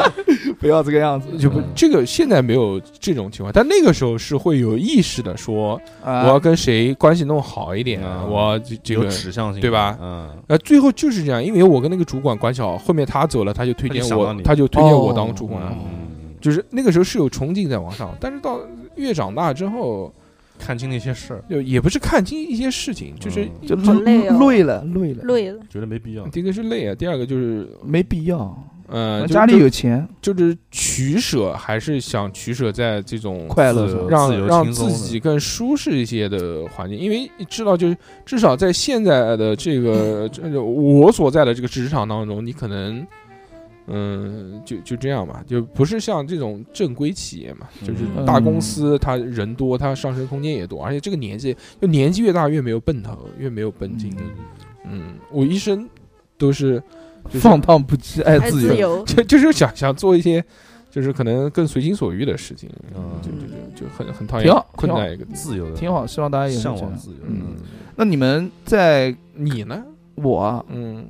<laughs> 不要这个样子，
就不，这个现在没有这种情况，但那个时候是会有意识的说，我要
我
跟谁关系弄好一点，
嗯
我这这
啊有
个。
指向性，
对吧
嗯，
呃，最后就是这样，因为我跟那个主管关系好，后面他走了，他就推
他就
荐
想到
我
你，
他就推荐我
哦
当主管，
嗯
就是那个时候是有冲劲在往上，但是到越长大之后，
看清那些事儿，
就也不是看清一些事情，就是、
嗯
就
好累哦
累啊了累了，
累了，
觉得没必要，
第一个是累啊，第二个就是，
没必要，
呃，就
家里有钱，
就就是取舍，还是想取舍在这种
快乐
自
是吧
自由
让让
轻松
自己更舒适一些的环境，因为知道就是至少在现在的这个这个我所在的这个职场当中，你可能嗯就就这样吧，就不是像这种正规企业嘛，就是
嗯
大公司它人多，它上升空间也多，而且这个年纪就年纪越大越没有奔头，越没有奔劲。
嗯
嗯，我一生都是就是
放荡不羁，爱
爱
自
自
由，
由，
就就是想想做一些。就是可能更随心所欲的事情，
嗯
就就就就很很讨
挺
厌
好
困
挺好
在一个地方
自由的，
挺，好，希望大家也能
向
这
往
样
自由，
嗯，
那你们在
你呢？
我啊
嗯，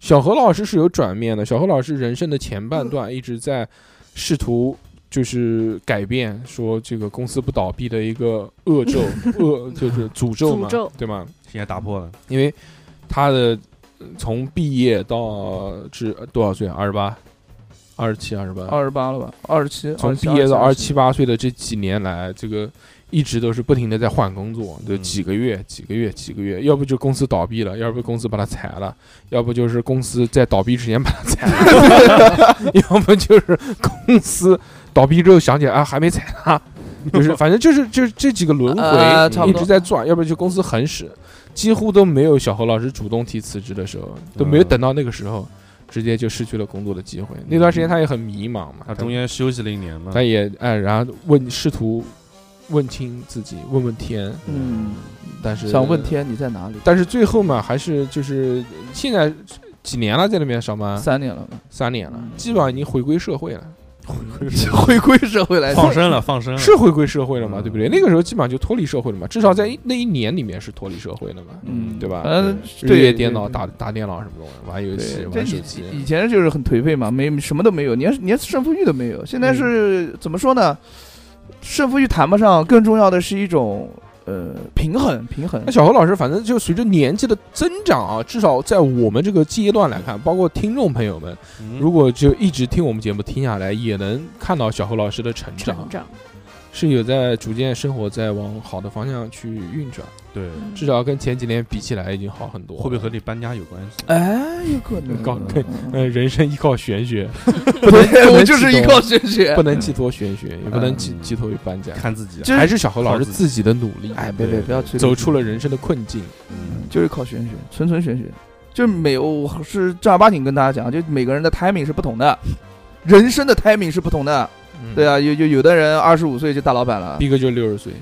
小何老师是有转变的。小何老师人生的前半
嗯
段一直在试图就是改变，说这个公司不倒闭的一个恶
<laughs>
咒，恶就是诅咒嘛，
诅咒
对吗？
现在打破了，
因为他的呃从毕业到至多少岁？二十八、二十七、二十八，
二十八了吧，二十七，
呃从毕业到二
二
十七，八岁的这几年来，这个一直都是不停的在换工作，就
嗯
几个月、几个月、几个月，要不就公司倒闭了，要不公司把他裁了，要不就是公司在倒闭之前把他裁了， <laughs> 要不就是公司倒闭之后想起来啊还没裁他，就是反正就是就是这几个轮
呃
回
差
一
不
直
多
在转，要不就公司很使，几乎都没有小何老师主动提辞职的时候，都没有
嗯
等到那个时候。直接就失去了工作的机会。那段时间他也很迷茫嘛，
他中间休息了一年嘛，
他也哎，然后问试图问清自己，问问天，
嗯，
但是
想问，天你在哪里？
但是最后嘛，还是就是现在几年了，在那边上班
三嗯年了吧，
三年了，基本上已经回归社会了，
<laughs> 回归社会来，
放生了，放
嗯
生了，
哎是回归社会了嘛，
嗯
对不对？那个时候基本上就脱离社会了嘛，至少在一那一年里面是脱离社会了嘛，
嗯，
对吧
嗯，
日
对
夜颠倒，
对
打打电脑什么东西，玩游戏，
对，这
玩手
以
机，
以前就是很颓废嘛，没什么都没有，连连胜负欲都没有。现
嗯
在是、怎么说呢？胜负欲谈不上，更重要的是一种呃平衡，平衡
那。小何老师，反正就随着年纪的增长啊，至少在我们这个阶段来看，包括听众朋友们，
嗯
如果就一直听我们节目听下来，也能看到小何老师的成长，
成长，
是有在逐渐生活在往好的方向去运转，
对，
嗯
至少跟前几年比起来已经好很多。
会不会和你搬家有关系？
<laughs> 哎，有可能，
搞跟 <laughs> 呃人生依靠玄
<laughs>
学，
嗯不
能不能
我就是
激
依
动
靠玄学
不。能寄托玄学，也不能
嗯
寄寄托于搬家，
看自己啊，
就是
还是小何老师自己的努力，
哎，别别不要吹，
走出了人生的困境。
嗯
就是靠玄学，纯纯玄学。就是每我是正儿八经跟大家讲，就每个人的 timing 是不同的，人生的 timing 是不同的。
嗯
对啊，有有有的人二十五岁就大老板了，
逼哥就六十岁，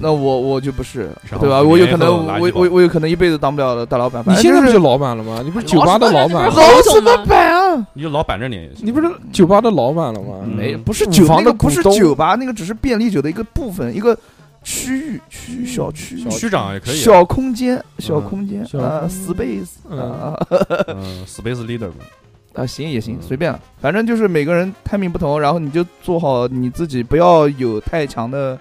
那我我就不是，
然后
对吧？
五
我有
年以
可能
后垃圾
我
宝
我我有可能一辈子当不了大老板，
你
反正
现在不
就哎
就是老板了吗？你不是酒吧的老板吗
老板？
老
总
怎
吗
么办啊？
你就老板着脸也行，
你不是酒吧的老板了吗？
嗯
没有，不是
嗯
酒
五房
那个
的
不是
股东
酒吧，那个只是便利酒的一个部分，一个区域区域小区
嗯小
区长也可以啊，
小空间小
嗯
空间
小
啊
空
，space
嗯
啊
嗯，space leader 嘛，
啊，行也行
嗯，
随便了，反正就是每个人 timing 不
嗯
同，然后你就做好你自己，不要有太强的，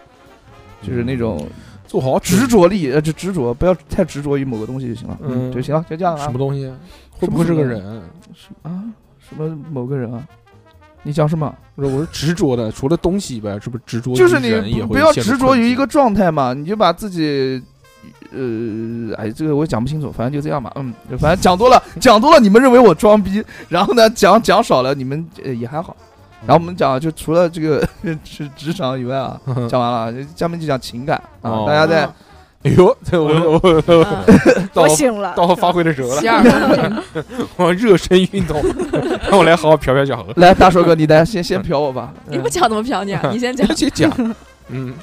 就是那种
做好准
执着力，呃，就执着，不要太执着于某个东西就行了，
嗯
就行了，就这样了啊。
什么东西？会不会是个人？
什么啊？什么某个人啊？你讲什么？
不是，我是执着的，除了东西以外，是不是执着于
就是
人
你
也
不
会
不要
陷入
执着
困
于一
境嗯
个状态嘛，你就把自己，呃，哎，这个我也讲不清楚，反正就这样吧，嗯，反正讲多 <laughs> 了，讲多了，你们认为我装逼，然后呢，讲讲少了，你们、呃、也还好。然后我们讲，就除了这个 <laughs> 是职场以外啊，
<laughs>
讲完了，下面就讲情感啊，
嗯哦
大
嗯
家在
哎呦，这我我我我到
<laughs> 我醒了，
到我发挥的时候
洗
了，
耳恭
我热身运
<laughs>
动，让我来好好嫖嫖小何。
来大硕哥，你来先先嫖我
<laughs>
吧，
听，你不讲怎么嫖你啊？你先讲
你，先讲，嗯，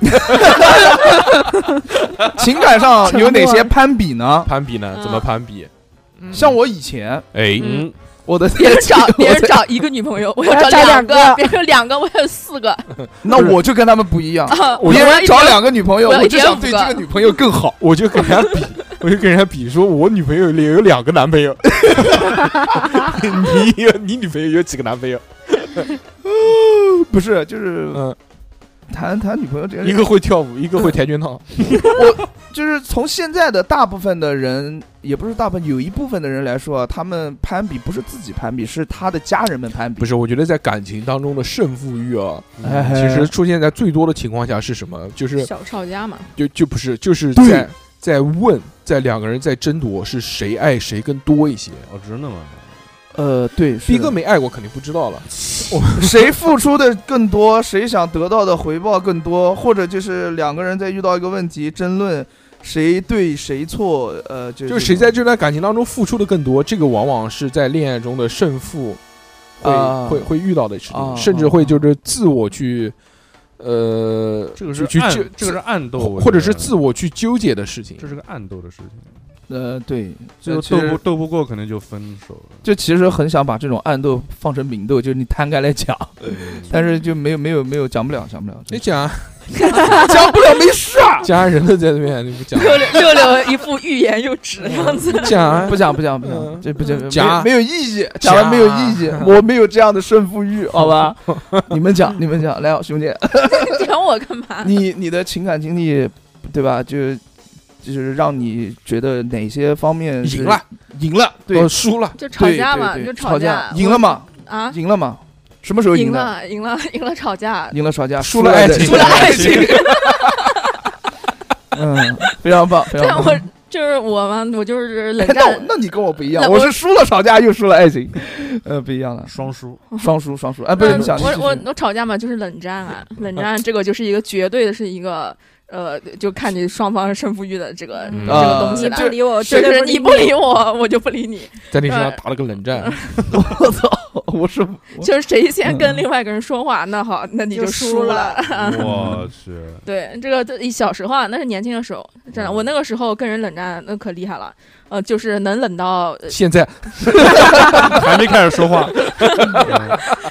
<laughs> 情感上有哪
沉默
些攀比呢？
攀比呢？
嗯
怎么攀比？嗯
像我以前
哎，
嗯
我的
<laughs> 别人 <laughs> 找别
<laughs> 我
人
的
找一个女朋友，我
我
要
要找
两
两个
别人有两个，我啊有四个，
那我就跟他们不一
<laughs>
样，
啊
我
别
要
人
一
找
点
两个女朋友，
我要
我
一
就
点
想
五
对
个
这个女朋友更
<laughs>
好。
我就跟人家比，我就跟人家比，说我女朋友里有两个男
<laughs>
朋友，你有你女朋友有几个男 <laughs> 朋友？
不是，就是
嗯，
谈谈女朋友这
一
个，
个会跳舞，一个会跆拳道。
就是从现在的大部分的人，也不是大部分，有一部分的人来说啊，他们攀比不是自己攀比，是他的家人们攀
<laughs>
比。
不是，我觉得在感情当中的胜负欲啊，
哎
其实出现在最多的情况下是什么？就是
小吵架 <laughs> 嘛，
就就不是，就是
对
在在问，在两个人在争夺是谁爱谁更多一些。
哦，真的吗？
呃，对，是
逼哥
的
没爱过，肯定不知道了。
<laughs> 谁付出的更多，谁想得到的回报更多，或者就是两个人在遇到一个问题争论。谁对谁错？呃，就
就是谁在这段感情当中付出的更多，这个往往是在恋爱中的胜负会、
啊
会会遇到的事情，
啊
甚至会就是自我去呃，
这个是
去去
暗
去，
这个是暗斗，
或
我
或者
觉
是
得
自我去纠结的事情
这。是个暗斗的事情，
呃，对，
最后
其实
斗不斗不过，可能就分手了。
就其实很想把这种暗斗放成明斗，就是你摊开来讲，但是就没有没有没有讲不了，讲不了，
你讲
讲不了没
<laughs>
事啊，
家人的在那边，你不讲
六六六六一副欲言又止的嗯样子
不，
<laughs>
讲
不讲不讲不
嗯
讲，这不讲
讲
没有没有意义，讲了没有意
<laughs>
义，我没有这样的胜负欲，好吧？你们讲你们讲，来兄弟，
啊讲我干嘛？
你你的情感经历对吧？就就是让你觉得哪些方面是
赢了，
赢了，对
呃，输了，
就吵架嘛，
对
就
对对吵
架，
赢了嘛，
我？啊，
赢了嘛，什么时候
赢
赢的？
了，赢了，赢了，吵架，
啊赢了吵架，
输了爱情
输了爱情。
<laughs>
嗯，非常棒，
<laughs>
非
但
常
哎我
棒。
就是我嘛，我就是冷
哎 <laughs> 那我
战，
那你跟我不一样，
那
我
我
是输了吵架又输了爱情，呃，不一样
<laughs>
了，
双输，
双输双输。哎，不
那
是你想，
我
你
我
继续
我吵架嘛，就是冷战啊，冷战这个就是一个绝对的是一个呃，就看你双方胜负欲的这个、
嗯
这个
啊
东西
你
了。
不理我，我
就
绝对
是你不
不
理
我。
我，我就不理你。
在你身上
对
打了个冷战，
我操， <laughs> 我是
就是谁先跟另外一个人说话，那好，那你
就
输
了。。
嗯
我去，
<laughs> 对，这个这一小时候啊，那是年轻的时候，真的，我那个时候跟人冷战，那可厉害了，呃，就是能冷到呃
现在。
还没开始说话。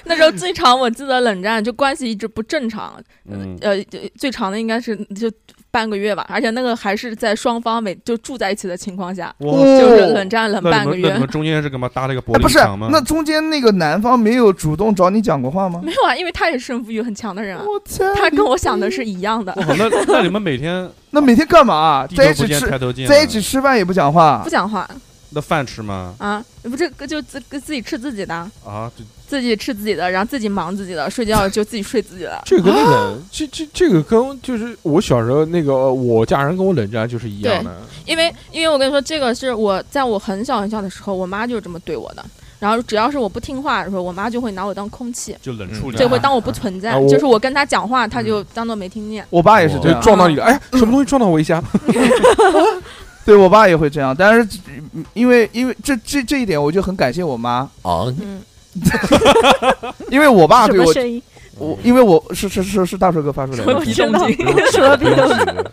那时候最长，我记得冷战就关系一直不正常，
嗯，
呃，最最长的应该是就半个月吧，而且那个还是在双方每就住在一起的情况下，
我
就是冷战冷
哦那
半个
你们那
月
你。们中间是干嘛搭了一个玻
哎，不
璃
是
墙吗？，
那中间那个男方没有主动找你讲过话吗？
没有啊，因为他也是胜负欲很强的人啊，
我操，
他跟我想的是一样的
我，靠，那那你们每天
那每天干嘛啊？
低
在
头
一
不
起
见
吃，
抬头见，啊
在一起吃饭也不讲话
不，讲话
那饭吃吗？
啊，不这个就自自己吃自己的，
啊，这
自己吃自己的，然后自己忙自己的，睡觉就自己睡自己的
这个跟那
啊
个，这这这个跟就是我小时候那个呃我家人跟我冷战就是一样的，
因为因为我跟你说，这个是我在我很小很小的时候，我妈就是这么对我的。然后只要是我不听话的时候，我妈就会拿我当空气，
就冷处理。
就会当我不存在，
啊我
就是我跟她讲话，她就
嗯
当做没听见。
我爸也是这
就
样，
撞到
啊
你了，哎呀，什么东西撞到我一下，
嗯对我爸也会这样，但是嗯因为因为这这这一点，我就很感谢我妈，
哦
嗯，
因为我爸
什
对
么
我
声音？
我因为我是是是是大帅哥发出来的
我，
知道
震惊
什么逼都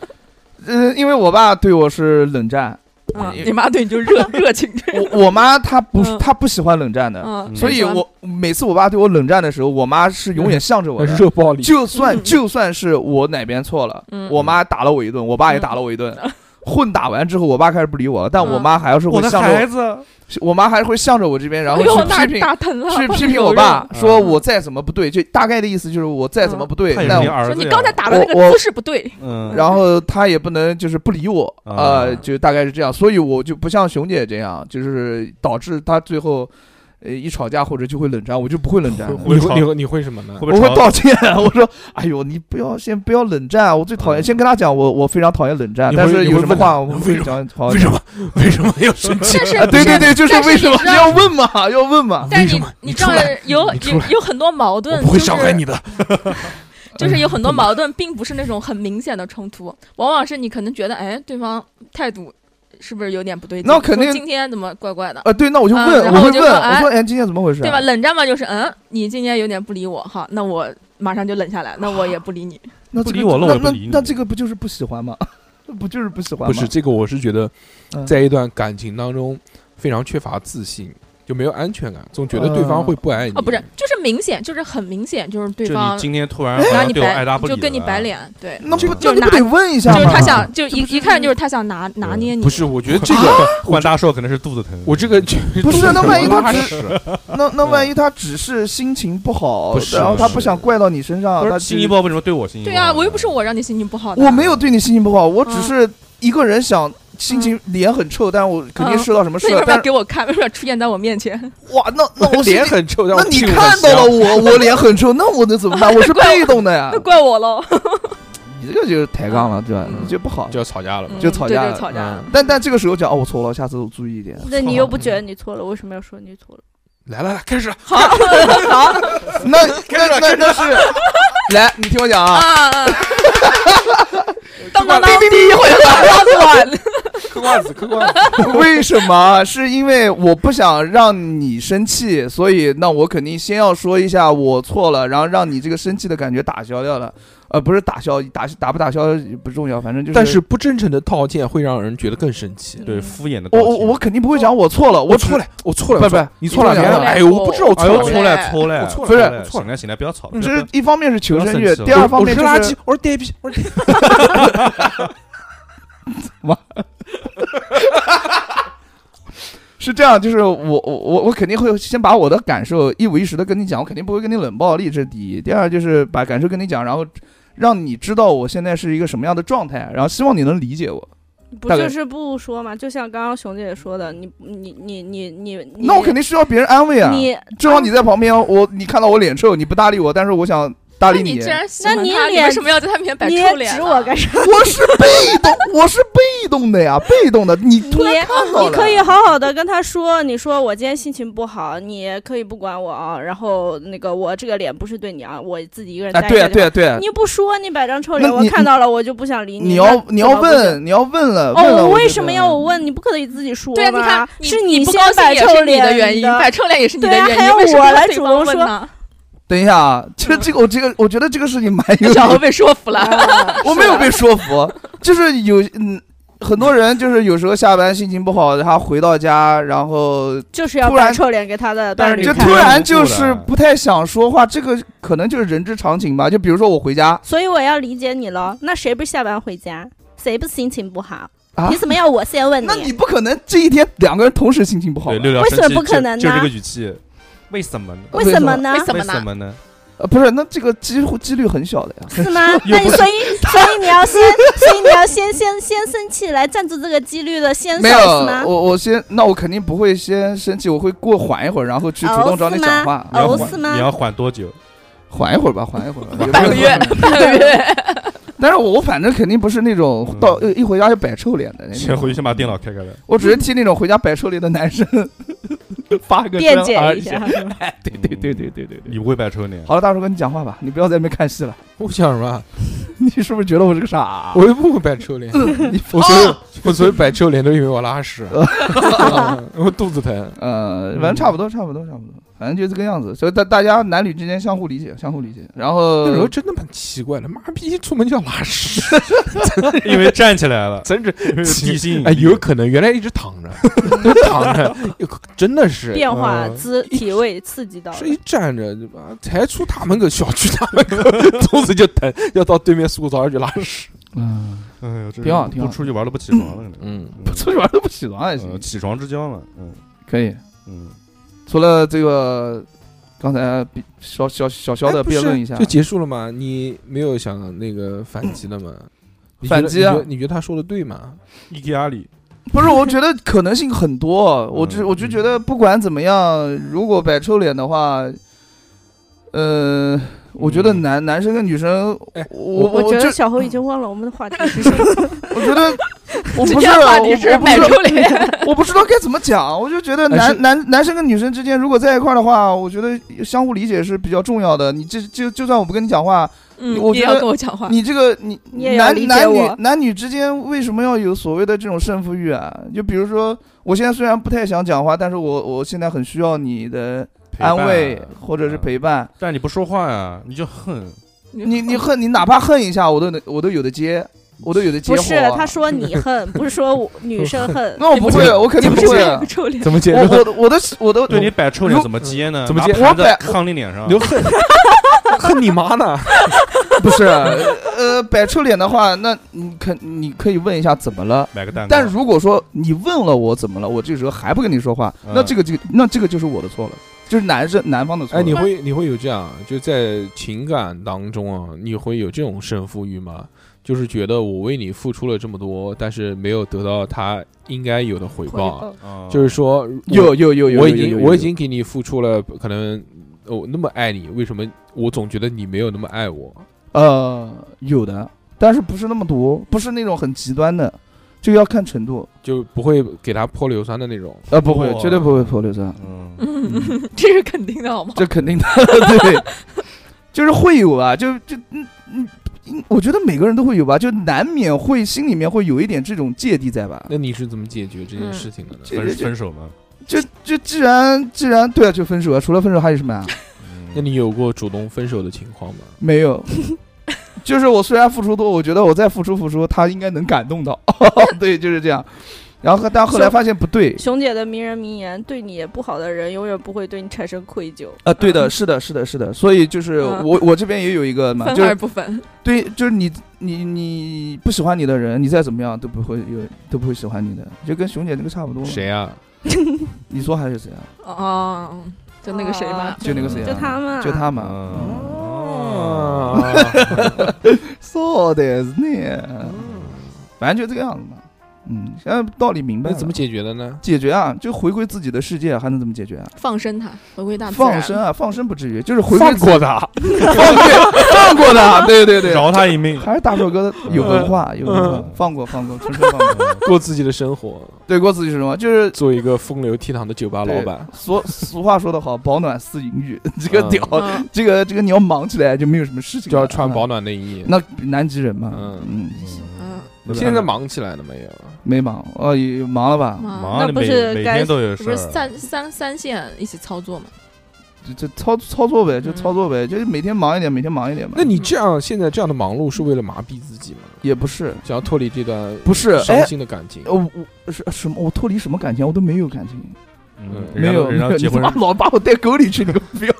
呃，因为我爸对我是冷战，
<laughs> 嗯，你妈对你就
<laughs>
热热情， <laughs>
我我妈她不是
嗯
她不喜欢冷战的，
嗯，
所以我每次我爸对我冷战的时候，我妈是永远向着我的。
热暴力，
<laughs> 就算
嗯
就算是我哪边错了，
嗯
我妈打了我一顿，我爸也打了我一顿，混打完之后，我爸开始不理我了，但我
嗯
妈还是会
我的
向着
孩子，
我，我妈还是会向着我这边，然后
哎呦，
去
那
批评
打疼了，
去批评
有
我爸，
肉
说
嗯
我再怎么不对，就大概的意思就是我再怎么不对，
他也是
但
你
我
肉
儿
说
子呀。
你刚才打的那
我
个
我
姿势不对，
嗯，
然后他也不能就是不理我，
啊
呃，就大概是这样，所以我就不像熊姐这样，就是导致他最后，呃，一吵架或者就会冷战，我就不
<laughs>
会冷战了。
会
你
吵
会你会你会什么呢
会？不
我
会
会
吵
道歉，我说，哎呦，你不要先不要冷战啊，我最讨
嗯
厌，先跟他讲，我我非常讨厌冷战，
你会
但是有什么话
你会
我
问他
会讲好
为
好讲
什么为什么要生气？
但是
啊， <laughs> 对对对，就是
但是
为什么
你知道
<laughs> 要问嘛，要问嘛，
<laughs> 但是
啊为什
你
么
你
你
知道
出来
有
你出
有
来
有很多矛
我
盾，
不
就
会伤害
是
你的。
就是有很
嗯
多矛盾，并不是那种很明显的冲突，往往是你可能觉得，哎，对方态度是不是有点不对劲？
那肯定
说今天怎么怪怪的，
呃，对，那我就
嗯
问，
然
我
后
会
就
问，
说
我
哎
说，哎，今天怎么回事啊？
对吧？冷战嘛，就是嗯，你今天有点不理我，哈，那我马上就冷下来，那我也不理你。
那
不
这
理
个
我了
就那
我也不
那
理你
那这个不就是不喜欢吗？ <laughs> 不就是不喜欢
不
吗？
是这个，我是觉得
嗯，
在一段感情当中非常缺乏自信，就没有安全感，总觉得对方会不爱你。
哦，不是，就是明显，就是很明显，就是对
就你
方
今天突然好
然后
像
你
对我
白
爱答不理
就
了，
跟你摆脸，对，
那不
就
那你不
拿
得问一下
就
吗？
是他想就
这
一
不是
一看就是他想拿拿捏你，
不是，我觉得这个
换大硕可能是肚子疼。
我这个就
啊不是那万一他
拉
只
屎
<laughs> 那那万一他只是心情不好
不，是
然后他
不是
不想怪到你身上，
不
他
是
其
心
实
情不好，为什么对我心情？
对啊，我又不是，我让你心情不好的，
我没有对你心情不好，我只是一个人想心情脸很臭，但我肯定受到什么
那
事
你为什。么
了
要
但是
给我看？为什么要出现在我面前？
哇，那那我心里
脸很臭，但
那
我
你
屁股
看
很
到
香
了我，我脸很臭，那我能怎么办？我是被动的呀
那。 <laughs> 怪我喽。
你这个就是抬杠了，对吧？
嗯
你这不好。
就要吵架了嘛。
就
嗯
吵
对
架
就
了
吵架了。
但但这个时候讲哦，我错了，下次我注意一点。
那你又不觉得你错了，为什么要说你错了？
嗯
来来来，开始了，
好，好
那那那那是，来，你听我讲啊，
啊，嗯当当当，
哔哔哔会
当当
嗑瓜子，嗑瓜子。
<laughs> 为什么？是因为我不想让你生气，所以那我肯定先要说一下我错了，然后让你这个生气的感觉打消掉了。呃，不是打消，打打不打消不重要，反正就是。
但是不真诚的道歉会让人觉得更生气。
对敷衍的道
我
歉。
我我肯定不会讲我错了，
我
只
错了，我错了，
不
我错了
不
你错了，
你
别
错
了
了
哎呦，我不知道我错
哎呦，
了，
我
出
错
来出来，
我错了
不是
我错了
醒来醒来，不要吵。
这是一方面是求生
不要
欲，
生气
第二方
我
面
是
就
垃
是
圾，我是呆逼，我是呆逼。
是这样，就是我我我我肯定会先把我的感受一五一十的跟你讲，我肯定不会跟你冷暴力，这是第一。第二就是把感受跟你讲，然后让你知道我现在是一个什么样的状态，然后希望你能理解我。
不
大概
就是不说嘛？就像刚刚熊姐说的，你你你你你你，
那我肯定需要别人安慰啊。
你
正好你在旁边，我你看到我脸臭，你不搭理我，但是我想搭
当，
理 <laughs>
你既然喜欢
那
他，
你
你
脸
为什么要在他面前摆
你
臭脸啊
指
呢？
我干啥？
我是被动，我是被动的呀，被动的。你突然看到
<laughs> 你可
了，
以好好的跟他说，你说我今天心情不好，你可以不管我啊。然后那个我这个脸不是对你啊，我自己一个人
哎，
待
对
着
啊，
的。
对啊，对啊。
你不说，你摆张臭脸，
那
我
你
看到了，我就不想理
你
那
要你要
怎么不行
问，你要问了。问了
哦，
我
我为
就嗯
什么
觉
要
得
我问？你不可以自己说
对啊，你
吗
看，
是
你
先
不高兴
摆
也
臭
是你
脸
的原因，摆臭脸也是你的
对啊
原
还
因，
要
为什
我
么
来
对
主
方
动
问
说
呢？
等一下啊，其实这个我这个我觉得这个事情蛮有
那小何被说服了，
啊
我没有被说服，就是有嗯，很多人就是有时候下班心情不好，他回到家，然后
就是要
突然
摆臭脸给他的
但是
伴侣
你
就
看，
突然就
无
是
辜的
不太想说话，这个可能就是人之常情吧。就比如说我回家，
所以我要理解你了。那谁不下班回家？谁不心情不好？
啊
凭什么要我先问
那你不可能这一天两个人同时心情不好
对
吧？
六六
为
生
什么
气
不可
就
能
就是
呢
这个语气，为什么呢？
为什么呢
为？
为
么呢？
么呢？
呃，不是，那这个几乎几率很小的呀。
是吗？
又
那你
不是
所以所以
<laughs>
你要先，所以你要先先先生气来占住这个几率的先手
没有
是吗，？
我我先，那我肯定不会先生气，我会过缓一会儿，然后去主动找你讲话。
你要
哦
缓
是吗
你要缓多久？
缓一会儿吧，缓一
<laughs>
会儿吧，有
半
时
个
候
月，半个月，
但是我反正肯定不是那种到呃一回家就摆臭脸的那
先
种，
回去先把电脑开开来。
我只是替那种回家摆臭脸的男生 <laughs> 发个
辩
声
解
而已
一。下，
对对对对对对对。
你不会摆臭脸，
好了，大叔哥，你讲话吧，你不要在那边看戏了。
<laughs>
<laughs>
我想什么？
你是不是觉得我是个傻？
我又不会摆臭脸，
<laughs> 你
我所有我所有摆臭脸都因为我拉 <laughs> 屎，嗯我肚子疼。
呃，反正差不多，差不多，差不多，反正就这个样子。所以大大家男女之间相互理解，相互理解。然后
那时候真的蛮奇怪的，妈逼，出门就要拉屎， <laughs>
因为站起来了，
真是
因为地心引力
哎，有可能原来一直躺着， <laughs> 都躺着，有可真的是
变化
嗯
姿
一
体位刺激到了
是一站着， <laughs> 对吧？才出大门口，小区大门口，肚子就疼，要到对面塑造去拉屎。
嗯，
哎呀，这
挺好挺好
不出去玩都哎不起床了，可能
嗯，
不出去玩都不起床还
呃
行，
起床之交嘛，嗯
可以。
嗯，
除了这个，刚才比小小小小的
哎不
辩
是
论一下
就，结束了吗？你没有想那个反击了吗？你觉得
反击啊
你觉得你觉得他说的对吗？
一个压力，
<laughs> 不是，我觉得可能性很多。我就
嗯
我就觉得不管怎么样，如果摆臭脸的话，呃，我觉得
嗯
男男生跟女生
哎，
我
我觉
就
得小侯已经忘了我们的话题是什
<laughs>
么。
我觉得我
今
不是啊
天话题
我
是
我不
摆
知道
臭脸， <laughs>
我不知道该怎么讲，我就觉得
哎
男
是
男男生跟女生之间如果在一块儿的话，我觉得相互理解是比较重要的。你这就就算我不跟你讲话，
嗯，
我
你
觉
要
得
跟我讲话，
你这个你
啊你也要
男
理解
男女
我
男女之间为什么要有所谓的这种胜负欲啊？就比如说，我现在虽然不太想讲话，但是我我现在很需要你的
陪
安
伴
慰或者是
嗯
陪伴。
但你不说话呀，你就恨，
你你恨你哪怕恨一下，我都能我都有的接，我都有的接
不
火
是，
啊。。
他说你恨，不是说我女生恨
<laughs> 那我不会，我肯定
你
不
是
会
摆
啊。
<laughs>
个臭脸，
怎么结
我
束？
<laughs> 我的我的我的
对你摆臭脸怎么接
嗯
呢？
怎么接
拿盘子
我摆
扛你脸上，
刘恨 <laughs> 恨你妈呢？
<laughs> 不是，呃，摆臭脸的话，那你可你可以问一下怎么了。
买个蛋糕。
但如果说你问了我怎么了，我这时候还不跟你说话，
嗯
那这个这个那这个就是我的错了，就是男生男方的错了。
哎，你会你会有这样，就在情感当中啊，你会有这种胜负欲吗？就是觉得我为你付出了这么多，但是没有得到他应该有的回报，
啊
就是说，
有有有有，
我
有
已
有
经
有
我已
有
经给你付出了，可能我那么爱你，为什么我总觉得你没有那么爱我？
呃有的，但是不是那么多，不是那种很极端的，这个要看程度。
就不会给他泼硫酸的那种。
呃，不会，
哇
绝对不会泼硫酸，
嗯，
<laughs>
嗯，这是肯定的好吗？
这肯定的， <laughs> 对，就是会有啊，就就嗯嗯。嗯我觉得每个人都会有吧，就难免会心里面会有一点这种芥蒂在吧。
那你是怎么解决这件事情的呢？
这
分分手嘛，
就就既然既然对啊，就分手啊，除了分手还有什么呀？
那
嗯
你有过主动分手的情况吗？
没有， <laughs> 就是我虽然付出多，我觉得我再付出付出，他应该能感动到。 <laughs> 对，就是这样。然后但后来发现不对
熊姐的名人名言：对你不好的人，永远不会对你产生愧疚。
啊，对的，是的，是的，是的。所以就是
嗯
我我这边也有一个嘛，
分
就
而
是
不分，
对，就是你你你不喜欢你的人，你再怎么样都不会有都不会喜欢你的，就跟熊姐那个差不多。？
谁啊？
你说还是谁啊？
哦，就那个谁嘛
啊，
就那个谁啊？
就他嘛
就他嘛。嗯
嗯哦
哦
啊，
そうですね。反正就这个样子嘛。嗯，现在道理明
<laughs>
白
那
了。
怎么解决的呢？
解决啊？就回归自己的世界，还能怎么解决啊？
放生他，回归大自然
放生，啊，放生不至于，就是回归
放
自
过他，
放对放过的，对对对，
饶他一命。
还是大寿哥
嗯
有文化，有文化
嗯，
放过放过，纯纯放过。
<laughs> 过自己的生活，
对过自己是什么？就是
做一个风流倜傥的酒吧老板。
所俗话说得好，保暖思淫欲， <laughs> 这个
嗯
屌，
嗯
这个这个你要忙起来就没有什么事情了，
就要穿保
嗯，
暖内衣。
那南极人嘛，
嗯
嗯，
嗯，
你现在忙起来了没有？
没忙，哦，也忙了吧？
哇
忙，
那
你
不
每
是
每
该
天都有
这
事
不
儿
是。三三三线一起操作嘛？
就就操操作呗，就
嗯
操作呗，就是每天忙一点，每天忙一点嘛。
那你这样现在这样的忙碌是为了麻痹自己吗？
也不是
想要脱离这段
不是，
伤
哎，
心的感情？
我我是啊什么？我脱离什么感情？我都没有感情。
嗯
没
人家
没有，
人
没
家
有，
结
你
婚
他妈老把我带沟里去，你个
<laughs>
不要，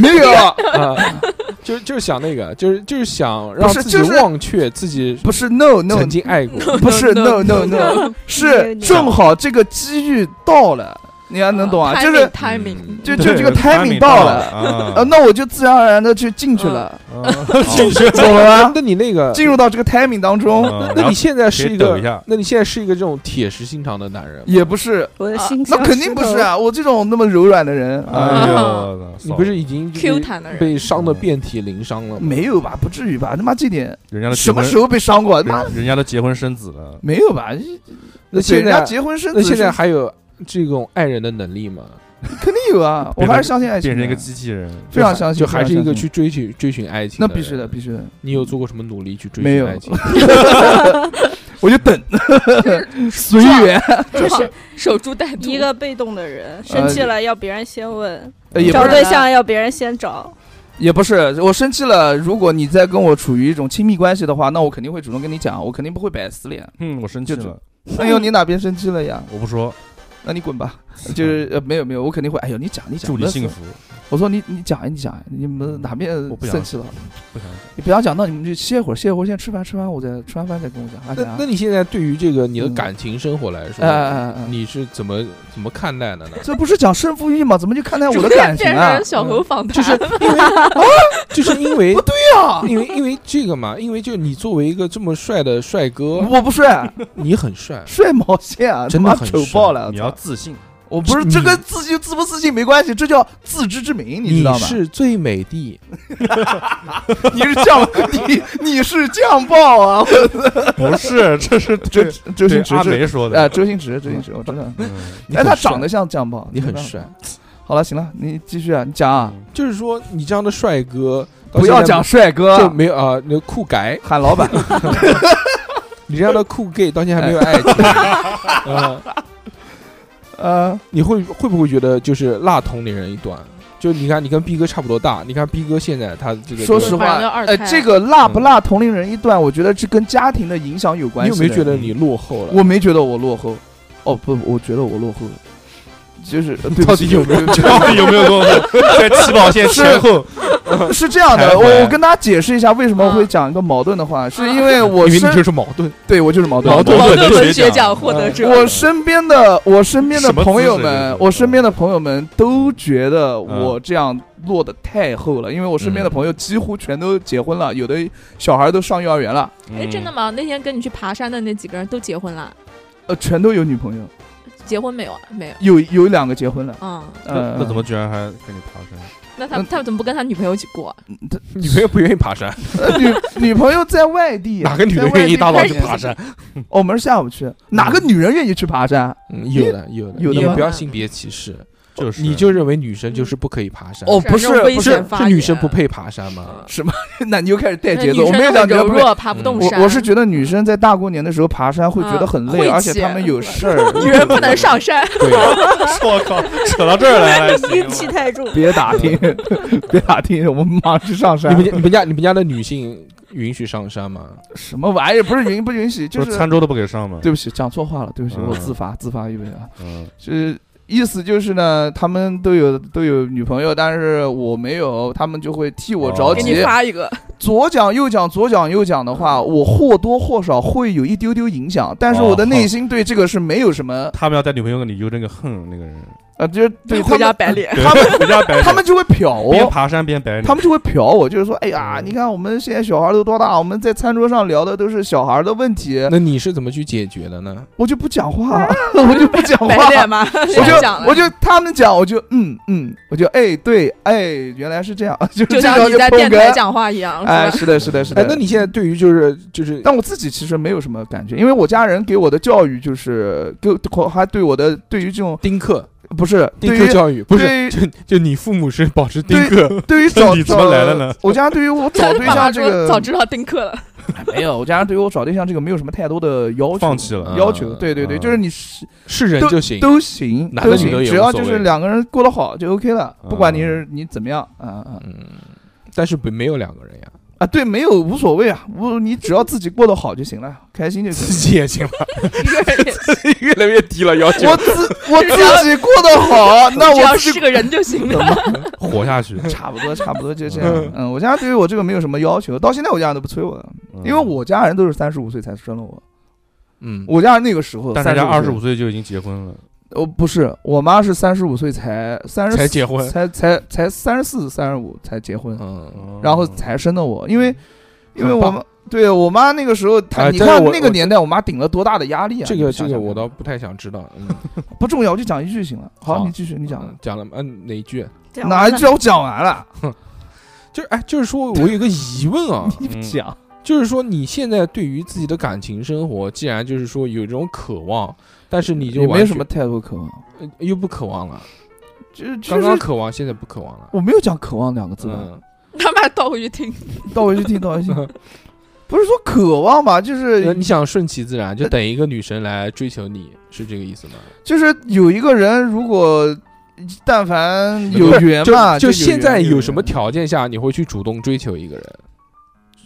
没有，
啊， <laughs> 就是就是想那个，就是就是想让
不是
自己
就是
忘却自己
不是，no no，
曾经爱过。
不是 no no no，
no，
是正好这个机遇到了，你还能懂
呃
啊？就是
timing，
<laughs> 就
哦对
就这个 timing
到
到了
啊
呃，那我就自然而然的就进去了，
啊
<laughs>
好
懂
<laughs>
了吗？
那你那个，
进入到这个 timing 当中，
嗯
那你现在是一
可以抖
个
一下，
那你现在是一个这种铁石心肠的男人吗，
也不是，
我的
啊
心
那
像
肯定
石
不是
头。
啊，我这种那么柔软的人 <laughs> 啊，
哎呦
啊
我操
你不是已经就是
Q 弹的人，
被伤的
嗯
遍体鳞伤了吗？
没有吧？不至于吧？他妈这点
人家都结
什么
婚
时候被伤过？他妈
<laughs> 人人家都结婚生子了，
没有吧？
那
对
现
人家
在
结婚生
那
子，
现在还有这种爱人的能力吗？
肯定有啊，我
变成
还是相信爱情
变
的，
成一个机器人。
非常啊相信，
就还
非
是
常
一个
相信
去追寻追寻爱情。
那必须的，必须的。
你有做过什么努力去追
没
寻
有 <laughs>
爱情？
我就等，
<laughs>
随缘。
正好守株待兔，
一个被动的人，生气了要别人先问，
呃也不
找
是，
对象要别人先找。
也不是。我生气了，如果你再跟我处于一种亲密关系的话，那我肯定会主动跟你讲，我肯定不会摆死脸。
嗯，我生气
就
了，
哎呦，你哪边生气了呀？
我不说，
那你滚吧。
<laughs>
就是呃，没有没有，我肯定会。哎呦，你讲你讲，
祝你
闷死
幸
我。
福，
我说你你讲呀你讲呀，你们哪边
嗯我不想
生气了？
不想讲。
你不要讲，那你们就歇会儿，歇会儿，先吃饭，吃完我再吃完饭再跟我讲。哎
那那你现在对于这个你的
嗯
感情生活来
哎哎
说，
哎哎，
你是怎么怎么看待的呢？
这不是讲胜负欲吗？怎么就看待我的感情
变
啊？
成小猴访谈，
就是因为就是因为
<laughs> 不对啊！
因为因为这个嘛，因为就你作为一个这么帅的帅哥，
我不帅，
你很
<laughs>
帅，
帅毛线啊！
真的
他妈
很
丑
帅
爆了！
你
我
要
操
自信，
我不是
你
这跟自信自不自信没关系，这叫自知之明，知道吗？
是最美的。
你是酱，你你是酱爆啊！我
不是， <laughs> 这是
周
对
周星
对
驰
阿
是
梅说
啊，
的。嗯
周星驰，周星驰，我知道。
嗯你
哎，
很
他
帅
长得像酱爆，
你很
没办法
帅。
好了，行了，你继续啊，你讲啊，
就是说你这样的帅哥，到
不要
现在
讲帅
就
哥，
没有啊，那酷改，
喊
<laughs>
老板。
你这样的酷 gay 到现在还没有
<laughs>
爱情，啊，
呃，
你会会不会觉得就是辣同龄人一段？就你看，你跟逼哥差不多大，你看逼哥现在他这个，
说实话
马上就，二胎
呃，
了
这个辣不辣同龄人一段，我觉得是跟家庭的影响有关
你
系。
有没有觉得你落后了？
我没觉得我落后，哦不，我觉得我落后了，就是呃对
到
不
底
起
有没有？
<laughs>
到底有没有落后？ <laughs> 在起跑线前后，
哦是这样的，
徘徊
我我跟大家解释一下为什么我会讲一个矛盾的话，是因为我
因为你
身
就是矛盾，呃
对我就是矛盾，
矛盾
矛盾
文
文
学
学
奖
奖获得者，
我身边的我身边的
什么姿势
朋友
这
们
是，
我身边的朋友们都觉得我这样落得太后了，因为我身边的朋友几乎全都结婚了，有的小孩都上幼儿园了，
嗯
哎，真的吗？那天跟你去爬山的那几个人都结婚了，
呃，全都有女朋友，
结婚没有啊？没有。
有有两个结婚了，
嗯，
那
呃，
那怎么居然还跟你爬山？
那他他怎么不跟他女朋友一起过？
女朋友不愿意爬山，
呃女女朋友在外地？啊
哪个女的
在外
愿意
地
一大早
看
去
见
爬山？
哦，我们是下午去，哪个女人愿意去爬山？
嗯，有的，有的，
有的
你也
吗
不要性别歧视，
就是
你
<laughs>
就认为女生就是不可以爬山？啊
哦，
这
不是
种危
不
险
是，
发
是
言
女生不配爬山吗？
什么？ <laughs> 那你又开始带
那
节
女
奏，我
生
没有
那么
讲你要
柔
不会。
弱，爬不动山。
我我是觉得女生在大过年的时候爬山会觉得很累，
嗯
而且
晦气
她
<laughs>
们有事儿，
女人不能上山，
对，
<laughs>
我靠，扯到这儿来了，
阴气太
<laughs>
重。
别打
<laughs>
听，别打听，我们马上去上
你
山
们。家你们家你们家的女性允许上山吗？
什么玩意儿？哎不是允不允许？就
就是
是
餐桌都不给上嘛。
对不起，讲错话了，对不起，
嗯
我自罚自罚一杯啊。
嗯，
就是意思就是呢，他们都有都有女朋友，但是我没有，他们就会替我着
哦
给
急
你。发一个。
左讲右讲，左讲右讲的
嗯
话，我或多或少会有一丢丢影响，但是我的
哦
内心对这个是没有什么
他们要带女朋友跟你就那个恨那个人，
呃，就是对
回
他
家
们
摆脸。
他们
回家摆
他们就会瞟
边
我，
爬山边摆脸，
哦他们就会瞟我，就是说，哎呀，
嗯
你看我们现在小孩都多大，我们在餐桌上聊的都是小孩的问题，
那你是怎么去解决的呢？
我就不讲
<laughs>
话，我就不讲
白脸
话。
吗？
我
我
就我就他们讲，我就嗯嗯，我就哎对哎，原来是这样，就
就
这样
像你
就
在
碰
电台
个，
讲话一样，
哎，
是吧？
是的，是的，是的。
哎，那你现在对于就是就是
但我自己其实没有什么感觉，因为我家人给我的教育就是给我还对我的对于这种
丁克
不是
丁
对
克
于
教育不是？
对于
就就你父母是保持丁克，
对于找
你怎
找
么来了呢？
我家对于我找对
爸爸
象这
说 <laughs>
个
早知道丁克了，
没有，我家人对于我找对象这个没有什么太多的要求，
放弃了
要求。
嗯
对对对，
嗯
就是你是
是人就行。
都行，
男的
都
女的
行，
也
只
无
要
所
就
谓
是两个人过得好就 OK 了，不管你
嗯
是你怎么样，啊啊
嗯，但是不没有两个人呀， <laughs>
啊，对，没有无所谓啊，无你只要自己过得好就行了，开心就
自 <laughs>
行。
己也行吧，
一个
<laughs>
人也
越来越低了要求
我。自我自己过
<laughs>
得好，那
只要
我自
是
己
个人就行了。
活下
<laughs>
去，
差不多差不多就这
嗯
样。嗯，我家对于我这个没有什么要求，到现在我家人都不催我，
嗯
因为我家人都是三十五岁才生了我，
嗯，
我家人那个时候
但是人家二十
35
五岁就已经结婚了，
哦，不是，我妈是三十五岁才三十
才结婚
才才才三十四、三十五才结婚，
嗯，
然后才生的我。因为因为
很
我
棒
妈对我妈那个时候，她、
哎
你
但是
看
我
那个
我
年代，我妈顶了多大的压力啊！
这
你
个
想
这个
想
我
看
倒不太想知道。嗯，
不重要，我就讲一句行了。好，
好
你继续，你讲吧
嗯。讲了吗嗯哪一句？
讲
哪
完
一
了
句我讲完了？
就是哎，就是说我有一个疑问啊，
你不讲，
就是说，你现在对于自己的感情生活，既然就是说有这种渴望，但是你就
也
完
没
全
什么太多渴望，
呃又不渴望了。
就就
刚刚
是
渴望，现在不渴望了。
我没有讲渴望两个字吧？
嗯，
他妈倒回去听，
倒回
<laughs>
去听，倒回去听。不是说渴望吧，就
呃
是
你想顺其自
呃
然，就等一个女神来追求你，是这个意思吗？
就是有一个人，如果但凡有
不是
缘
就
嘛，
就
有
现
缘
在
有
有什么
缘
条件下你会去主动追求一个人？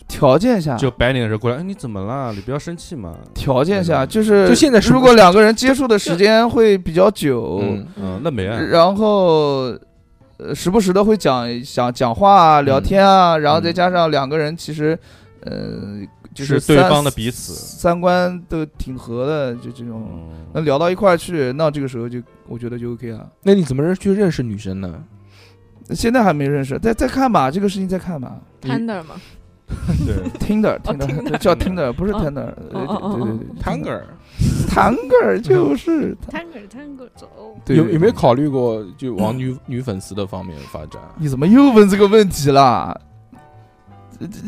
条件下，
就白领的时候过来，哎，你怎么啦？你不要生气嘛。
条件下
对
就是
就现在是不
如果两个人接触的时间会比较久，
嗯
嗯，那没啊。
然后呃时不时的会讲想讲话啊、聊天啊，
嗯
然后再加上两个人其实呃就是
是对
三
方的彼此
三观都挺合的，就这种能
嗯，
聊到一块儿去，那这个时候就我觉得就 OK 了。
那你怎么去认识女生呢？
现在还没认识，再再看吧，这个事情再看吧。
Tender 嘛，
对，
Tinder
哦
Tinder
，Tinder
叫 Tinder 不是
哦
Tinder，呃
哦哦
对对
哦
对对
探儿，
Tinder 就是
探个探个走，
对
嗯有有没有考虑过就往女女粉丝的方面发展？
你怎么又问这个问题啦？这这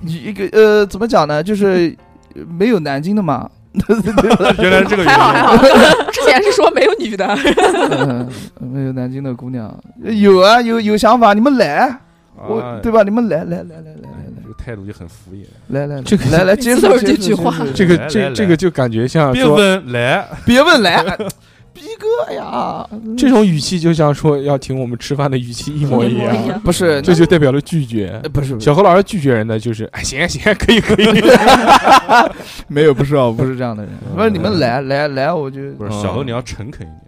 你一个呃，怎么讲呢？就是呃没有南京的嘛。
原来是这个原
还好还
因。
好，之前是说没有女的，
嗯没有南京的姑娘，呃有啊，有有想法，你们来，我
哎
对吧？你们来来来来
哎这
来
个态度就很敷衍。
来来来来，
这个
来
每
来
次
接
都
受
是
接
这句
受接
话
受
这个
来
这
来
这个就感觉像
别
说
问来，
别问来， <laughs> 逼哥呀，
这种语气就像说要请我们吃饭的语气一模一
一模一
样，
样
<laughs> 不是
这就代表了拒绝
呃。不是不是
小何老师拒绝人的就是哎行行可以 <laughs> 可以，
没有不是啊，我不是这样的人，
嗯
不是你们来来来，我就
不是
嗯
小何，你要诚恳一点。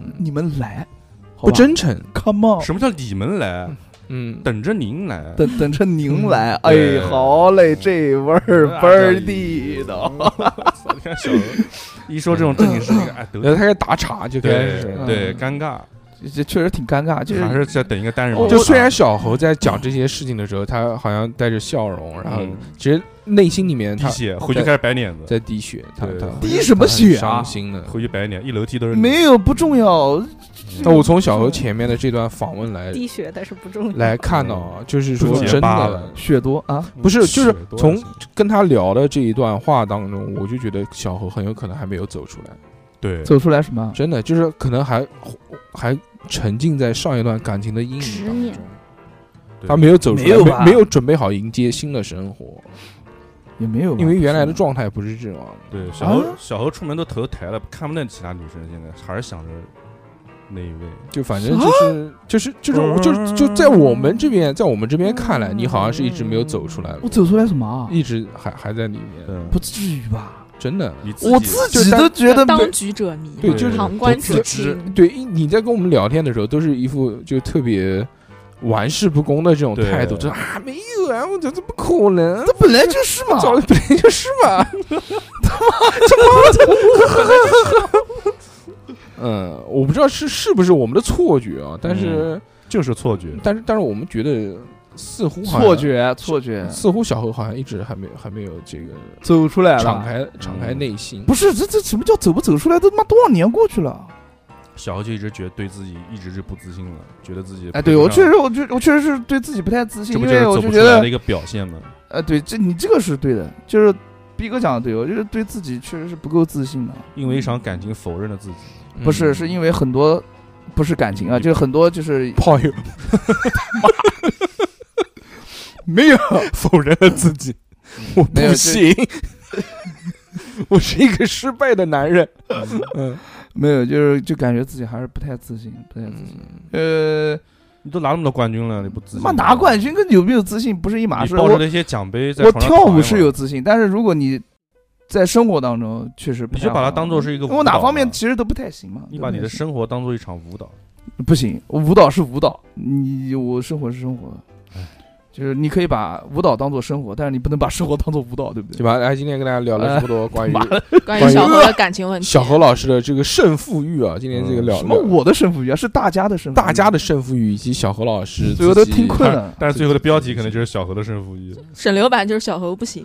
嗯 <laughs> 你们来，好
不
吧
真诚。
come on，
什么叫你们来？
嗯，
等着您来。
哦等等着您来，
嗯
哎，
对
好嘞，这味儿倍儿地道。
操嗯 <laughs> 你看小何，一说这种正经事情，哎，都
然后他开始打岔就开
对
始。
对
嗯
尴尬，
这确实挺尴尬，就是
还是在等一个单人
我
帮
就
忙。
虽然小猴在讲这些事情的时候，他好像带着笑容，然后
嗯
其实内心里面
滴
他
血，回去开始摆脸子，
在滴血，他
对
他
滴什么血啊
他很伤心的。
回去摆脸，一楼梯都是你
没有不重要。
但我从小猴前面的这段访问来
滴血但是不重要。
来看到啊，就是说
结
真
巴
的
了，
血多啊，
不是就是
血多
从
少钱
跟他聊的这一段话当中，我就觉得小猴很有可能还没有走出来，
对
走出来什么？
真的就是可能还还沉浸在上一段感情的阴
执
影当
念
中，
对
他没有走出
没有
来，
吧
没没有准备好迎接新的生活，
也没有吧，啊
因为原来的
不是
状态不是这样的。
对，小何
啊
小何出门都头抬了，看不见其他女生，现在还是想着那一位。
就反正就是就是这种就是就在我们这边，在我们这边看来，你好像是一直没有走出来的
我，走出来什么啊？
一直还还在里面，
嗯
不至于吧？
真的。
你自己
我自
就
己
是
都觉得
当
没
局者迷，
对，
嗯
对
就是
旁观
就
者
就
清。
对，一你在跟我们聊天的时候，都是一副就特别玩世不恭的这种态度，就
对
是啊没有啊，我觉得不可
<laughs>
能，
这本来就是嘛，
早本来就是
<laughs>
嘛，他妈他妈的， <laughs> 嗯，我不知道是是不是我们的错觉啊，但是、
就是错觉，
但是但是我们觉得似乎好像
嗯错，觉错觉，
似乎小何好像一直还没有还没有这个
走出来
敞
了。嗯
开敞开内心，
不是这这什么叫走不走出来？都他妈多少年过去了？
小何就一直觉得对自己一直是不自信了，觉得自己
哎，对我确
确
实，我确我确实是对自己不太自信，
这
因
不就是
为我
走
就
不
觉
出来
得
的一个表现吗？
呃，对，这你这个是对的，就是逼哥讲的对，我就是对自己确实是不够自信的，
因为一场感情否认了自己，
不是，是因
为
为很多不是感情啊，
你
就是很多就是
炮友 <laughs>
没有
否认了自己，我
嗯没有
不
这
行， <laughs> 我是一个失败的男人。嗯
没有，就是就感觉自己还是不太自信，不太自信。
嗯
呃，
你都拿那么多冠军了，你不自信？
妈拿冠军跟有没有自信不是一码
你
事。
抱着
我
那些奖杯在
我
床上
跳
躺
舞
一
是
会儿
有，自信，但是如果你在生活当中确实不
你
太
就把它
好
当做是一个舞蹈
我哪方面
嘛
其实都不太行嘛。
你
都
把
不
你
太
的
行
生活当做一场舞蹈，
不行，舞蹈是舞蹈，你我生活是生活
哎，
就是你可以把舞蹈当做生活，但是你不能把生活当做舞蹈，对不
对
对？
吧？来，今天跟大家聊了这么多关于
妈
关于小何的感情问题，
小何老师的这个胜负欲啊，今天这个聊
嗯什么
聊
我的胜负欲啊，是大家的胜负欲，
大家的胜负欲以及小何老师，
所以我都听困了。
但是最后的标题可能就是小何的胜负欲，
沈流版就是小何不行，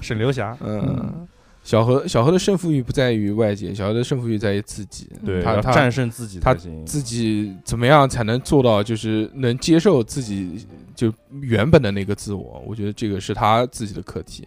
沈流霞，
嗯，小何小何的胜负欲不在于外界，小何的胜负欲在于自己，
对，
他
要
他
战胜自己
他
才行。
自己怎么样才能做到，就是能接受自己就原本的那个自我？我觉得这个是他自己的课题，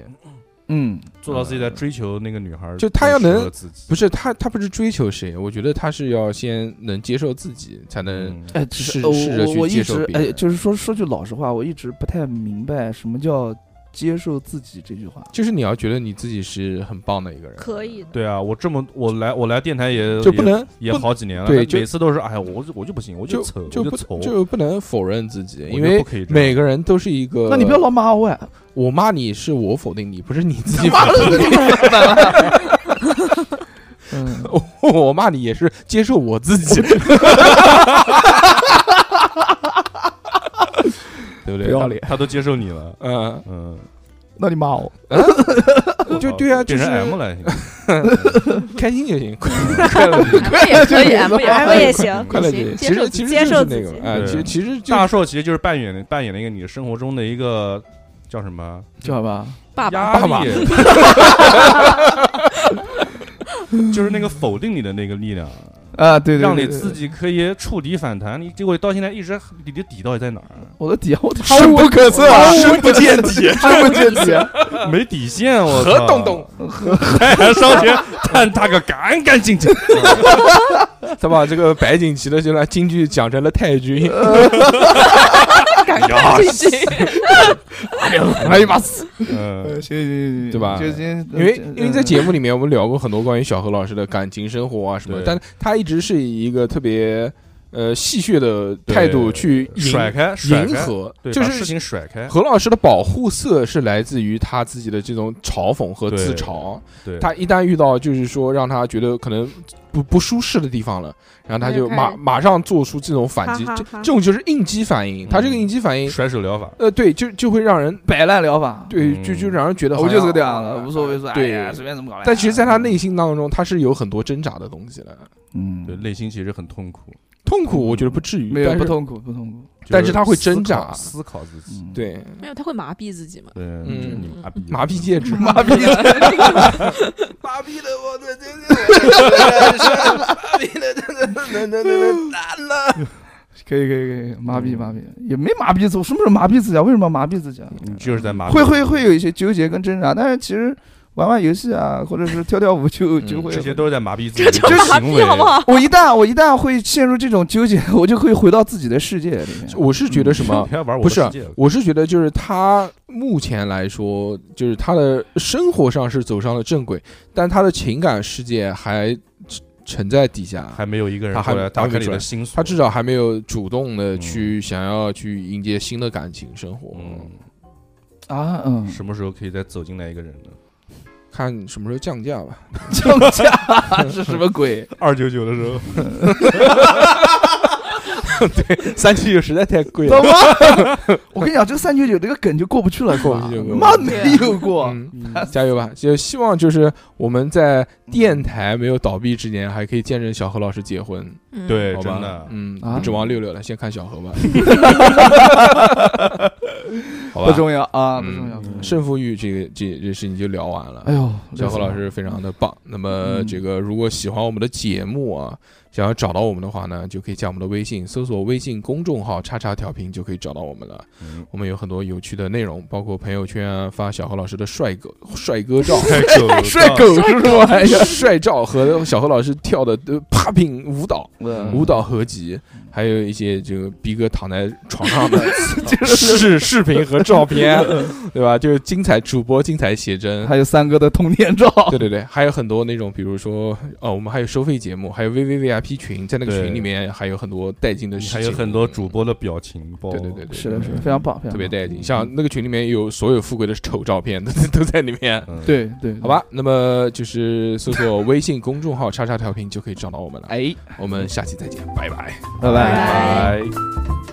嗯，
做到自己在追求那个女孩儿，
就他要能
适合自己
不是他他不是追求谁，我觉得他是要先能接受自己，才能
嗯，
哎，其实
试
呃
试着
我
去
我
接
一
受
直
别
哎，
人
就是说说句老实话，我一直不太明白什么叫接受自己这句话。
就是你要觉得你自己是很棒的一个人，
<laughs>
可以的。
对啊，我这么我来我来电台也
就不能
也也
不
好几年了，
对
但
就
每次都是哎呀，我就我就不行，我
就
丑，我
就不
丑，
就不能否认自己，
我
因
觉得
为
不可以这样
每个人都是一个。
那你不要老骂
<laughs>
我呀！哎
我骂你是我否定你，不是你自己。 <laughs>
骂了你嗯，
我骂你也是接受我自
<laughs>
己，对不对？
不要脸
他都接受你了，
嗯，
嗯，
那你骂我，
就对啊，就
变
是
成 M 了，现在
开心就行，
M 也可以，M 也
安
可
慰
以。
<laughs>
也行，
快乐就行。
行
其
接受
实
自
其实
接
就是
受
那个哎，其实其实 <laughs> 就
嗯对大硕
自己
其实就是扮演扮演了一个你生活中的一个叫什么
知道吧？
爸爸，
压
爸
力，
<laughs>
就是那个否定你的那个力量，
啊，对对，
让
对
你
对
自己可以触底反弹。你结果到现在一直你的底到底在哪儿？
我的底啊，我的
深不可测啊
深不见底，深不见底。
没底线，我
呃
哎
何
操
东东，
<laughs> 太阳烧钱，看他个干干
<laughs>
净净。
<laughs> 他把这个白景琦的这段京剧讲成了太
<laughs>
君，
哎呀妈死！
嗯，
呃
行行行行，
对吧
就今天，
因为因为在节目里面我们聊过很多关于小何老师的感情生活啊什么的，
对
但他一直是以一个特别呃戏谑的态度
对
去迎
甩开，甩
迎
开，
合，
对，
就
把事
是
情甩开。
何老师的保护色是来自于他自己的这种嘲讽和自
对
嘲。
对，
他一旦遇到就是说让他觉得可能不不舒适的地方了，然后他就
他就
马
开始
马上做出这种反击，
哈哈
这
哈
这种就是应激反
嗯
应。他这个应激反应，
甩手疗法，
呃，对，就就会让人
摆烂疗法，
对
嗯
就就让人觉得
我
好像
哦就是个这样的，无所谓，说哎
对
呀，随便怎么搞吧。
但其实，在他内心当中，他是有很多挣扎的东西的。
嗯
对，内心其实很痛苦，
痛苦，我觉得不至于，
没有
但
不
是
痛苦，不痛苦。
就
但是他会
思
挣
考
扎
思考自己。
嗯，
对
没有，他会麻痹自己嘛？
对，
嗯
就是你
麻
麻痹
痹戒
<laughs>
指，
麻痹了，麻痹了，我的这这，麻痹了，这这这这这难了。 <laughs> 可以可以可以，麻
嗯
痹麻痹也没麻痹自我，什么时候麻痹自己啊？为什么麻痹自己啊？
嗯
你就是在麻痹。
会会会有一些纠结跟挣扎，但是其实玩玩游戏啊，或者是跳跳舞就
嗯
就会。
这些都是在麻痹自己
这
的
叫麻
行
<laughs>
为
痹，好不好？
我一旦我一旦会陷入这种纠结， <laughs> 我就会回到自己的世界里面。
我是觉得什么
不？要玩我
不
的
是
世界，
我是觉得就是他目前来说，就是他的生活上是走上了正轨，但他的情感世界还沉沉在底下。
还没有一个
他
人
还
过来打
还没
开你
出来
的心锁。
他至少还没有主动的去想要去迎接新的感情生活，
嗯，
啊，嗯，
什么时候可以再走进来一个人呢？
看什么时候降价吧。
降价是什么鬼？
二九九的时候，
<laughs> 三七九实在太贵
怎
了，
么？我跟你讲，这个三九九这个梗就过不去了，
过不去
是
就
吧
过不去
妈没有过。
嗯，加油吧！就希望就是我们在电台没有倒闭之前，还可以见证小何老师结婚，
嗯，
对，
好
真
吧
的？，
嗯，
啊
不指望六六了，先看小何 <laughs> 吧。
好
不
吧。
重要啊，不
嗯
重要。不重要
胜负欲这个这这事情就聊完了。
哎呦，
小何老师非常的棒。那么
嗯
这个如果喜欢我们的节目啊，想要找到我们的话呢，就可以加我们的微信，搜索微信公众号“叉叉调频”就可以找到我们了。
嗯
我们有很多有趣的内容，包括朋友圈啊发小何老师的帅哥帅哥
<laughs>
照。哎
太帅狗是什么玩意儿？
帅照和小何老师跳的呃 popping 舞蹈，
嗯
舞蹈合集，还有一些这个逼哥躺在床上
<laughs>
的
就是
视视频和照片，
啊
对吧？就是精彩主播精彩写真，
还有三哥的童年照，
<laughs> 对对对，还有很多那种，比如说哦，我们还有收费节目，还有 VVVIP 群，在那个
对
群里面还有很多带劲的事情，
还有很多主播的表情包，
对对对对，
是的，是的，
对
非常棒，非常棒
特别带劲。像那个群里面有所有富贵的丑照片都都在里面。
嗯，
对对，
好，吧，那么就是搜索微信公众号“叉叉调频”就可以找到我们了。
哎，
我们下期再见，拜拜。
拜
拜
拜。
拜。